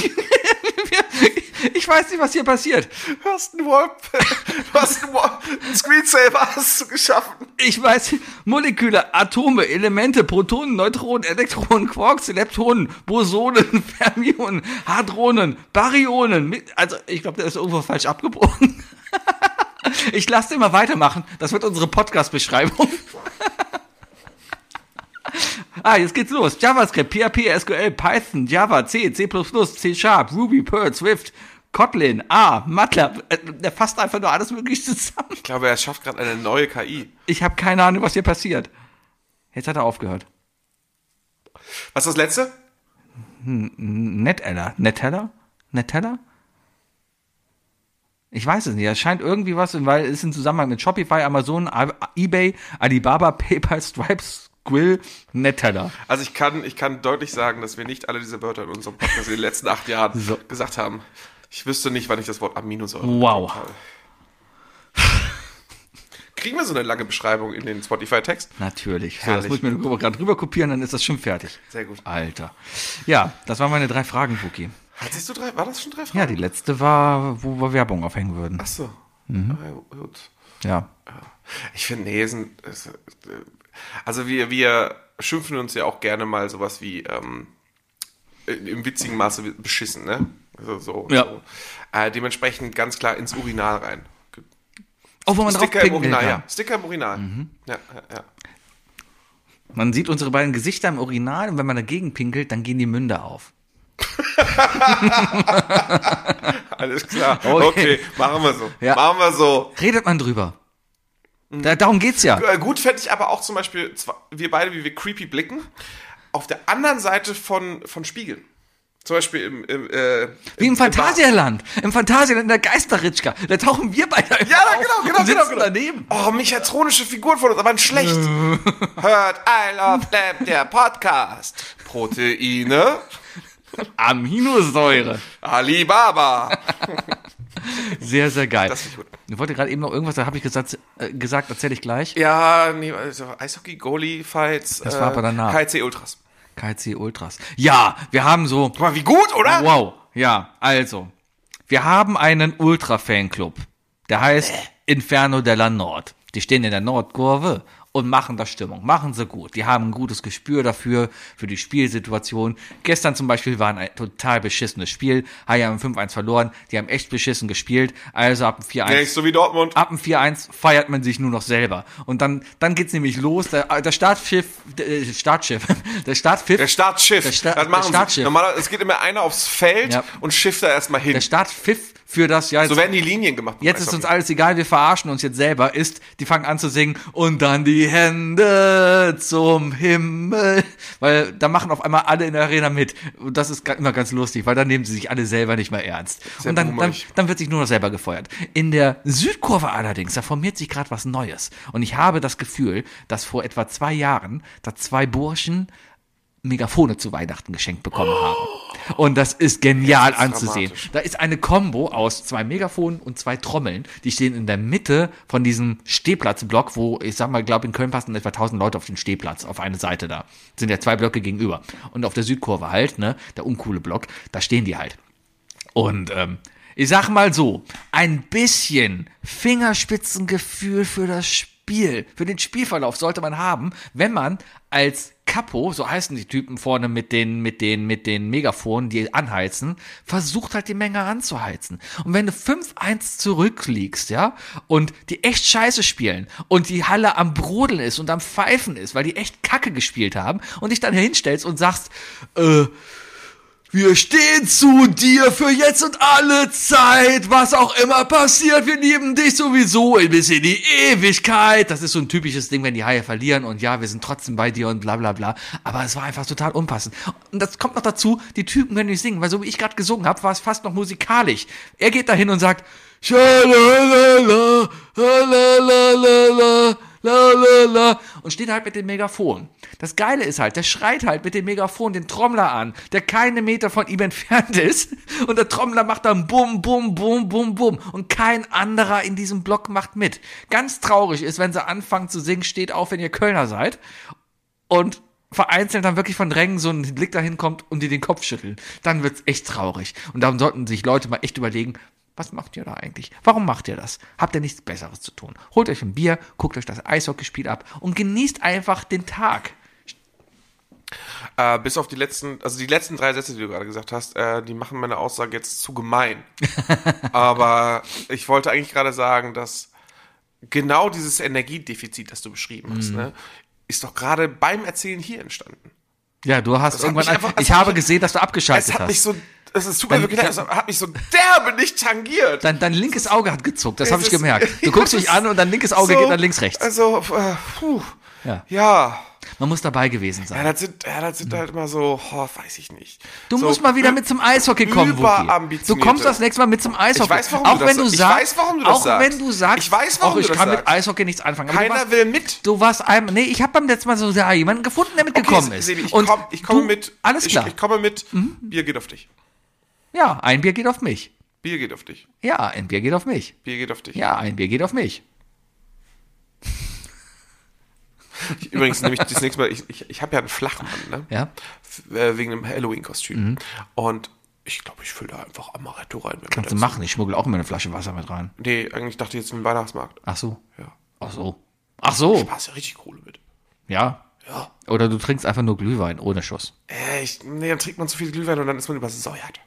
Speaker 2: Ich weiß nicht, was hier passiert.
Speaker 3: Du hast einen Warp, du hast einen, Warp, einen Screensaver hast du geschaffen.
Speaker 2: ich weiß, Moleküle, Atome, Elemente, Protonen, Neutronen, Elektronen, Quarks, Leptonen, Bosonen, Fermionen, Hadronen, Baryonen. Mit- Also, ich glaube, der ist irgendwo falsch abgebogen. Ich lasse den mal weitermachen. Das wird unsere Podcast-Beschreibung. Ah, jetzt geht's los. JavaScript, PHP, SQL, Python, Java, C, C++, C Sharp, Ruby, Perl, Swift, Kotlin, A, MATLAB. Äh, Der fasst einfach nur alles Mögliche zusammen.
Speaker 3: Ich glaube, er schafft gerade eine neue KI.
Speaker 2: Ich habe keine Ahnung, was hier passiert. Jetzt hat er aufgehört.
Speaker 3: Was ist das letzte?
Speaker 2: Neteller. Neteller? Neteller? Ich weiß es nicht. Es scheint irgendwie was, weil es ist im Zusammenhang mit Shopify, Amazon, A- eBay, Alibaba, PayPal, Stripes, Quill, Neteller.
Speaker 3: Also ich kann, ich kann deutlich sagen, dass wir nicht alle diese Wörter in unserem Podcast in den letzten acht Jahren
Speaker 2: So.
Speaker 3: gesagt haben. Ich wüsste nicht, wann ich das Wort Aminosäure.
Speaker 2: Wow.
Speaker 3: benutzt habe. Kriegen wir so eine lange Beschreibung in den Spotify-Text?
Speaker 2: Natürlich. So, das
Speaker 3: Herrlich.
Speaker 2: muss ich mir nur gerade rüber kopieren, dann ist das schon fertig.
Speaker 3: Sehr gut.
Speaker 2: Alter. Ja, das waren meine drei Fragen, Fuki.
Speaker 3: Hattest du drei? War das schon drei Fragen?
Speaker 2: Ja, die letzte war, wo wir Werbung aufhängen würden.
Speaker 3: Ach so.
Speaker 2: Mhm.
Speaker 3: Ah, gut.
Speaker 2: Ja.
Speaker 3: Ich finde, nee, es sind, es, äh, also wir, wir schimpfen uns ja auch gerne mal sowas wie ähm, in- im witzigen Maße beschissen, ne? Also so.
Speaker 2: Ja.
Speaker 3: so. Äh, dementsprechend ganz klar ins Urinal rein.
Speaker 2: Oh, wo man drauf
Speaker 3: Sticker im
Speaker 2: pinkeln Mhm.
Speaker 3: Urinal,
Speaker 2: kann.
Speaker 3: ja. Sticker im Urinal. Ja, ja, ja.
Speaker 2: Man sieht unsere beiden Gesichter im Urinal und wenn man dagegen pinkelt, dann gehen die Münder auf.
Speaker 3: Alles klar.
Speaker 2: Okay.
Speaker 3: Okay, machen wir so.
Speaker 2: Ja.
Speaker 3: Machen wir so.
Speaker 2: Redet man drüber. Da, darum geht's ja.
Speaker 3: Äh, Mhm. Gut fände ich aber auch zum Beispiel, zwar- wir beide, wie wir creepy blicken, auf der anderen Seite von, von Spiegeln. Zum Beispiel im, im, äh,
Speaker 2: Wie im
Speaker 3: Bad.
Speaker 2: Phantasialand. Im Phantasialand in der Geisterritschka. Da tauchen wir beide einfach
Speaker 3: Ja,
Speaker 2: auf
Speaker 3: genau, genau,
Speaker 2: und
Speaker 3: genau,
Speaker 2: sitzen
Speaker 3: genau.
Speaker 2: daneben.
Speaker 3: Oh, mechatronische Figuren von uns, aber ein schlecht. Hört I Love Lab, der Podcast. Proteine,
Speaker 2: Aminosäure.
Speaker 3: Alibaba.
Speaker 2: Sehr, sehr geil.
Speaker 3: Das ist gut.
Speaker 2: Ich wollte gerade eben noch irgendwas, da habe ich gesagt, äh, gesagt erzähle ich gleich.
Speaker 3: Ja, nee, also Eishockey, Goalie, Fights. äh,
Speaker 2: Das war aber danach.
Speaker 3: KC Ultras.
Speaker 2: KC Ultras. Ja, wir haben so.
Speaker 3: Guck mal, wie gut, oder?
Speaker 2: Ah, Wow. Ja, also. Wir haben einen Ultra-Fanclub. Der heißt Inferno della Nord. Die stehen in der Nordkurve und machen da Stimmung. Machen sie gut. Die haben ein gutes Gespür dafür, für die Spielsituation. Gestern zum Beispiel war ein total beschissenes Spiel. Haie haben 5-1 verloren. Die haben echt beschissen gespielt. Also ab dem 4-1
Speaker 3: Nee, so wie Dortmund.
Speaker 2: ab dem 4-1 feiert man sich nur noch selber. Und dann, dann geht's nämlich los. Der, der Startschiff, der Startschiff, der Startpfiff,
Speaker 3: Der Startschiff.
Speaker 2: Der Sta-
Speaker 3: das
Speaker 2: der
Speaker 3: machen
Speaker 2: Startschiff.
Speaker 3: Sie. Normalerweise, es geht immer einer aufs Feld
Speaker 2: Ja.
Speaker 3: und schifft da erstmal hin.
Speaker 2: der Startpfiff für das, ja, jetzt,
Speaker 3: so werden die Linien gemacht. beim
Speaker 2: jetzt ist uns
Speaker 3: Eishockey.
Speaker 2: alles egal, wir verarschen uns jetzt selber, ist, die fangen an zu singen und dann die Hände zum Himmel, weil da machen auf einmal alle in der Arena mit. Und das ist ga- immer ganz lustig, weil dann nehmen sie sich alle selber nicht mehr ernst.
Speaker 3: Sehr
Speaker 2: und dann, dann,
Speaker 3: boomerig.
Speaker 2: dann wird sich nur noch selber gefeuert. In der Südkurve allerdings, da formiert sich gerade was Neues. Und ich habe das Gefühl, dass vor etwa zwei Jahren da zwei Burschen Megafone zu Weihnachten geschenkt bekommen haben. Und das ist genial anzusehen. Da ist eine Combo aus zwei Megafonen und zwei Trommeln. Die stehen in der Mitte von diesem Stehplatzblock, wo ich sag mal, glaube in Köln passen etwa 1000 Leute auf den Stehplatz, auf eine Seite da. Sind ja zwei Blöcke gegenüber. Und auf der Südkurve halt, ne, der uncoole Block, da stehen die halt. Und ähm, ich sag mal so, ein bisschen Fingerspitzengefühl für das Spiel, für den Spielverlauf sollte man haben, wenn man als Kapo, so heißen die Typen vorne mit den, mit den, mit den Megafonen, die anheizen, versucht halt die Menge anzuheizen. Und wenn du 5-1 zurückliegst, ja, und die echt scheiße spielen und die Halle am Brodeln ist und am Pfeifen ist, weil die echt Kacke gespielt haben und dich dann hinstellst und sagst, äh, wir stehen zu dir für jetzt und alle Zeit, was auch immer passiert. Wir lieben dich sowieso bis in die Ewigkeit. Das ist so ein typisches Ding, wenn die Haie verlieren und ja, wir sind trotzdem bei dir und bla bla bla. Aber es war einfach total unpassend. Und das kommt noch dazu, die Typen können nicht singen, weil so wie ich gerade gesungen habe, war es fast noch musikalisch. Er geht dahin und sagt, Schalalala, halalalala, la la la und steht halt mit dem Megafon. Das Geile ist halt, der schreit halt mit dem Megafon den Trommler an, der keine Meter von ihm entfernt ist und der Trommler macht dann bum bum bum bum bum und kein anderer in diesem Block macht mit. Ganz traurig ist, wenn sie anfangen zu singen, steht auf, wenn ihr Kölner seid und vereinzelt dann wirklich von Drängen so ein Blick dahin kommt und die den Kopf schütteln, dann wird's echt traurig. Und darum sollten sich Leute mal echt überlegen, was macht ihr da eigentlich? Warum macht ihr das? Habt ihr nichts Besseres zu tun? Holt euch ein Bier, guckt euch das Eishockeyspiel ab und genießt einfach den Tag.
Speaker 3: äh, bis auf die letzten, also die letzten drei Sätze, die du gerade gesagt hast, äh, die machen meine Aussage jetzt zu gemein. Aber ich wollte eigentlich gerade sagen, dass genau dieses Energiedefizit, das du beschrieben
Speaker 2: Mhm.
Speaker 3: hast, ne, ist doch gerade beim Erzählen hier entstanden.
Speaker 2: Ja, du hast
Speaker 3: hat
Speaker 2: irgendwann.
Speaker 3: mich einfach-
Speaker 2: ein- ich
Speaker 3: es hat
Speaker 2: habe
Speaker 3: mich-
Speaker 2: gesehen, dass du abgeschaltet
Speaker 3: Es hat
Speaker 2: hast.
Speaker 3: mich so, es ist super
Speaker 2: Dann-
Speaker 3: wirklich, leid, es hat mich so derbe nicht tangiert.
Speaker 2: dein, dein linkes Auge hat gezuckt, das habe
Speaker 3: Es
Speaker 2: ich
Speaker 3: ist-
Speaker 2: gemerkt. Du guckst
Speaker 3: es
Speaker 2: mich
Speaker 3: ist
Speaker 2: an und dein linkes Auge
Speaker 3: so-
Speaker 2: geht dann links rechts.
Speaker 3: Also, äh, puh.
Speaker 2: Ja.
Speaker 3: also, Ja.
Speaker 2: Man muss dabei gewesen
Speaker 3: Ja,
Speaker 2: sein.
Speaker 3: das sind, ja, das sind halt immer so, oh, weiß ich nicht.
Speaker 2: Mhm. Du
Speaker 3: so, ne,
Speaker 2: musst mal wieder mit zum Eishockey kommen, Wookie. Du
Speaker 3: überambitionierte.
Speaker 2: kommst das nächste Mal mit zum Eishockey.
Speaker 3: Ich weiß, warum
Speaker 2: auch
Speaker 3: du
Speaker 2: wenn
Speaker 3: das-
Speaker 2: du
Speaker 3: ich
Speaker 2: sagst,
Speaker 3: weiß, warum du das
Speaker 2: auch
Speaker 3: sagst.
Speaker 2: wenn du sagst,
Speaker 3: Ich weiß, warum
Speaker 2: auch ich
Speaker 3: du das
Speaker 2: kann mit
Speaker 3: sagst.
Speaker 2: Eishockey nichts anfangen. Aber du
Speaker 3: Keiner
Speaker 2: warst,
Speaker 3: will mit.
Speaker 2: Du warst einmal, nee, ich habe beim letzten Mal so ja, jemanden gefunden, der mitgekommen
Speaker 3: okay,
Speaker 2: ist.
Speaker 3: Sebi, ich,
Speaker 2: Und
Speaker 3: komm, ich komme
Speaker 2: du-
Speaker 3: mit.
Speaker 2: Alles klar. Mhm.
Speaker 3: Ich, ich komme mit. Bier geht auf dich.
Speaker 2: ja, ein Bier geht auf mich.
Speaker 3: Bier geht auf dich.
Speaker 2: Ja, ein Bier geht auf mich.
Speaker 3: Bier geht auf dich.
Speaker 2: Ja, ein Bier geht auf mich.
Speaker 3: Ich, übrigens nämlich das nächste Mal, ich, ich, ich habe ja einen Flachmann, ne?
Speaker 2: Ja. Mhm.
Speaker 3: F- äh, Wegen dem Halloween-Kostüm. Und ich glaube, ich fülle da einfach Amaretto rein. Wenn
Speaker 2: Kannst du machen. Ich schmuggle auch immer eine Flasche Wasser mit rein.
Speaker 3: Nee, eigentlich dachte ich jetzt im Weihnachtsmarkt.
Speaker 2: Ach so.
Speaker 3: Ja.
Speaker 2: Ach so. Ach so.
Speaker 3: Da hast du ja richtig Kohle mit.
Speaker 2: Ja.
Speaker 3: Ja.
Speaker 2: Oder du trinkst einfach nur Glühwein ohne Schuss.
Speaker 3: Äh, ich, nee, dann trinkt man zu viel Glühwein und dann ist man übersäuert.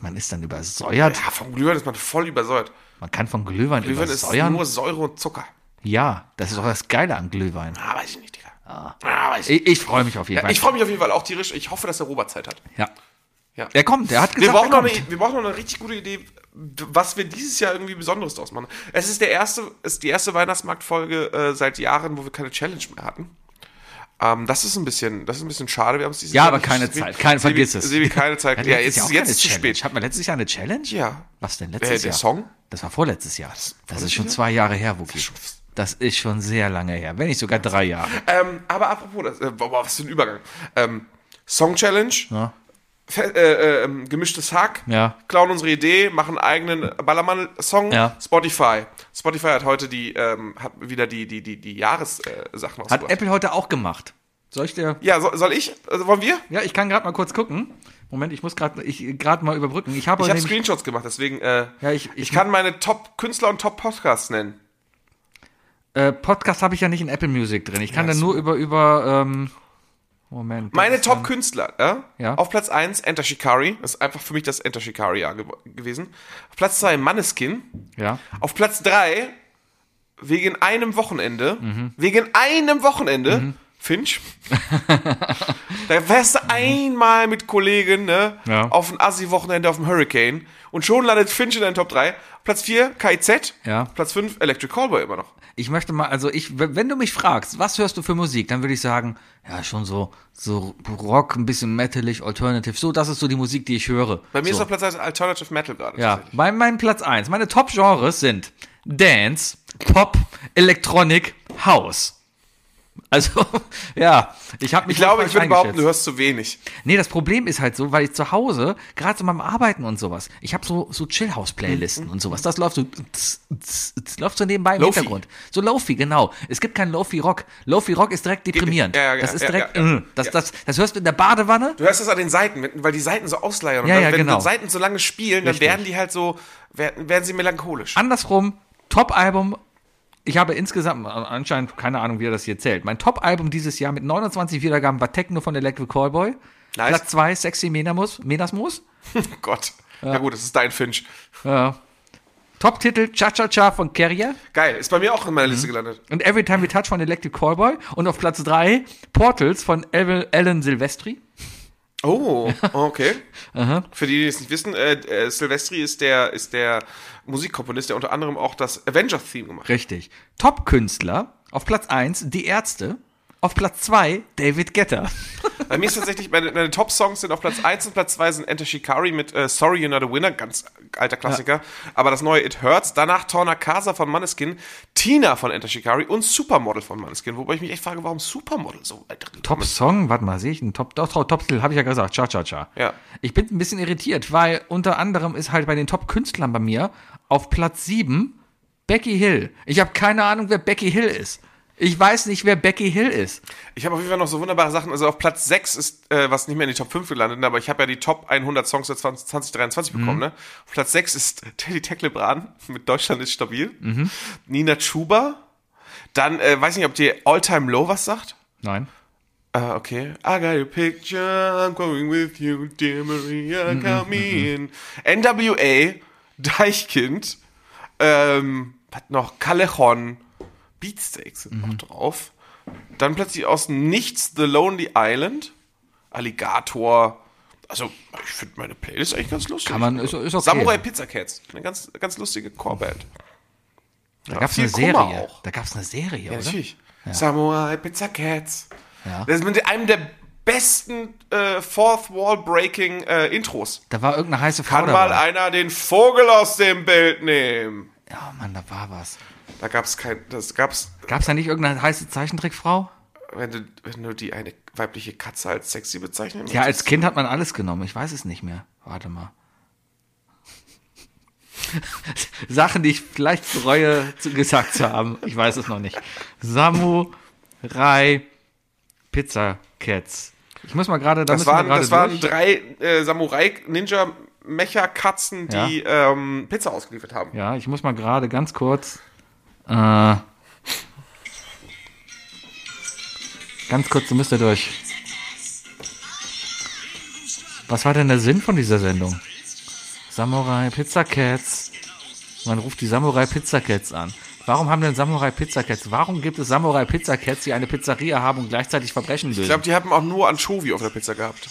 Speaker 2: Man ist dann übersäuert.
Speaker 3: Ja, vom Glühwein ist man voll übersäuert.
Speaker 2: Man kann von Glühwein,
Speaker 3: Glühwein ist
Speaker 2: übersäuern.
Speaker 3: nur Säure und Zucker.
Speaker 2: ja, das ist auch das Geile an Glühwein.
Speaker 3: Ah, weiß ich nicht, Digga. Ah. weiß ich
Speaker 2: Ich, ich freue mich auf jeden
Speaker 3: ja,
Speaker 2: Fall.
Speaker 3: ich freue mich auf jeden Fall auch tierisch. Ich hoffe, dass der Robert Zeit hat.
Speaker 2: ja.
Speaker 3: Ja.
Speaker 2: Der kommt, der hat
Speaker 3: Wir
Speaker 2: gesagt,
Speaker 3: brauchen,
Speaker 2: der
Speaker 3: noch
Speaker 2: kommt.
Speaker 3: eine, E- wir brauchen noch eine richtig gute Idee, was wir dieses Jahr irgendwie Besonderes draus machen. Es ist, der erste, ist die erste Weihnachtsmarktfolge äh, seit Jahren, wo wir keine Challenge mehr hatten. Ähm, das ist ein bisschen, das ist ein bisschen schade. Wir haben es dieses
Speaker 2: ja,
Speaker 3: Jahr
Speaker 2: aber
Speaker 3: nicht
Speaker 2: keine
Speaker 3: gespielt.
Speaker 2: Zeit. Kein,
Speaker 3: Sebi-
Speaker 2: vergiss es.
Speaker 3: Sebi, keine Zeit.
Speaker 2: Hatten
Speaker 3: ja,
Speaker 2: letztes
Speaker 3: jetzt,
Speaker 2: Jahr auch
Speaker 3: jetzt
Speaker 2: keine
Speaker 3: ist zu
Speaker 2: Challenge.
Speaker 3: spät.
Speaker 2: Hatten wir letztes Jahr eine Challenge?
Speaker 3: Ja.
Speaker 2: Was denn
Speaker 3: Äh,
Speaker 2: letztes
Speaker 3: der
Speaker 2: Jahr?
Speaker 3: Song?
Speaker 2: Das war vorletztes Jahr. Das ist schon zwei Jahre her, Wookie. Das ist schon sehr lange her. Wenn nicht sogar drei Jahre.
Speaker 3: Ähm, aber apropos, das, äh, boah, was für ein Übergang. Ähm, Song Challenge, Fe- äh, äh, ähm, gemischtes Hack,
Speaker 2: Ja.
Speaker 3: klauen unsere Idee, machen eigenen Ballermann-Song,
Speaker 2: Ja.
Speaker 3: Spotify. Spotify hat heute die, ähm, hat wieder die, die, die, die Jahressachen äh, Sachen
Speaker 2: Hat
Speaker 3: rausgebracht.
Speaker 2: Apple heute auch gemacht. Soll ich dir.
Speaker 3: Ja, so, soll ich? Also wollen wir?
Speaker 2: Ja, ich kann gerade mal kurz gucken. Moment, ich muss gerade ich gerade mal überbrücken. Ich habe
Speaker 3: Ich habe
Speaker 2: nämlich-
Speaker 3: Screenshots gemacht, deswegen, äh,
Speaker 2: Ja, ich-
Speaker 3: ich
Speaker 2: ich-
Speaker 3: kann meine Top-Künstler und Top-Podcasts nennen.
Speaker 2: äh, Podcast habe ich ja nicht in Apple Music drin. Ich kann da nur über über ähm, Moment.
Speaker 3: Meine Top-Künstler, ja?
Speaker 2: Ja.
Speaker 3: Auf Platz 1 Enter Shikari. Das ist einfach für mich das Enter Shikari-Jahr gew gewesen. Auf Platz 2 Manneskin.
Speaker 2: ja.
Speaker 3: Auf Platz 3, wegen einem Wochenende, wegen einem Wochenende, Finch. da wärst du einmal mit Kollegen ne,
Speaker 2: Ja.
Speaker 3: auf ein Assi-Wochenende auf dem Hurricane und schon landet Finch in deinen Top 3. Platz 4, KZ.
Speaker 2: Ja.
Speaker 3: Platz 5, Electric Callboy immer noch.
Speaker 2: Ich möchte mal, also ich, w- wenn du mich fragst, was hörst du für Musik, dann würde ich sagen, ja, schon so, so Rock, ein bisschen metalig, alternative, so, das ist so die Musik, die ich höre.
Speaker 3: Bei mir
Speaker 2: so.
Speaker 3: ist auf Platz 1 Alternative Metal gerade.
Speaker 2: ja,
Speaker 3: tatsächlich.
Speaker 2: mein, mein Platz eins. meine Top-Genres sind Dance, Pop, Electronic, House. Also, ja, ich habe mich
Speaker 3: Ich glaube, ich
Speaker 2: falsch
Speaker 3: würde behaupten, du
Speaker 2: eingeschätzt.
Speaker 3: hörst zu wenig.
Speaker 2: Nee, das Problem ist halt so, weil ich zu Hause, gerade so beim Arbeiten und sowas, ich habe so, so Chillhouse-Playlisten und sowas. Das läuft so, tz, tz, tz, läuft so nebenbei im
Speaker 3: Lo-fi.
Speaker 2: Hintergrund. So Lofi, genau. Es gibt keinen Lofi-Rock. Lofi-Rock ist direkt deprimierend.
Speaker 3: ja, ja,
Speaker 2: das ist
Speaker 3: ja,
Speaker 2: direkt,
Speaker 3: ja, ja.
Speaker 2: äh, das,
Speaker 3: Ja.
Speaker 2: das, das hörst du in der Badewanne.
Speaker 3: Du hörst das an den Seiten, wenn- weil die Seiten so ausleiern. Und
Speaker 2: Ja,
Speaker 3: dann,
Speaker 2: ja,
Speaker 3: wenn
Speaker 2: genau.
Speaker 3: die Seiten so lange spielen, dann
Speaker 2: Richtig.
Speaker 3: werden die halt so, werden, werden sie melancholisch.
Speaker 2: Andersrum, Top-Album. Ich habe insgesamt, äh, anscheinend, keine Ahnung, wie er das hier zählt. Mein Top-Album dieses Jahr mit 29 Wiedergaben war Techno von Electric Callboy.
Speaker 3: Nice.
Speaker 2: Platz 2, Sexy Menasmus. Menasmus.
Speaker 3: Oh Gott. Ja gut, das ist dein Finch.
Speaker 2: Ja. Top-Titel Cha-Cha-Cha von Carrier.
Speaker 3: Geil, ist bei mir auch in meiner Liste gelandet.
Speaker 2: Und Every Time We Touch von Electric Callboy. Und auf Platz 3 Portals von Alan Alan Silvestri.
Speaker 3: Oh, okay. Für die, die es nicht wissen, äh, äh, Silvestri ist der, ist der Musikkomponist, der unter anderem auch das Avengers-Theme gemacht hat.
Speaker 2: Richtig. Top-Künstler. Auf Platz 1 Die Ärzte. Auf Platz 2 David Getter.
Speaker 3: Bei mir ist tatsächlich, meine, meine Top-Songs sind auf Platz 1 und Platz 2 sind Enter Shikari mit äh, Sorry You're Not a Winner, ganz alter Klassiker. Aber das neue It Hurts, danach Torna Casa von Maneskin, Tina von Enter Shikari und Supermodel von Maneskin. Wobei ich mich echt frage, warum Supermodel so weit drin gekommen ist.
Speaker 2: Top-Song, warte mal, sehe ich einen Top, doch, Top- Top-Titel, habe ich ja gesagt, Cha-Cha-Cha.
Speaker 3: Ja.
Speaker 2: Ich bin ein bisschen irritiert, weil unter anderem ist halt bei den Top-Künstlern bei mir auf Platz 7 Becky Hill. Ich habe keine Ahnung, wer Becky Hill ist. Ich weiß nicht, wer Becky Hill ist.
Speaker 3: Ich habe auf jeden Fall noch so wunderbare Sachen. Also auf Platz 6 ist, äh, was nicht mehr in die Top 5 gelandet, ne, aber ich habe ja die Top 100 Songs der 20, 2023 bekommen. Ne? Auf Platz 6 ist Teddy Tecklebran mit Deutschland ist stabil. Nina Chuba. Dann, äh, weiß nicht, ob dir All Time Low was sagt.
Speaker 2: Nein.
Speaker 3: Ah, okay. I got your picture, I'm going with you, dear
Speaker 2: Mm,
Speaker 3: Maria, come in. NWA, Deichkind, ähm, was noch? Callejon, Beatsteaks sind
Speaker 2: Mhm.
Speaker 3: noch drauf. Dann plötzlich aus dem Nichts The Lonely Island, Alligator. Also, ich finde meine Playlist eigentlich ganz lustig.
Speaker 2: Kann man, ist, ist okay.
Speaker 3: Samurai Pizza Cats, eine ganz, ganz lustige Chorband.
Speaker 2: da gab's
Speaker 3: viel
Speaker 2: eine Serie.
Speaker 3: Kummer auch.
Speaker 2: Da gab's eine Serie,
Speaker 3: Ja,
Speaker 2: oder?
Speaker 3: natürlich. Samurai Pizza Cats.
Speaker 2: Ja.
Speaker 3: Das ist mit einem der besten äh, Fourth Wall Breaking äh, Intros.
Speaker 2: Da war irgendeine heiße Frau
Speaker 3: Kann mal
Speaker 2: dabei.
Speaker 3: einer den Vogel aus dem Bild nehmen.
Speaker 2: Ja, Mann, da war was.
Speaker 3: Da gab's kein, das gab's,
Speaker 2: Gab's da nicht irgendeine heiße Zeichentrickfrau?
Speaker 3: wenn du, wenn du die eine weibliche Katze als sexy bezeichnen
Speaker 2: Ja, als
Speaker 3: möchtest.
Speaker 2: Kind hat man alles genommen. Ich weiß es nicht mehr. Warte mal. Sachen, die ich vielleicht bereue, zu- gesagt zu haben. Ich weiß es noch nicht. Samurai Pizza Cats. Ich muss mal gerade, da
Speaker 3: Das
Speaker 2: müssen wir
Speaker 3: waren,
Speaker 2: gerade
Speaker 3: das waren
Speaker 2: durch.
Speaker 3: drei äh, Samurai-Ninja-Mecha-Katzen, die ähm, Pizza ausgeliefert haben.
Speaker 2: Ja, ich muss mal gerade ganz kurz. Äh, ganz kurz, du müsst ihr durch. Was war denn der Sinn von dieser Sendung? Samurai Pizza Cats. Man ruft die Samurai Pizza Cats an. Warum haben denn Samurai Pizza Cats? Warum gibt es Samurai Pizza Cats, die eine Pizzeria haben und gleichzeitig Verbrechen
Speaker 3: Ich
Speaker 2: lösen?
Speaker 3: glaube, die haben auch nur Anchovy auf der Pizza gehabt.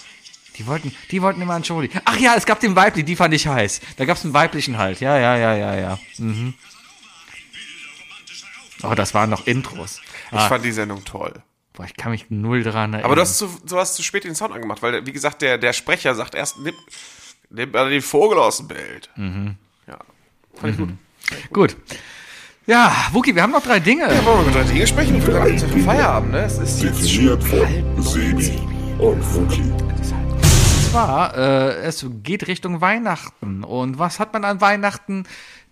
Speaker 2: Die wollten, die wollten immer Anchovi. Ach ja, es gab den weiblichen, die fand ich heiß. Da gab es einen weiblichen halt. Ja, ja, ja, ja, ja. Mhm. Oh, das waren noch Intros.
Speaker 3: Ich
Speaker 2: Ah,
Speaker 3: fand die Sendung toll.
Speaker 2: boah, ich kann mich null dran erinnern.
Speaker 3: Aber du hast, zu, du hast zu spät den Sound angemacht, weil, wie gesagt, der, der Sprecher sagt erst, nimm, nimm mal den Vogel aus dem Bild.
Speaker 2: Mhm.
Speaker 3: Ja. Fand ich gut.
Speaker 2: Gut. Ja, Wuki, wir haben noch drei Dinge.
Speaker 3: Wollen wir über drei Dinge sprechen? Ich würde gerade zum Feierabend, ne? Es ist jetzt schon
Speaker 4: Definiert von Sebi und Fuki.
Speaker 2: Und zwar, äh, es geht Richtung Weihnachten. Und was hat man an Weihnachten?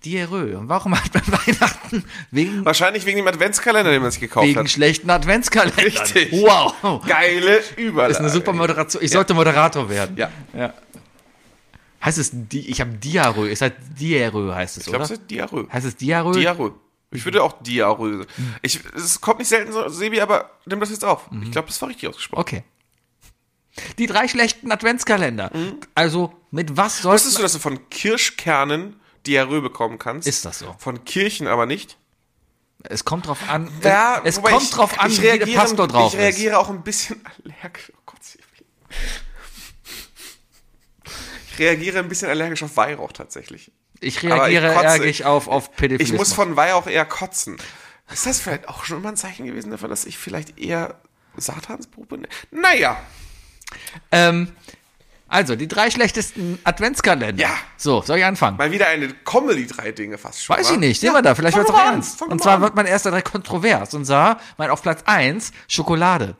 Speaker 2: Dierö. Und warum hat man Weihnachten? Wegen,
Speaker 3: Wahrscheinlich wegen dem Adventskalender, den man sich gekauft
Speaker 2: wegen
Speaker 3: hat.
Speaker 2: schlechten Adventskalendern.
Speaker 3: Richtig.
Speaker 2: Wow.
Speaker 3: Geile Überleitung.
Speaker 2: Ist eine super Moderation. Ich sollte Moderator werden.
Speaker 3: Ja.
Speaker 2: Heißt es, die, ich habe Diarö, ist halt Diarö heißt es,
Speaker 3: Ich
Speaker 2: oder?
Speaker 3: glaube, es ist Diarrhoe.
Speaker 2: heißt es Diarö? Mhm.
Speaker 3: Diarrhoe. Ich würde auch Diarrhoe sagen. Ich, es kommt nicht selten so, Sebi, aber nimm das jetzt auf. Ich glaube, das war richtig ausgesprochen.
Speaker 2: Okay. Die drei schlechten Adventskalender.
Speaker 3: Mhm.
Speaker 2: Also, mit was sollst
Speaker 3: Wusstest du, dass du von Kirschkernen Diarrhoe bekommen kannst?
Speaker 2: Ist das so?
Speaker 3: Von Kirchen aber nicht?
Speaker 2: Es kommt drauf an,
Speaker 3: Ja,
Speaker 2: es
Speaker 3: wobei
Speaker 2: kommt
Speaker 3: ich-
Speaker 2: drauf an,
Speaker 3: ich
Speaker 2: wie der
Speaker 3: reagiere-
Speaker 2: Pastor drauf
Speaker 3: Ich
Speaker 2: ist.
Speaker 3: reagiere auch ein bisschen allergisch. Oh Gott, Sebi. ich reagiere ein bisschen allergisch auf Weihrauch tatsächlich.
Speaker 2: Ich
Speaker 3: aber ich
Speaker 2: reagiere
Speaker 3: kotze.
Speaker 2: ärgerlich auf, auf
Speaker 3: Ich
Speaker 2: Pädophilismus.
Speaker 3: muss von Weihrauch eher kotzen. Ist das vielleicht auch schon mal ein Zeichen gewesen dafür, dass ich vielleicht eher Satansbuch bin? Naja,
Speaker 2: ähm, also, die drei schlechtesten Adventskalender.
Speaker 3: Ja.
Speaker 2: So, soll ich anfangen?
Speaker 3: mal wieder eine Comedy drei Dinge fast schon.
Speaker 2: Weiß
Speaker 3: wa?
Speaker 2: ich nicht, sehen wir da, vielleicht
Speaker 3: fang
Speaker 2: wird es
Speaker 3: doch
Speaker 2: auch
Speaker 3: mal an,
Speaker 2: ernst.
Speaker 3: fang doch
Speaker 2: Und
Speaker 3: mal
Speaker 2: zwar
Speaker 3: an.
Speaker 2: wird mein erster direkt kontrovers und sah mein auf Platz 1 Schokolade.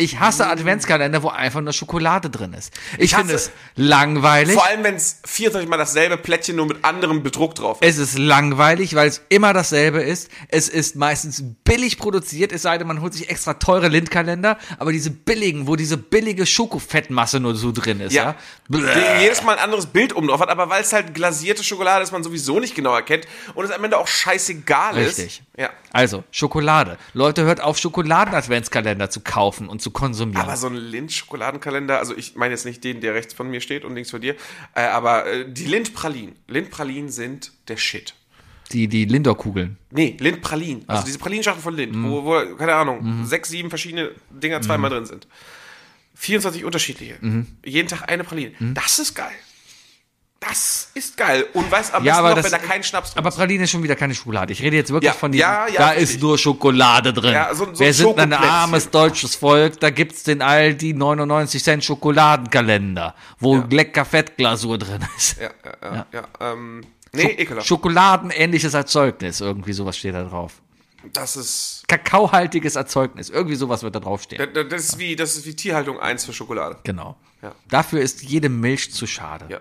Speaker 2: Ich hasse
Speaker 3: Mm.
Speaker 2: Adventskalender, wo einfach nur Schokolade drin ist. Ich, finde es
Speaker 3: hasse-
Speaker 2: langweilig.
Speaker 3: Vor allem, wenn es 24 Mal dasselbe Plättchen nur mit anderem Betrug drauf
Speaker 2: Es
Speaker 3: ist.
Speaker 2: ist langweilig, weil es immer dasselbe ist. Es ist meistens billig produziert, es sei denn, man holt sich extra teure Lindkalender, aber diese billigen, wo diese billige Schokofettmasse nur so drin ist, ja.
Speaker 3: Ja. Die jedes Mal ein anderes Bild oben drauf hat, aber weil es halt glasierte Schokolade ist, man sowieso nicht genau erkennt und es am Ende auch scheißegal ist.
Speaker 2: Richtig.
Speaker 3: Ja.
Speaker 2: Also, Schokolade. Leute, hört auf, Schokoladen-Adventskalender zu kaufen und zu konsumieren.
Speaker 3: Aber so ein Lind-Schokoladenkalender, also ich meine jetzt nicht den, der rechts von mir steht und links von dir, äh, aber äh, die Lind-Pralinen. Lind-Pralinen sind der Shit.
Speaker 2: die, die Lindor-Kugeln.
Speaker 3: Nee, Lind-Pralinen.
Speaker 2: Ah.
Speaker 3: Also diese Pralinschachtel von Lind,
Speaker 2: Mhm.
Speaker 3: wo, wo, keine Ahnung, sechs, sieben verschiedene Dinger zweimal drin sind. 24 unterschiedliche.
Speaker 2: Mhm.
Speaker 3: Jeden Tag eine Praline. Das ist geil. Das ist geil. Und weiß am
Speaker 2: Ja,
Speaker 3: besten
Speaker 2: aber
Speaker 3: noch,
Speaker 2: das-
Speaker 3: wenn da kein Schnaps drin
Speaker 2: Aber Praline ist schon wieder keine Schokolade. Ich rede jetzt wirklich
Speaker 3: Ja,
Speaker 2: von diesem,
Speaker 3: ja, ja,
Speaker 2: da
Speaker 3: richtig.
Speaker 2: ist nur Schokolade drin.
Speaker 3: Ja, so- so
Speaker 2: Wir
Speaker 3: ein
Speaker 2: sind ein
Speaker 3: Schokoplätzchen.
Speaker 2: armes deutsches Volk, da gibt's den Aldi 99 Cent Schokoladenkalender, wo lecker Fettglasur drin ist.
Speaker 3: Ja, ja, ja. ja. ähm, nee, ekelhaft.
Speaker 2: Schokoladenähnliches Erzeugnis, irgendwie sowas steht da drauf.
Speaker 3: Das ist,
Speaker 2: Kakaohaltiges Erzeugnis, irgendwie sowas wird da draufstehen.
Speaker 3: das- das ist wie, das ist wie Tierhaltung 1 für Schokolade.
Speaker 2: genau.
Speaker 3: Ja.
Speaker 2: Dafür ist jede Milch zu schade.
Speaker 3: Ja,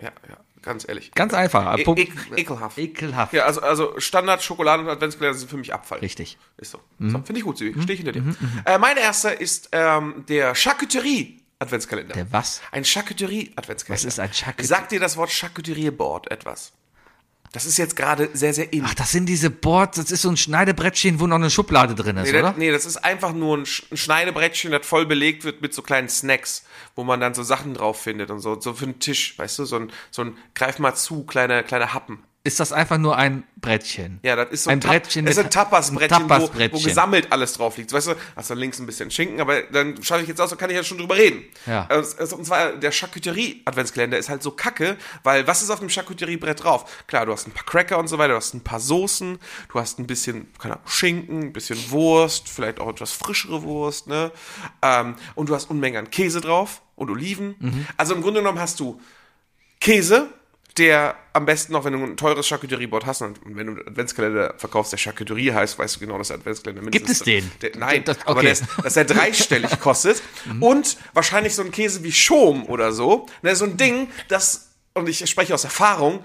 Speaker 3: ja, ja. Ganz ehrlich.
Speaker 2: Ganz einfach.
Speaker 3: E
Speaker 2: Punkt.
Speaker 3: ekel- ekelhaft.
Speaker 2: Ekelhaft.
Speaker 3: Ja, also, also Standard Schokoladen und Adventskalender sind für mich Abfall.
Speaker 2: Richtig. Mhm.
Speaker 3: Ist so. so Finde ich gut, Steh Stehe ich hinter dir. Äh, mein erster ist ähm, der Charcuterie Adventskalender.
Speaker 2: Der was?
Speaker 3: Ein Charcuterie Adventskalender.
Speaker 2: Was ist ein Charcuterie-
Speaker 3: Sagt dir das Wort Charcuterie Board etwas? Das ist jetzt gerade sehr, sehr in.
Speaker 2: Ach, das sind diese Boards, das ist so ein Schneidebrettchen, wo noch eine Schublade drin ist,
Speaker 3: Nee,
Speaker 2: oder?
Speaker 3: das, nee, das ist einfach nur ein, Sch ein Schneidebrettchen, das voll belegt wird mit so kleinen Snacks, wo man dann so Sachen drauf findet und so, so für den Tisch, weißt du, so ein, so ein greif mal zu, kleine, kleine Happen.
Speaker 2: ist das einfach nur ein Brettchen.
Speaker 3: Ja, das ist so
Speaker 2: Ein Brettchen
Speaker 3: Das ist
Speaker 2: mit-
Speaker 3: ein
Speaker 2: ein
Speaker 3: Tapas-Brettchen, wo, wo
Speaker 2: Tapas-Brettchen.
Speaker 3: gesammelt alles drauf liegt. Weißt du, hast du links ein bisschen Schinken, aber dann schaue ich jetzt aus, dann kann ich ja schon drüber reden.
Speaker 2: Ja.
Speaker 3: Äh, es- es- Und zwar der Charcuterie-Adventskalender ist halt so kacke, weil was ist auf dem Charcuterie-Brett drauf? Klar, du hast ein paar Cracker und so weiter, du hast ein paar Soßen, du hast ein bisschen, keine Ahnung, Schinken, ein bisschen Wurst, vielleicht auch etwas frischere Wurst, ne? Ähm, und du hast Unmengen an Käse drauf und Oliven.
Speaker 2: Mhm.
Speaker 3: Also im Grunde genommen hast du Käse, der am besten noch, wenn du ein teures Charcuterie-Board hast und wenn du einen Adventskalender verkaufst, der Charcuterie heißt, weißt du genau, dass der Adventskalender
Speaker 2: Gibt
Speaker 3: mindestens...
Speaker 2: es den?
Speaker 3: Der, nein,
Speaker 2: Das- okay. Mhm.
Speaker 3: aber der ist, dass der dreistellig kostet und wahrscheinlich so ein Käse wie Schom oder so. Ne, so ein Ding, das, und ich spreche aus Erfahrung,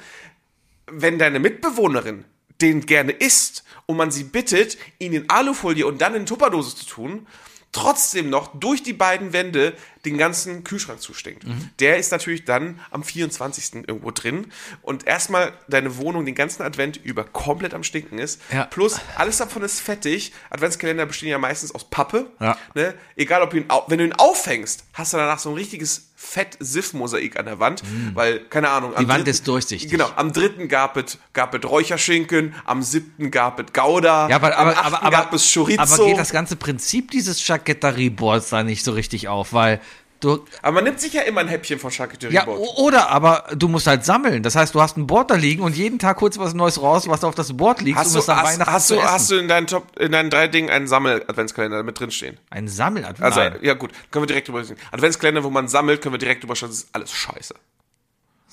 Speaker 3: wenn deine Mitbewohnerin den gerne isst und man sie bittet, ihn in Alufolie und dann in Tupperdose zu tun, trotzdem noch durch die beiden Wände den ganzen Kühlschrank zustinkt.
Speaker 2: Mhm.
Speaker 3: Der ist natürlich dann am 24. irgendwo drin und erstmal deine Wohnung den ganzen Advent über komplett am Stinken ist.
Speaker 2: Ja.
Speaker 3: Plus alles davon ist fettig. Adventskalender bestehen ja meistens aus Pappe.
Speaker 2: Ja.
Speaker 3: Ne? Egal, ob du ihn, au- wenn du ihn auffängst, hast du danach so ein richtiges Fett-Siff-Mosaik an der Wand,
Speaker 2: Mhm.
Speaker 3: weil, keine Ahnung, am
Speaker 2: Wand
Speaker 3: dritten-
Speaker 2: ist durchsichtig.
Speaker 3: Genau, am dritten gab es, gab es Räucherschinken, am siebten gab es Gouda,
Speaker 2: Ja, aber,
Speaker 3: am
Speaker 2: aber,
Speaker 3: achten
Speaker 2: aber, aber,
Speaker 3: gab es Chorizo.
Speaker 2: aber geht das ganze Prinzip dieses Charcuterie-Boards da nicht so richtig auf, weil du,
Speaker 3: Aber man nimmt sich ja immer ein Häppchen von Charcuterie
Speaker 2: ja, oh,
Speaker 3: Board.
Speaker 2: o- oder aber du musst halt sammeln. Das heißt, du hast ein Board da liegen und jeden Tag holst du was Neues raus, was auf das Board liegt,
Speaker 3: Hast
Speaker 2: um
Speaker 3: du,
Speaker 2: es am
Speaker 3: hast,
Speaker 2: Weihnachten
Speaker 3: hast,
Speaker 2: zu
Speaker 3: du,
Speaker 2: essen.
Speaker 3: hast du in deinen, Top, in deinen drei Dingen einen Sammel-Adventskalender mit drinstehen?
Speaker 2: ein Sammel
Speaker 3: Also,
Speaker 2: Nein.
Speaker 3: ja gut, können wir direkt drüber sprechen. Adventskalender, wo man sammelt, können wir direkt drüber sprechen, das ist alles scheiße.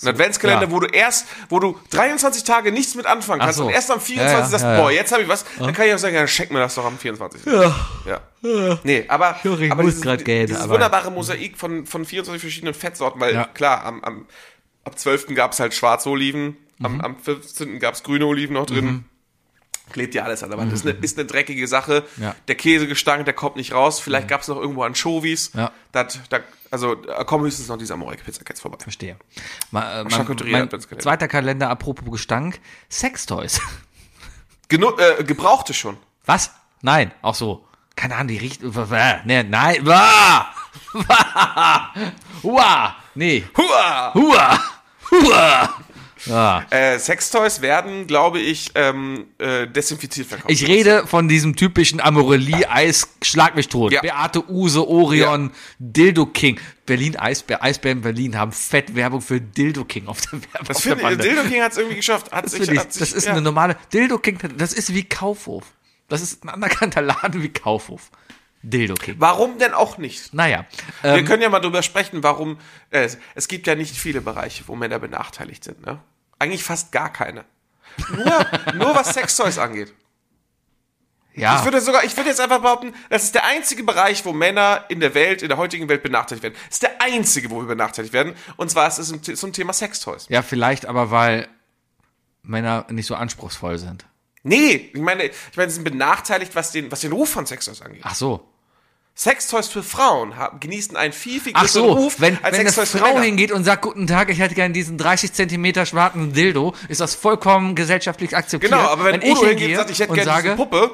Speaker 3: Ein Adventskalender,
Speaker 2: ja.
Speaker 3: wo du erst, wo du 23 Tage nichts mit anfangen kannst
Speaker 2: so.
Speaker 3: und erst am 24
Speaker 2: Ja, ja,
Speaker 3: sagst,
Speaker 2: ja, ja.
Speaker 3: boah, jetzt habe ich was, dann kann ich auch sagen, ja, dann schenk mir das doch am 24. Ja. Nee, aber,
Speaker 2: höre, ich
Speaker 3: aber
Speaker 2: muss
Speaker 3: dieses,
Speaker 2: grad gehen,
Speaker 3: dieses
Speaker 2: aber-
Speaker 3: wunderbare Mosaik von, von 24 verschiedenen Fettsorten, weil
Speaker 2: Ja.
Speaker 3: klar, am, am, ab 12. gab es halt schwarze Oliven,
Speaker 2: Mhm.
Speaker 3: am, am 15. gab es grüne Oliven noch drin. Klebt ja alles an der Wand. Ist, eine, ist eine dreckige Sache.
Speaker 2: Mhm. Ja. Mhm.
Speaker 3: Der Käse gestank, der kommt nicht raus. Vielleicht gab es noch irgendwo Anchovies.
Speaker 2: Ja.
Speaker 3: Das, da, also da kommen höchstens noch diese Amorek Pizza Cats vorbei.
Speaker 2: Verstehe. Ma- äh,
Speaker 3: Charcuterie
Speaker 2: mein, mein
Speaker 3: Adventskalender.
Speaker 2: zweiter Kalender, apropos Gestank, Sextoys.
Speaker 3: Genu äh, gebrauchte schon.
Speaker 2: Was? Nein, auch so. Keine Ahnung, die riecht. Nee, nein. Wah! Wah! Hua! Nee.
Speaker 3: Hua!
Speaker 2: Hua! Hua! Ah.
Speaker 3: Äh, Sextoys werden, glaube ich, ähm, äh, desinfiziert verkauft.
Speaker 2: Ich rede von diesem typischen Amorelie-Eis, schlag mich tot.
Speaker 3: Ja.
Speaker 2: Beate Use, Orion, Dildo King. Berlin Eisbär, Eisbären Berlin haben fett Werbung für Dildo King auf der Werbung.
Speaker 3: das finde ich, Dildo King hat es irgendwie geschafft. Hat
Speaker 2: Das,
Speaker 3: sich,
Speaker 2: finde ich,
Speaker 3: hat sich,
Speaker 2: das ist
Speaker 3: ja.
Speaker 2: eine normale Dildo King. Das ist wie Kaufhof. Das ist ein anerkannter Laden wie Kaufhof. Dildo King.
Speaker 3: Warum denn auch nicht?
Speaker 2: Naja,
Speaker 3: Wir
Speaker 2: ähm,
Speaker 3: können ja mal drüber sprechen, warum. Äh, es- es gibt ja nicht viele Bereiche, wo Männer benachteiligt sind, ne? Eigentlich fast gar keine. Nur, nur was Sextoys angeht.
Speaker 2: ja.
Speaker 3: Ich würde sogar, ich würde jetzt einfach behaupten, das ist der einzige Bereich, wo Männer in der Welt, in der heutigen Welt benachteiligt werden. Das ist der einzige, wo wir benachteiligt werden. Und zwar ist es zum, zum Thema Sextoys.
Speaker 2: ja, vielleicht aber, weil Männer nicht so anspruchsvoll sind.
Speaker 3: Nee, ich meine, ich meine, sie sind benachteiligt, was den, was den Ruf von Sextoys angeht.
Speaker 2: Ach so.
Speaker 3: Sextoys für Frauen haben, genießen einen viel, viel
Speaker 2: Ach
Speaker 3: größeren
Speaker 2: so,
Speaker 3: Ruf
Speaker 2: wenn, wenn eine
Speaker 3: Sextoys für
Speaker 2: Frau
Speaker 3: Männer.
Speaker 2: hingeht und sagt, guten Tag, ich hätte gerne diesen 30 Zentimeter schwarzen Dildo, ist das vollkommen gesellschaftlich akzeptiert.
Speaker 3: Genau, aber wenn, Udo hingeht und sagt, ich hätte
Speaker 2: und
Speaker 3: gerne
Speaker 2: sage,
Speaker 3: diese Puppe,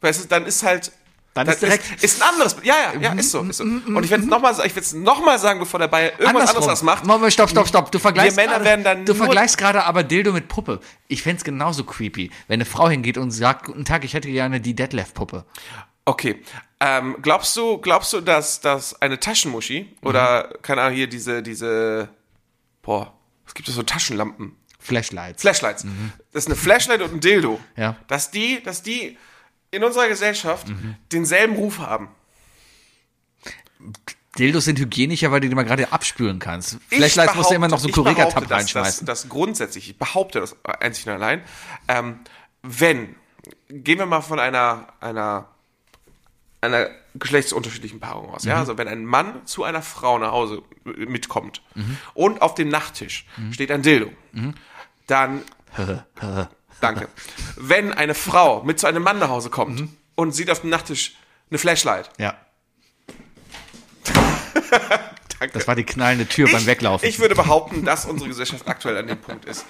Speaker 3: weißt du, dann ist halt.
Speaker 2: Dann ist direkt- Mm,
Speaker 3: ist, ein anderes. Ja, ja, ja, ist so. Ist so. Und ich werde es nochmal ich werd's noch mal sagen, bevor der Bayer irgendwas
Speaker 2: andersrum.
Speaker 3: anderes was macht.
Speaker 2: Moment, stopp, stopp, stopp. Du vergleichst,
Speaker 3: Männer
Speaker 2: gerade-
Speaker 3: werden dann
Speaker 2: du
Speaker 3: nur-
Speaker 2: vergleichst gerade aber Dildo mit Puppe. Ich fänd's genauso creepy, wenn eine Frau hingeht und sagt, guten Tag, ich hätte gerne die Detlef-Puppe.
Speaker 3: Okay. Ähm, glaubst du, glaubst du, dass, dass eine Taschenmuschi oder, keine Ahnung, hier diese, diese, boah, es gibt ja so Taschenlampen.
Speaker 2: Flashlights.
Speaker 3: Flashlights. Das ist eine Flashlight und ein Dildo.
Speaker 2: Ja.
Speaker 3: Dass die, dass die in unserer Gesellschaft denselben Ruf haben.
Speaker 2: Dildos sind hygienischer, weil du die mal gerade abspülen kannst.
Speaker 3: Ich
Speaker 2: Flashlights musst du immer noch so einen
Speaker 3: behaupte- ich behaupte,
Speaker 2: Korrega-Tab
Speaker 3: dass-
Speaker 2: reinschmeißen.
Speaker 3: Dass, dass grundsätzlich, ich behaupte das einzig und allein, ähm, wenn, gehen wir mal von einer, einer, einer geschlechtsunterschiedlichen Paarung aus, ja,
Speaker 2: Mhm.
Speaker 3: also wenn ein Mann zu einer Frau nach Hause äh, mitkommt
Speaker 2: Mhm.
Speaker 3: und auf dem Nachttisch steht ein Dildo, dann, danke, wenn eine Frau mit zu einem Mann nach Hause kommt
Speaker 2: Mhm.
Speaker 3: und sieht auf dem Nachttisch eine Flashlight,
Speaker 2: ja. Das war die knallende Tür beim Weglaufen.
Speaker 3: Ich würde behaupten, dass unsere Gesellschaft aktuell an dem Punkt ist.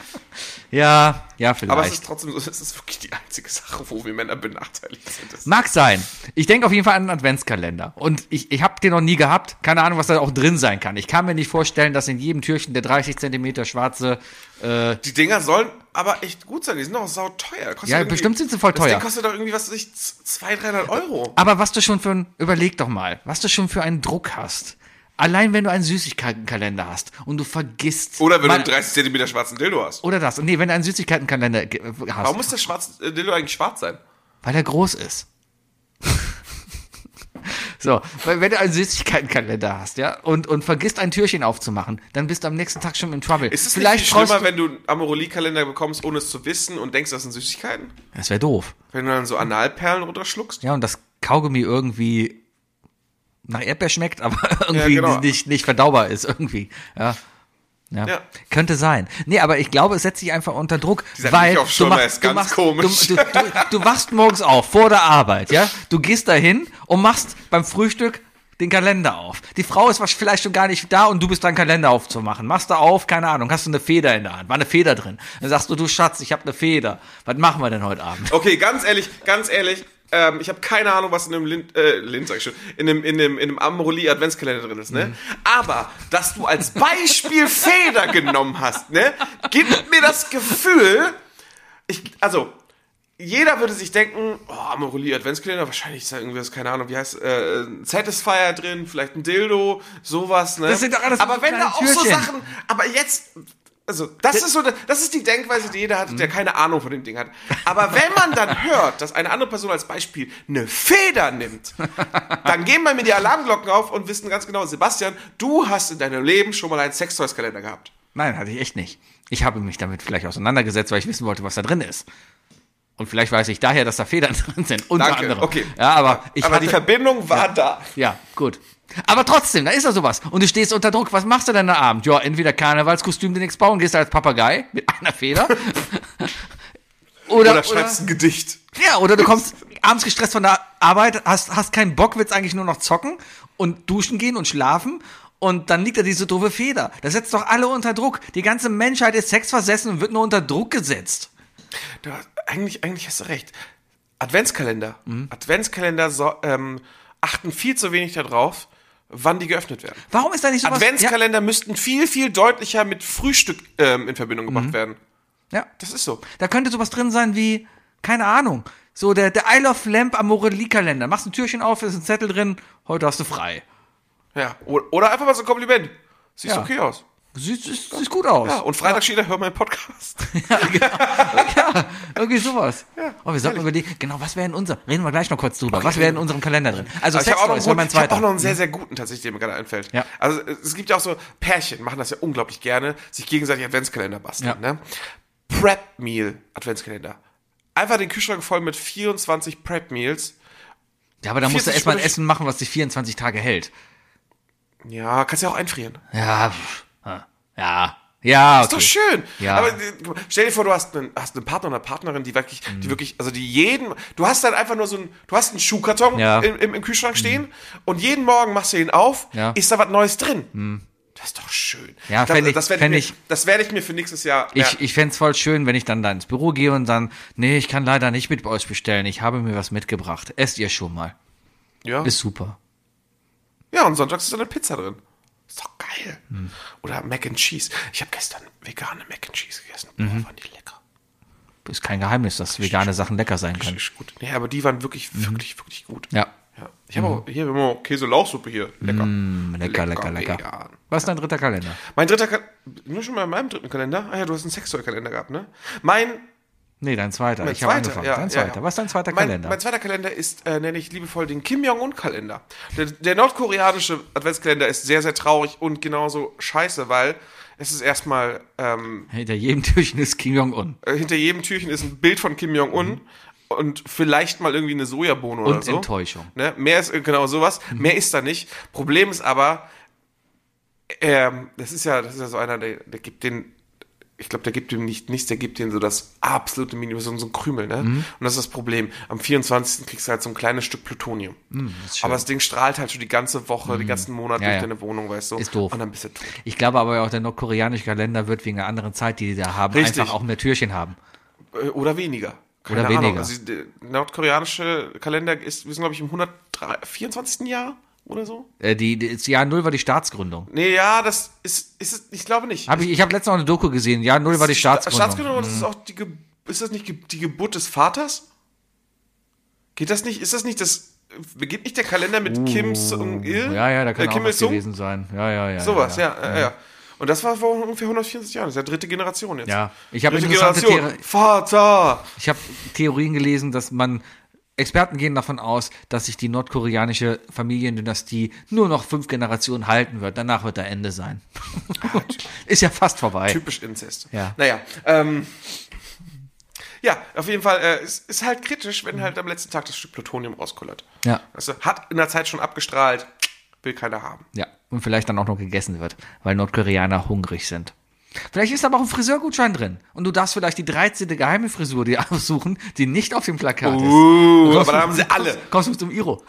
Speaker 2: Ja, ja, vielleicht.
Speaker 3: Aber es ist trotzdem so, es ist wirklich die einzige Sache, wo wir Männer benachteiligt sind. Das
Speaker 2: Mag sein. Ich denke auf jeden Fall an einen Adventskalender. Und ich, ich habe den noch nie gehabt. Keine Ahnung, was da auch drin sein kann. Ich kann mir nicht vorstellen, dass in jedem Türchen der 30 Zentimeter schwarze. Äh,
Speaker 3: Die Dinger sollen aber echt gut sein. Die sind doch sau teuer. Kostet
Speaker 2: Ja,
Speaker 3: irgendwie-
Speaker 2: bestimmt sind sie voll
Speaker 3: Das
Speaker 2: teuer.
Speaker 3: Ding kostet doch irgendwie, was weiß ich, 200, 300 Euro.
Speaker 2: aber was du schon für ein. Überleg doch mal, was du schon für einen Druck hast. Allein wenn du einen Süßigkeitenkalender hast und du vergisst.
Speaker 3: Oder wenn
Speaker 2: mal-
Speaker 3: du einen 30 Zentimeter schwarzen Dildo hast.
Speaker 2: Oder das. Und nee, wenn du einen Süßigkeitenkalender ge- hast,
Speaker 3: Warum muss der schwarze äh, Dildo eigentlich schwarz sein?
Speaker 2: weil er groß ist. so, weil wenn du einen Süßigkeitenkalender hast, ja, und, und vergisst ein Türchen aufzumachen, dann bist du am nächsten Tag schon in Trouble.
Speaker 3: Ist es
Speaker 2: Vielleicht
Speaker 3: nicht viel schlimmer,
Speaker 2: brauchst
Speaker 3: wenn du einen Amoroli-Kalender bekommst, ohne es zu wissen und denkst, das sind Süßigkeiten?
Speaker 2: du- Das wäre doof.
Speaker 3: Wenn du dann so Analperlen runterschluckst?
Speaker 2: Ja, und das Kaugummi irgendwie nach Erdbeer schmeckt, aber irgendwie
Speaker 3: genau.
Speaker 2: nicht, nicht verdaubar ist, irgendwie. Ja. Ja.
Speaker 3: Ja.
Speaker 2: könnte sein. Nee, aber ich glaube, es setzt dich einfach unter Druck,
Speaker 3: Dieser
Speaker 2: weil du,
Speaker 3: Milchaufschäumer
Speaker 2: mach,
Speaker 3: ist
Speaker 2: du
Speaker 3: ganz
Speaker 2: machst,
Speaker 3: komisch.
Speaker 2: Du, du, du, du wachst morgens auf vor der Arbeit, ja? Du gehst dahin und machst beim Frühstück den Kalender auf. Die Frau ist wahrsch- vielleicht schon gar nicht da und du bist dran, Kalender aufzumachen. Machst da auf, keine Ahnung, hast du eine Feder in der Hand, war eine Feder drin. Dann sagst du, du Schatz, ich habe eine Feder. Was machen wir denn heute Abend?
Speaker 3: Okay, ganz ehrlich, ganz ehrlich, ähm, ich habe keine Ahnung, was in einem Lind, äh, Lind sag ich schon, in einem, in einem, in einem Amoroli Adventskalender drin ist, ne? Aber, dass du als Beispiel Feder genommen hast, ne? Gibt mir das Gefühl, ich, also, jeder würde sich denken, oh, Amoroli Adventskalender, wahrscheinlich ist da irgendwie was, keine Ahnung, wie heißt, äh, ein Satisfier drin, vielleicht ein Dildo, sowas, ne?
Speaker 2: Das sind doch alles
Speaker 3: aber wenn da
Speaker 2: kleine
Speaker 3: auch so
Speaker 2: Türchen.
Speaker 3: Sachen, aber jetzt, also, das ist so, das ist die Denkweise, die jeder hat,
Speaker 2: Mhm.
Speaker 3: der keine Ahnung von dem Ding hat. Aber wenn man dann hört, dass eine andere Person als Beispiel eine Feder nimmt, dann gehen bei mir die Alarmglocken auf und wissen ganz genau, Sebastian, du hast in deinem Leben schon mal einen Sextoys-Kalender gehabt.
Speaker 2: Nein, hatte ich echt nicht. Ich habe mich damit vielleicht auseinandergesetzt, weil ich wissen wollte, was da drin ist. Und vielleicht weiß ich daher, dass da Federn drin sind. Unter
Speaker 3: Danke,
Speaker 2: anderem.
Speaker 3: okay.
Speaker 2: Ja, aber ich
Speaker 3: aber
Speaker 2: hatte,
Speaker 3: die Verbindung war da.
Speaker 2: Ja, gut. Aber trotzdem, da ist ja sowas. Und du stehst unter Druck. Was machst du denn am Abend? Ja, entweder Karnevalskostüm, den nichts bauen, gehst als Papagei mit einer Feder. oder,
Speaker 3: Oder schreibst ein Gedicht.
Speaker 2: ja, oder du kommst abends gestresst von der Arbeit, hast, hast keinen Bock, willst eigentlich nur noch zocken und duschen gehen und schlafen. Und dann liegt da diese doofe Feder. Das setzt doch alle unter Druck. Die ganze Menschheit ist sexversessen und wird nur unter Druck gesetzt.
Speaker 3: Du, hast- eigentlich, eigentlich hast du recht. Adventskalender. Adventskalender so, ähm, achten viel zu wenig darauf, wann die geöffnet werden.
Speaker 2: Warum ist da nicht sowas?
Speaker 3: Adventskalender müssten viel, viel deutlicher mit Frühstück ähm, in Verbindung gebracht werden.
Speaker 2: Ja, ja.
Speaker 3: Das ist so.
Speaker 2: Da könnte sowas drin sein wie, keine Ahnung, so der, der Isle of Lamp Amorelli-Kalender. Machst ein Türchen auf, ist ein Zettel drin, heute hast du frei.
Speaker 3: Ja. O- Oder einfach mal so ein Kompliment. Siehst
Speaker 2: Ja.
Speaker 3: okay aus.
Speaker 2: Sieht, sieht, sieht gut aus.
Speaker 3: Ja, und Freitag steht da, hör meinen Podcast.
Speaker 2: genau. Irgendwie sowas. Ja, oh, wir sollten überlegen, genau, was wäre in unserem, reden wir gleich noch kurz drüber, was wäre in unserem Kalender drin? Also
Speaker 3: Aber ich habe auch, noch
Speaker 2: Sextoys wäre
Speaker 3: einen
Speaker 2: mein
Speaker 3: guten- ich hab
Speaker 2: zweiter.
Speaker 3: auch noch einen sehr, sehr guten tatsächlich, der mir gerade einfällt.
Speaker 2: Ja.
Speaker 3: Also es gibt ja auch so, Pärchen machen das ja unglaublich gerne, sich gegenseitig Adventskalender basteln.
Speaker 2: Ja.
Speaker 3: Ne? Prep Meal Adventskalender. Einfach den Kühlschrank voll mit 24 Prep Meals.
Speaker 2: ja, aber da musst du
Speaker 3: 40
Speaker 2: erstmal ein
Speaker 3: Stunden-
Speaker 2: Essen machen, was dich 24 Tage hält.
Speaker 3: Ja, kannst ja auch einfrieren.
Speaker 2: Ja, pff, ah, ja, ja,
Speaker 3: Ist
Speaker 2: okay.
Speaker 3: doch schön.
Speaker 2: Ja.
Speaker 3: Aber äh, guck mal, stell dir vor, du hast einen, hast einen Partner oder eine Partnerin, die wirklich, die
Speaker 2: Mhm.
Speaker 3: wirklich, also die jeden, du hast dann einfach nur so einen, du hast einen Schuhkarton
Speaker 2: Ja.
Speaker 3: im, im, im Kühlschrank stehen und jeden Morgen machst du ihn auf,
Speaker 2: Ja. Mhm.
Speaker 3: ist da was Neues drin. Das ist doch schön.
Speaker 2: Ja,
Speaker 3: das,
Speaker 2: fänd ich-
Speaker 3: das werde
Speaker 2: fänd
Speaker 3: ich,
Speaker 2: ich-
Speaker 3: mir- das werde ich mir für nächstes Jahr.
Speaker 2: Ich,
Speaker 3: ja.
Speaker 2: ich fänd's voll schön, wenn ich dann da ins Büro gehe und dann, nee, ich kann leider nicht mit euch bestellen, ich habe mir was mitgebracht. Esst ihr schon mal.
Speaker 3: ja.
Speaker 2: Ist super.
Speaker 3: Ja, und sonntags ist dann eine Pizza drin. Ist doch geil.
Speaker 2: Mhm.
Speaker 3: Oder Mac and Cheese. Ich habe gestern vegane Mac and Cheese gegessen.
Speaker 2: Mhm.
Speaker 3: Boah, waren die lecker.
Speaker 2: Ist kein Geheimnis, dass vegane Sachen lecker sein können.
Speaker 3: Richtig gut. Nee, aber die waren wirklich, wirklich, wirklich gut.
Speaker 2: Mhm. Ja.
Speaker 3: Ja. Ich habe
Speaker 2: Mhm.
Speaker 3: auch hier immer Käse-Lauchsuppe hier. Lecker.
Speaker 2: Lecker, lecker, lecker.
Speaker 3: vegan.
Speaker 2: Was ist dein dritter Kalender?
Speaker 3: Mein dritter Kalender. Nur schon mal in meinem dritten Kalender? Ah ja, du hast einen Sextoy-Kalender gehabt, ne? Mein,
Speaker 2: Nee, dein zweiter.
Speaker 3: mein
Speaker 2: ich habe
Speaker 3: zweiter.
Speaker 2: angefangen.
Speaker 3: Ja,
Speaker 2: dein
Speaker 3: ja,
Speaker 2: zweiter.
Speaker 3: ja.
Speaker 2: Was ist dein zweiter
Speaker 3: mein,
Speaker 2: Kalender?
Speaker 3: Mein zweiter Kalender ist, äh, nenne ich liebevoll den Kim Jong-un-Kalender. Der, der nordkoreanische Adventskalender ist sehr, sehr traurig und genauso scheiße, weil es ist erstmal. Ähm,
Speaker 2: Hinter jedem Türchen ist Kim Jong-un.
Speaker 3: Äh, hinter jedem Türchen ist ein Bild von Kim Jong-un und vielleicht mal irgendwie eine Sojabohne oder
Speaker 2: Mhm. Und
Speaker 3: so.
Speaker 2: Enttäuschung. Mhm.
Speaker 3: Ne? Mehr ist genau sowas, mehr ist da nicht. Problem ist aber, ähm, das ist ja, das ist ja so einer, der, der gibt den ich glaube, der gibt ihm nicht nichts, der gibt ihm so das absolute Minimum, so so ein Krümel, ne?
Speaker 2: Mhm.
Speaker 3: Und das ist das Problem. Am 24. kriegst du halt so ein kleines Stück Plutonium.
Speaker 2: Mhm,
Speaker 3: Aber das Ding strahlt halt schon die ganze Woche, die ganzen Monate
Speaker 2: Ja,
Speaker 3: durch
Speaker 2: ja.
Speaker 3: deine Wohnung, weißt du?
Speaker 2: Ist doof.
Speaker 3: Und dann bist du tot.
Speaker 2: Ich glaube aber auch, der nordkoreanische Kalender wird wegen der anderen Zeit, die die da haben,
Speaker 3: Richtig.
Speaker 2: einfach auch mehr Türchen haben.
Speaker 3: Äh, Oder weniger.
Speaker 2: Oder weniger.
Speaker 3: Also, der nordkoreanische Kalender ist, wir sind, glaube ich, im 124. Jahr oder so.
Speaker 2: Äh, die, die, das Jahr Null war die Staatsgründung.
Speaker 3: Nee, ja, das ist, ist es- ich glaube nicht.
Speaker 2: Hab ich ich habe letztens noch eine Doku gesehen. Jahr Null war die Staatsgründung. Hm.
Speaker 3: Staatsgründung, aber das ist auch die, Ge- ist das nicht Ge- die Geburt des Vaters? Geht das nicht, ist das nicht das, beginnt nicht der Kalender mit Kim Jong-il?
Speaker 2: Uh. Ja, ja, da kann
Speaker 3: Äh,
Speaker 2: auch
Speaker 3: Kim
Speaker 2: was
Speaker 3: Il-sung?
Speaker 2: gewesen sein. Ja, ja, ja.
Speaker 3: Sowas,
Speaker 2: ja.
Speaker 3: ja, ja, äh. ja. Und das war vor ungefähr 140 Jahren, das ist ja dritte Generation jetzt.
Speaker 2: Ja. Ich habe
Speaker 3: dritte
Speaker 2: interessante
Speaker 3: Generation.
Speaker 2: Theori-
Speaker 3: Vater!
Speaker 2: ich hab Theorien gelesen, dass man Experten gehen davon aus, dass sich die nordkoreanische Familiendynastie nur noch fünf Generationen halten wird. Danach wird da Ende sein. ist ja fast vorbei.
Speaker 3: Typisch Inzest.
Speaker 2: Ja.
Speaker 3: Naja, ähm, ja, auf jeden Fall, äh, es ist halt kritisch, wenn halt am letzten Tag das Stück Plutonium rauskullert.
Speaker 2: Mhm. Ja.
Speaker 3: Also, hat in der Zeit schon abgestrahlt, will keiner haben.
Speaker 2: Ja, und vielleicht dann auch noch gegessen wird, weil Nordkoreaner hungrig sind. Vielleicht ist aber auch ein Friseurgutschein drin. Und du darfst vielleicht die 13. geheime Frisur dir aussuchen, die nicht auf dem Plakat ist.
Speaker 3: Uh,
Speaker 2: Kommst
Speaker 3: aber da
Speaker 2: du-
Speaker 3: haben sie alle.
Speaker 2: Kommst du mit dem Iro.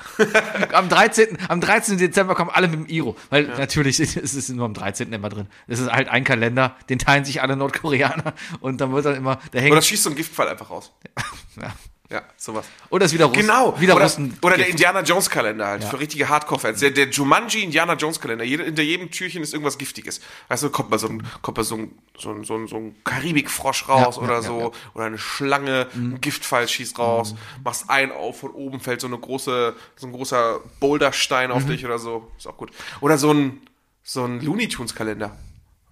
Speaker 2: am, 13., am 13. Dezember kommen alle mit dem Iro. Weil natürlich ist es ist nur am 13. immer drin. Es ist halt ein Kalender, den teilen sich alle Nordkoreaner. Und dann wird dann immer, da hängt.
Speaker 3: Oder schießt so einen Giftpfeil einfach raus.
Speaker 2: ja.
Speaker 3: Ja, sowas.
Speaker 2: Oder ist wieder Russen.
Speaker 3: Genau.
Speaker 2: Wieder
Speaker 3: oder,
Speaker 2: Russen.
Speaker 3: oder der Indiana Jones Kalender halt, für richtige Hardcore-Fans. Der, der Jumanji Indiana Jones Kalender. Jede, hinter jedem Türchen ist irgendwas Giftiges. Weißt du, kommt mal so ein, kommt mal so ein, so ein, so ein, so ein Karibikfrosch raus
Speaker 2: Ja,
Speaker 3: oder
Speaker 2: ja, ja, Mhm.
Speaker 3: so. Oder eine Schlange, ein Giftpfeil schießt raus. Machst einen auf, von oben fällt so eine große, so ein großer Boulderstein
Speaker 2: Mhm.
Speaker 3: auf dich oder so. Ist auch gut. Oder so ein, so ein Looney Tunes Kalender.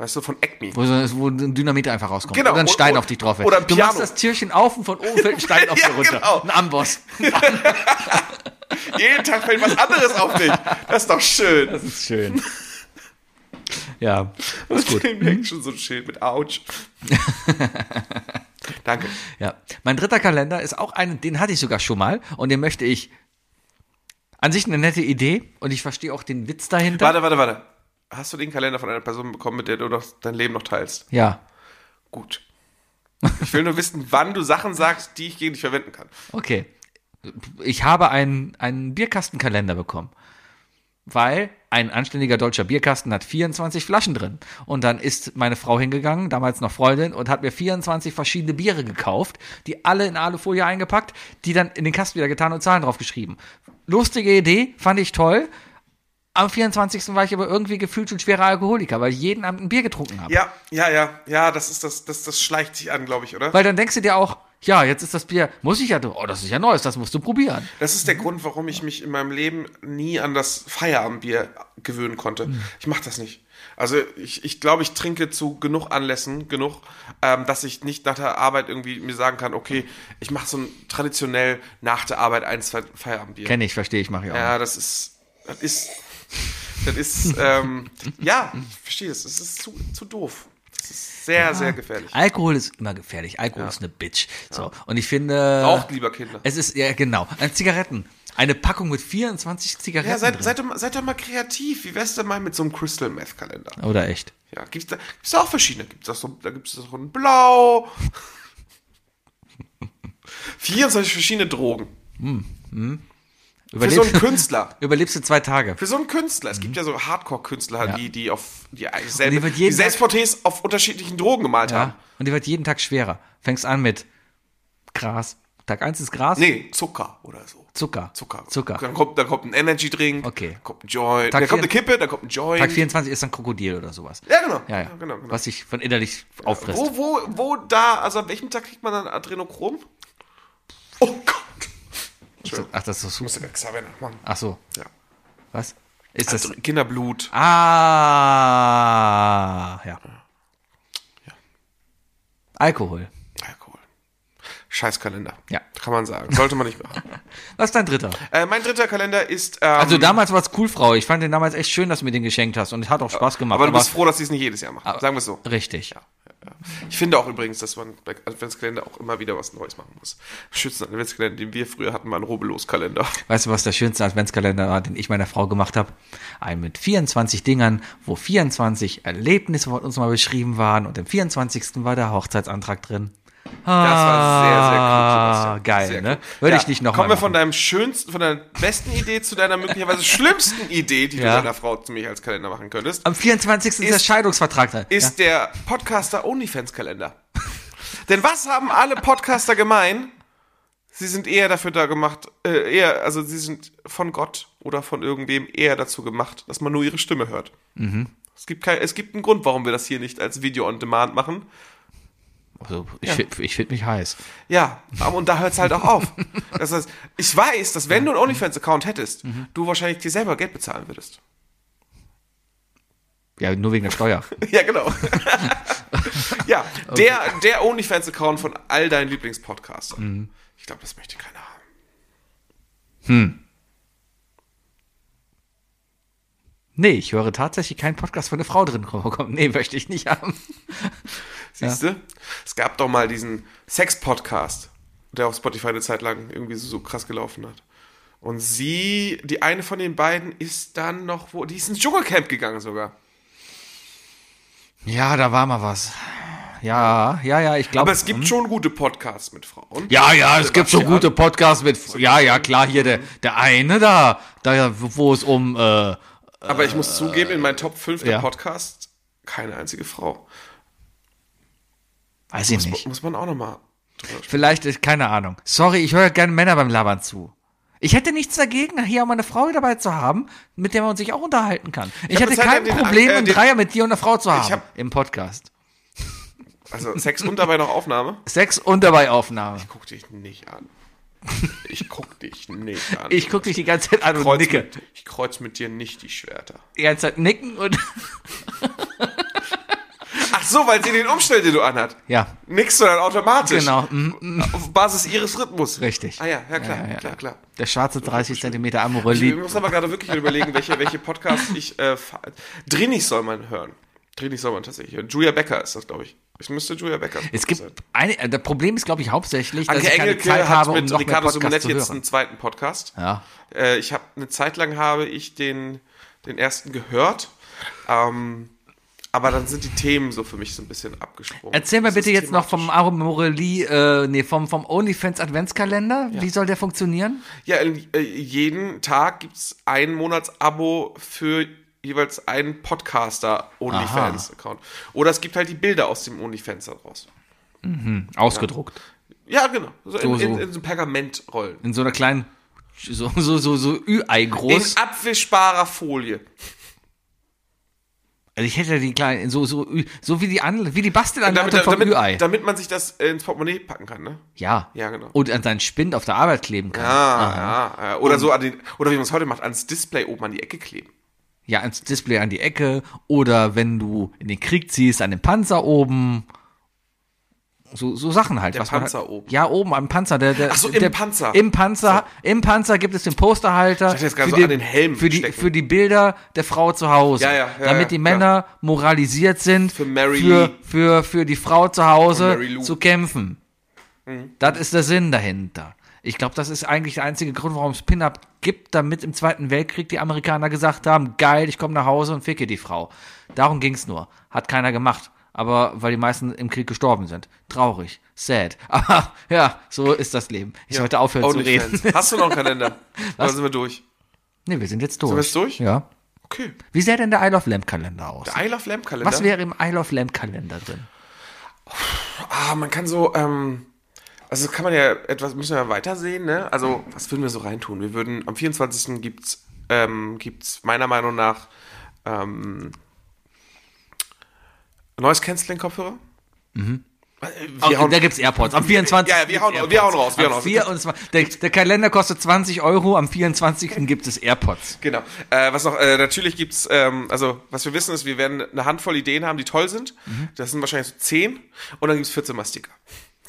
Speaker 3: Weißt du, von Acme.
Speaker 2: Wo, so, wo ein Dynamit einfach rauskommt.
Speaker 3: Genau.
Speaker 2: Oder ein Stein
Speaker 3: Oder-
Speaker 2: auf dich drauf fällt.
Speaker 3: oder ein
Speaker 2: Du machst
Speaker 3: Piano.
Speaker 2: das Türchen auf und von oben fällt ein Stein auf dich
Speaker 3: Ja,
Speaker 2: runter.
Speaker 3: genau.
Speaker 2: Ein Amboss.
Speaker 3: Jeden Tag fällt was anderes auf dich. Das ist doch schön.
Speaker 2: Das ist schön. ja.
Speaker 3: Das ist gut. Dem hängt schon so ein Schild mit Autsch. Danke.
Speaker 2: ja. Mein dritter Kalender ist auch einen, den hatte ich sogar schon mal und den möchte ich. An sich eine nette Idee und ich verstehe auch den Witz dahinter.
Speaker 3: Warte, warte, warte. Hast du den Kalender von einer Person bekommen, mit der du noch dein Leben noch teilst?
Speaker 2: Ja.
Speaker 3: Gut. Ich will nur wissen, wann du Sachen sagst, die ich gegen dich verwenden kann.
Speaker 2: Okay. Ich habe einen, einen Bierkastenkalender bekommen. Weil ein anständiger deutscher Bierkasten hat 24 Flaschen drin. Und dann ist meine Frau hingegangen, damals noch Freundin, und hat mir 24 verschiedene Biere gekauft, die alle in Alufolie eingepackt, die dann in den Kasten wieder getan und Zahlen draufgeschrieben. Lustige Idee, fand ich toll. Am 24. war ich aber irgendwie gefühlt schon schwerer Alkoholiker, weil ich jeden Abend ein Bier getrunken habe.
Speaker 3: Ja, ja, ja, ja, das ist das, das, das schleicht sich an, glaube ich, oder?
Speaker 2: Weil dann denkst du dir auch, ja, jetzt ist das Bier, muss ich ja, oh, das ist ja neues, das musst du probieren.
Speaker 3: Das ist der Grund, warum ich mich in meinem Leben nie an das Feierabendbier gewöhnen konnte.
Speaker 2: Mhm.
Speaker 3: Ich mache das nicht. Also ich, ich glaube, ich trinke zu genug Anlässen, genug, ähm, dass ich nicht nach der Arbeit irgendwie mir sagen kann, okay, ich mache so ein traditionell nach der Arbeit ein, zwei Feierabendbier.
Speaker 2: Kenne ich, verstehe ich, mache ich auch.
Speaker 3: ja, das ist, das ist, das ist, ähm, ja, ich verstehe es. Es ist zu, zu doof. Das ist sehr, sehr gefährlich.
Speaker 2: Alkohol ist immer gefährlich. Alkohol ist eine Bitch. So. Und ich finde.
Speaker 3: Raucht lieber Kinder.
Speaker 2: Es ist, ja, genau. An Zigaretten. Eine Packung mit 24 Zigaretten.
Speaker 3: Ja, seid,
Speaker 2: drin.
Speaker 3: seid, doch mal- seid doch mal kreativ. Wie wär's denn mal mit so einem Crystal Meth Kalender?
Speaker 2: Oder echt?
Speaker 3: Ja, gibt's da, gibt's da auch verschiedene. Gibt's das so, da gibt's so ein Blau. 24 verschiedene Drogen. Für so einen
Speaker 2: Überlebst,
Speaker 3: Künstler.
Speaker 2: überlebst du zwei Tage.
Speaker 3: Für so einen Künstler. Es gibt ja so Hardcore-Künstler, die, die auf die eigentlich
Speaker 2: Mhm. die
Speaker 3: selbe,
Speaker 2: wird
Speaker 3: die,
Speaker 2: jeden
Speaker 3: Selbstporträts auf unterschiedlichen Drogen gemalt haben.
Speaker 2: Ja. Und die wird jeden Tag schwerer. Fängst an mit Gras. Tag eins ist Gras.
Speaker 3: Nee, Zucker oder so.
Speaker 2: Zucker.
Speaker 3: Zucker. Genau.
Speaker 2: Zucker.
Speaker 3: Dann kommt, dann kommt ein Energy-Drink.
Speaker 2: Okay.
Speaker 3: Dann kommt ein Joint.
Speaker 2: Tag
Speaker 3: Dann kommt eine
Speaker 2: vier-
Speaker 3: Kippe, dann kommt ein Joint.
Speaker 2: Tag 24 ist dann Krokodil oder sowas.
Speaker 3: Ja, genau.
Speaker 2: Ja, ja.
Speaker 3: genau, genau.
Speaker 2: Was sich von innerlich auffrisst.
Speaker 3: Wo, wo, wo da, also an welchem Tag kriegt man dann Adrenochrom? Oh Gott.
Speaker 2: Ach, das ist so.
Speaker 3: Muss ja Xavier nachmachen.
Speaker 2: Ach so.
Speaker 3: Ja.
Speaker 2: Was?
Speaker 3: Also
Speaker 2: Ist das.
Speaker 3: Kinderblut.
Speaker 2: Ah. Ja. Alkohol.
Speaker 3: Alkohol. Scheiß Kalender.
Speaker 2: Ja.
Speaker 3: Kann man sagen. Sollte man nicht machen.
Speaker 2: Was ist dein dritter?
Speaker 3: äh, mein dritter Kalender ist. Ähm,
Speaker 2: Also damals war es cool, Frau. Ich fand den damals echt schön, dass du mir den geschenkt hast und es hat auch Spaß gemacht.
Speaker 3: aber du bist froh, dass sie es nicht jedes Jahr machen. Sagen wir es so.
Speaker 2: Richtig.
Speaker 3: Ich finde auch übrigens, dass man bei Adventskalender auch immer wieder was Neues machen muss. Schützen Adventskalender, den wir früher hatten, war ein Robeloskalender.
Speaker 2: Weißt du, was der schönste Adventskalender war, den ich meiner Frau gemacht habe? Ein mit 24 Dingern, wo 24 Erlebnisse von uns mal beschrieben waren und im 24. war der Hochzeitsantrag drin.
Speaker 3: Das war sehr, sehr cool. Sebastian.
Speaker 2: geil,
Speaker 3: sehr
Speaker 2: ne? Würde ich nicht noch
Speaker 3: Kommen
Speaker 2: mal
Speaker 3: wir von deinem schönsten, von deiner besten Idee zu deiner möglicherweise schlimmsten Idee, die
Speaker 2: Ja.
Speaker 3: du deiner Frau zu mir als Kalender machen könntest,
Speaker 2: Am 24. ist, der
Speaker 3: Ist-
Speaker 2: Scheidungsvertrag drin.
Speaker 3: ist der Podcaster OnlyFans-Kalender. Denn was haben alle Podcaster gemein? Sie sind eher dafür da gemacht, äh, eher, also sie sind von Gott oder von irgendwem eher dazu gemacht, dass man nur ihre Stimme hört. Es, gibt kein, es gibt einen Grund, warum wir das hier nicht als Video on Demand machen.
Speaker 2: ja. also, ich, find- ich finde mich heiß.
Speaker 3: Ja, aber und da hört es halt auch auf. Das heißt, ich weiß, dass wenn du einen OnlyFans-Account hättest, du wahrscheinlich dir selber Geld bezahlen würdest.
Speaker 2: Ja, nur wegen der Steuer.
Speaker 3: Ja, genau. ja, der, der OnlyFans-Account von all deinen Lieblingspodcastern.
Speaker 2: Mhm.
Speaker 3: Ich glaube, das möchte keiner haben.
Speaker 2: Nee, ich höre tatsächlich keinen Podcast, wo eine Frau drin kommt. Nee, möchte ich nicht haben.
Speaker 3: Siehst du? Es gab doch mal diesen Sex-Podcast, der auf Spotify eine Zeit lang irgendwie so, so krass gelaufen hat. Und sie, die eine von den beiden, ist dann noch wo, die ist ins Dschungelcamp gegangen sogar.
Speaker 2: Ja, da war mal was. Ja, ja, ja, ich hm? glaube.
Speaker 3: Aber es gibt schon gute Podcasts mit Frauen.
Speaker 2: Ja, ja, es gibt so
Speaker 3: Sebastian.
Speaker 2: gute Podcasts mit. Ja, ja, klar, hier der, der eine da, da, wo es um. Äh,
Speaker 3: Aber ich muss zugeben, in meinen Top 5 der
Speaker 2: ja.
Speaker 3: Podcast keine einzige Frau.
Speaker 2: weiß ich nicht.
Speaker 3: Muss man auch nochmal.
Speaker 2: Vielleicht, äh, keine Ahnung. Sorry, ich höre gerne Männer beim Labern zu. Ich hätte nichts dagegen, hier auch mal eine Frau dabei zu haben, mit der man sich auch unterhalten kann. Ich,
Speaker 3: hab
Speaker 2: hätte
Speaker 3: jetzt halt
Speaker 2: kein
Speaker 3: den-
Speaker 2: Problem,
Speaker 3: äh,
Speaker 2: einen
Speaker 3: den-
Speaker 2: Dreier mit dir und einer Frau zu haben
Speaker 3: hab-
Speaker 2: im Podcast.
Speaker 3: Also Sex und dabei noch Aufnahme?
Speaker 2: Sex und dabei Aufnahme.
Speaker 3: Guck dich nicht an. Ich guck dich nicht an.
Speaker 2: Ich gucke dich die ganze Zeit an und
Speaker 3: kreuz
Speaker 2: nicke.
Speaker 3: Mit, ich kreuz mit dir nicht die Schwerter.
Speaker 2: Die ganze Zeit nicken und.
Speaker 3: Ach so, weil sie den Umschnitt, den du anhat.
Speaker 2: Ja,
Speaker 3: Nickst du dann automatisch.
Speaker 2: genau. mhm, mhm.
Speaker 3: Auf Basis ihres Rhythmus.
Speaker 2: Richtig.
Speaker 3: Ah ja, ja klar,
Speaker 2: Ja, ja, ja.
Speaker 3: klar, klar.
Speaker 2: Der schwarze 30 cm
Speaker 3: Ich
Speaker 2: Amorelli.
Speaker 3: muss aber gerade wirklich überlegen, welche, welche Podcasts ich. Äh, fa- Drinnig soll man hören. Drinnig soll man tatsächlich hören. Julia Becker ist das, glaube ich. Es müsste Julia Becker.
Speaker 2: Es gibt eine, äh, das Problem ist, glaube ich, hauptsächlich, dass
Speaker 3: Anke
Speaker 2: ich keine Zeit
Speaker 3: Engelke hat
Speaker 2: habe, um
Speaker 3: mit
Speaker 2: noch mehr
Speaker 3: Ricardo
Speaker 2: Podcasts
Speaker 3: Simonetti
Speaker 2: zu
Speaker 3: jetzt
Speaker 2: hören.
Speaker 3: einen zweiten Podcast.
Speaker 2: Ja.
Speaker 3: Äh, ich habe eine Zeit lang habe ich den, den ersten gehört. Ähm, aber dann sind die Themen so für mich so ein bisschen abgesprungen.
Speaker 2: Erzähl mir
Speaker 3: Das ist
Speaker 2: bitte jetzt noch vom
Speaker 3: thematisch.
Speaker 2: Amorelli, äh, nee, vom, vom OnlyFans Adventskalender. Wie soll der funktionieren?
Speaker 3: Ja, in, äh, jeden Tag gibt's ein Monatsabo für jeweils einen Podcaster OnlyFans-Account. Oder es gibt halt die Bilder aus dem OnlyFans daraus.
Speaker 2: Ausgedruckt.
Speaker 3: Ja, genau. So in,
Speaker 2: So, so.
Speaker 3: In, in so Pergamentrollen.
Speaker 2: In so einer kleinen, so, so, so, so Ü-Ei
Speaker 3: In
Speaker 2: groß.
Speaker 3: abwischbarer Folie.
Speaker 2: Also ich hätte die kleinen, so, so, Ü- so wie die, Anle wie die
Speaker 3: Damit,
Speaker 2: Bastelanleitung vom Ü-Ei.
Speaker 3: damit, damit man sich das äh, ins Portemonnaie packen kann, ne?
Speaker 2: Ja.
Speaker 3: Ja, genau.
Speaker 2: Und an seinen Spind auf der Arbeit kleben kann.
Speaker 3: Ah, ja, ja. Oder so an den, oder wie man es heute macht, ans Display oben an die Ecke kleben.
Speaker 2: Ja, ans Display an die Ecke oder wenn du in den Krieg ziehst, an den Panzer oben. So, so Sachen halt.
Speaker 3: Der
Speaker 2: man
Speaker 3: Panzer
Speaker 2: halt,
Speaker 3: oben.
Speaker 2: Ja, oben am Panzer. Der, der,
Speaker 3: Ach so, im
Speaker 2: der,
Speaker 3: Panzer.
Speaker 2: Im Panzer. Im Panzer gibt es den Posterhalter.
Speaker 3: dachte jetzt gerade
Speaker 2: für
Speaker 3: so an den Helm
Speaker 2: Für die,
Speaker 3: stecken.
Speaker 2: für die Bilder der Frau zu Hause.
Speaker 3: Ja, ja, ja, ja,
Speaker 2: damit die
Speaker 3: klar.
Speaker 2: Männer moralisiert sind,
Speaker 3: Für Mary
Speaker 2: für,
Speaker 3: Lee.
Speaker 2: für, für die Frau zu Hause
Speaker 3: Und Mary Lou.
Speaker 2: zu kämpfen. Das ist der Sinn dahinter. Ich glaube, das ist eigentlich der einzige Grund, warum es Pin-Up gibt, damit im Zweiten Weltkrieg die Amerikaner gesagt haben, geil, ich komme nach Hause und ficke die Frau. Darum ging's nur. Hat keiner gemacht. Aber weil die meisten im Krieg gestorben sind. Traurig. Sad. Aber ja, so ist das Leben. Ich sollte aufhören zu reden.
Speaker 3: OnlyFans. Hast du noch einen Kalender? Oder sind wir durch?
Speaker 2: Nee, wir sind jetzt durch.
Speaker 3: wir jetzt durch?
Speaker 2: Ja.
Speaker 3: Okay.
Speaker 2: Wie sähe denn der Isle of Lamb Kalender aus?
Speaker 3: Der Isle of Lamb Kalender.
Speaker 2: Was wäre im Isle of Lamb Kalender drin?
Speaker 3: Ah, man kann so, ähm, also das kann man ja etwas, müssen wir ja weitersehen, ne? Also, was würden wir so reintun? Wir würden, am 24. gibt's, ähm, gibt's meiner Meinung nach, ähm, neues Canceling-Kopfhörer. Mhm.
Speaker 2: Auch, da gibt's AirPods. Am 24.
Speaker 3: Ja, ja, wir hauen-
Speaker 2: gibt's
Speaker 3: wir
Speaker 2: AirPods.
Speaker 3: hauen raus, wir
Speaker 2: Am
Speaker 3: hauen raus.
Speaker 2: 24. Der, der Kalender kostet 20 Euro, am 24. gibt es AirPods.
Speaker 3: Genau. Äh, was noch, äh, natürlich gibt's, ähm, also was wir wissen ist, wir werden eine Handvoll Ideen haben, die toll sind.
Speaker 2: Mhm.
Speaker 3: Das sind wahrscheinlich so zehn und dann gibt's 14 Mastiker.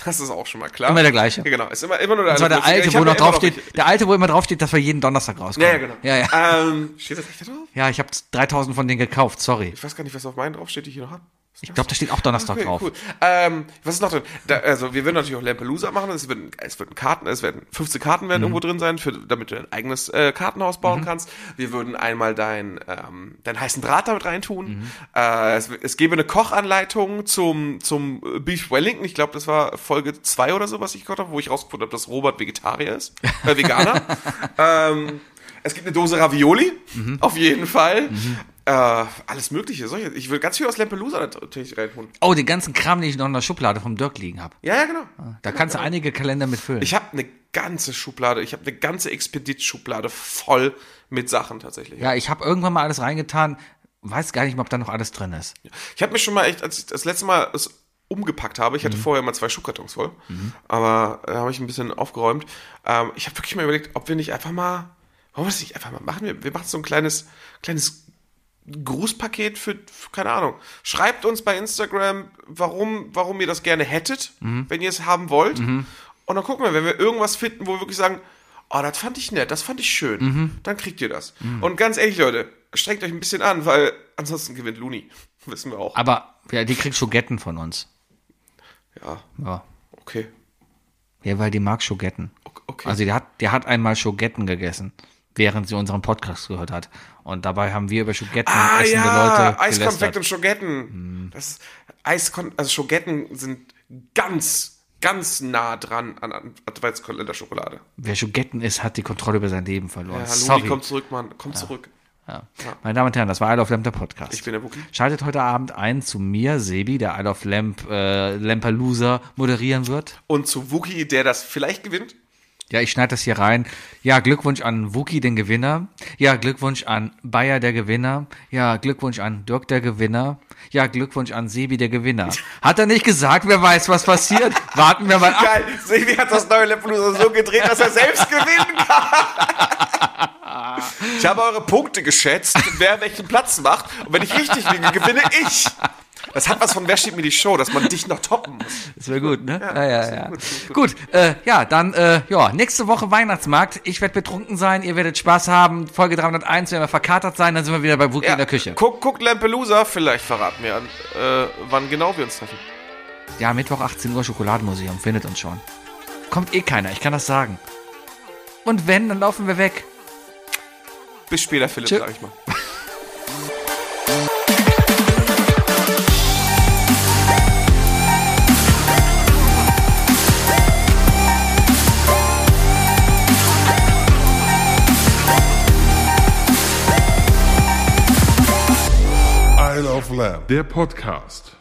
Speaker 3: Das ist auch schon mal klar.
Speaker 2: Immer der gleiche.
Speaker 3: Ja, genau. Ist immer, immer nur der
Speaker 2: Das war der
Speaker 3: Mastiker.
Speaker 2: alte,
Speaker 3: Ich
Speaker 2: wo
Speaker 3: hab
Speaker 2: noch
Speaker 3: ja immer
Speaker 2: draufsteht, der alte, wo immer draufsteht, dass wir jeden Donnerstag rauskommen.
Speaker 3: Ja, ja, genau.
Speaker 2: Ja, ja.
Speaker 3: Ähm, steht das echt da drauf?
Speaker 2: Ja, ich habe 3000 von denen gekauft, sorry.
Speaker 3: Ich weiß gar nicht, was auf meinen draufsteht, die ich hier noch hab.
Speaker 2: Ich glaube, da steht auch Donnerstag
Speaker 3: Okay,
Speaker 2: drauf.
Speaker 3: cool. Ähm, was ist noch drin? Da, also wir werden natürlich auch Lampelusa machen. Es werden, es werden Karten, es werden 15 Karten
Speaker 2: Mhm.
Speaker 3: werden irgendwo drin sein, für, damit du dein eigenes äh, Kartenhaus bauen kannst. Wir würden einmal dein, ähm, deinen heißen Draht damit reintun.
Speaker 2: Mhm.
Speaker 3: Äh, es, es gäbe eine Kochanleitung zum, zum äh, Beef Wellington. Ich glaube, das war Folge 2 oder so, was ich gekocht habe, wo ich rausgefunden habe, dass Robert Vegetarier ist, äh, Veganer. ähm, es gibt eine Dose Ravioli,
Speaker 2: Mhm.
Speaker 3: auf jeden Fall. Äh, alles Mögliche. Solche, ich will ganz viel aus Lampelusa natürlich reintun.
Speaker 2: Oh, den ganzen Kram, den ich noch in der Schublade vom Dirk liegen habe.
Speaker 3: Ja, ja, genau.
Speaker 2: Da kannst du einige Kalender mit füllen.
Speaker 3: Ich habe eine ganze Schublade, ich habe eine ganze Expedit-Schublade voll mit Sachen tatsächlich.
Speaker 2: ja, ich habe irgendwann mal alles reingetan. Weiß gar nicht mehr, ob da noch alles drin ist.
Speaker 3: Ich habe mich schon mal echt, als ich das letzte Mal es umgepackt habe, ich hatte vorher mal zwei Schuhkartons voll, aber da habe ich ein bisschen aufgeräumt. Ähm, ich habe wirklich mal überlegt, ob wir nicht einfach mal, wollen wir das nicht einfach mal machen? Wir, wir machen so ein kleines, kleines Grußpaket für, für, keine Ahnung. Schreibt uns bei Instagram, warum, warum ihr das gerne hättet,
Speaker 2: Mhm.
Speaker 3: wenn ihr es haben wollt. Und dann gucken wir, wenn wir irgendwas finden, wo wir wirklich sagen, oh, das fand ich nett, das fand ich schön,
Speaker 2: Mhm.
Speaker 3: dann kriegt ihr das. Und ganz ehrlich, Leute, strengt euch ein bisschen an, weil ansonsten gewinnt Luni. Wissen wir auch.
Speaker 2: Aber ja, die kriegt Schogetten von uns.
Speaker 3: ja,
Speaker 2: Ja.
Speaker 3: okay.
Speaker 2: Ja, weil die mag Schogetten.
Speaker 3: O- okay.
Speaker 2: Also die hat, die hat einmal Schogetten gegessen, während sie unseren Podcast gehört hat. Und dabei haben wir über Schogetten
Speaker 3: ah
Speaker 2: essende
Speaker 3: ja,
Speaker 2: Leute
Speaker 3: Eiskonfekt
Speaker 2: gelästert. Mhm.
Speaker 3: und Schogetten. Das Eiskon also Schogetten sind ganz, ganz nah dran an- an Adventskalender Schokolade.
Speaker 2: Wer Schogetten ist, hat die Kontrolle über sein Leben verloren.
Speaker 3: Ja, Luni,
Speaker 2: Sorry.
Speaker 3: komm zurück, Mann, komm zurück.
Speaker 2: ja. Meine Damen und Herren, das war Isle of Lamp, der Podcast.
Speaker 3: Ich bin der Wookie.
Speaker 2: Schaltet heute Abend ein zu mir, Sebi, der Isle of Lamp, äh, Lampalooza moderieren wird.
Speaker 3: Und zu Wookie, der das vielleicht gewinnt.
Speaker 2: Ja, ich schneide das hier rein. Ja, Glückwunsch an Wookie, den Gewinner. Ja, Glückwunsch an Bayer, der Gewinner. Ja, Glückwunsch an Dirk, der Gewinner. Ja, Glückwunsch an Sebi, der Gewinner. Hat er nicht gesagt, wer weiß, was passiert? Warten wir mal ab.
Speaker 3: Geil, Sevi hat das neue Lampelusa so gedreht, dass er selbst gewinnen kann. Ich habe eure Punkte geschätzt, wer welchen Platz macht. Und wenn ich richtig liege, gewinne ich. Das hat was von Wer steht mir die Show, dass man dich noch toppen muss.
Speaker 2: Das wäre gut, ne? Ja, ja, ja. Gut, äh, ja, dann, äh, ja, nächste Woche Weihnachtsmarkt. Ich werde betrunken sein, ihr werdet Spaß haben. Folge 301 werden wir verkatert sein, dann sind wir wieder bei Wookie in der Küche.
Speaker 3: Guck, guck Lampelusa, vielleicht verraten wir an, äh, wann genau wir uns treffen.
Speaker 2: Ja, Mittwoch 18 Uhr Schokoladenmuseum, findet uns schon. Kommt eh keiner, ich kann das sagen. Und wenn, dann laufen wir weg.
Speaker 3: Bis später, Philipp,
Speaker 2: Tschö.
Speaker 3: sag ich mal.
Speaker 4: Isle of Lamb.
Speaker 5: Der Podcast.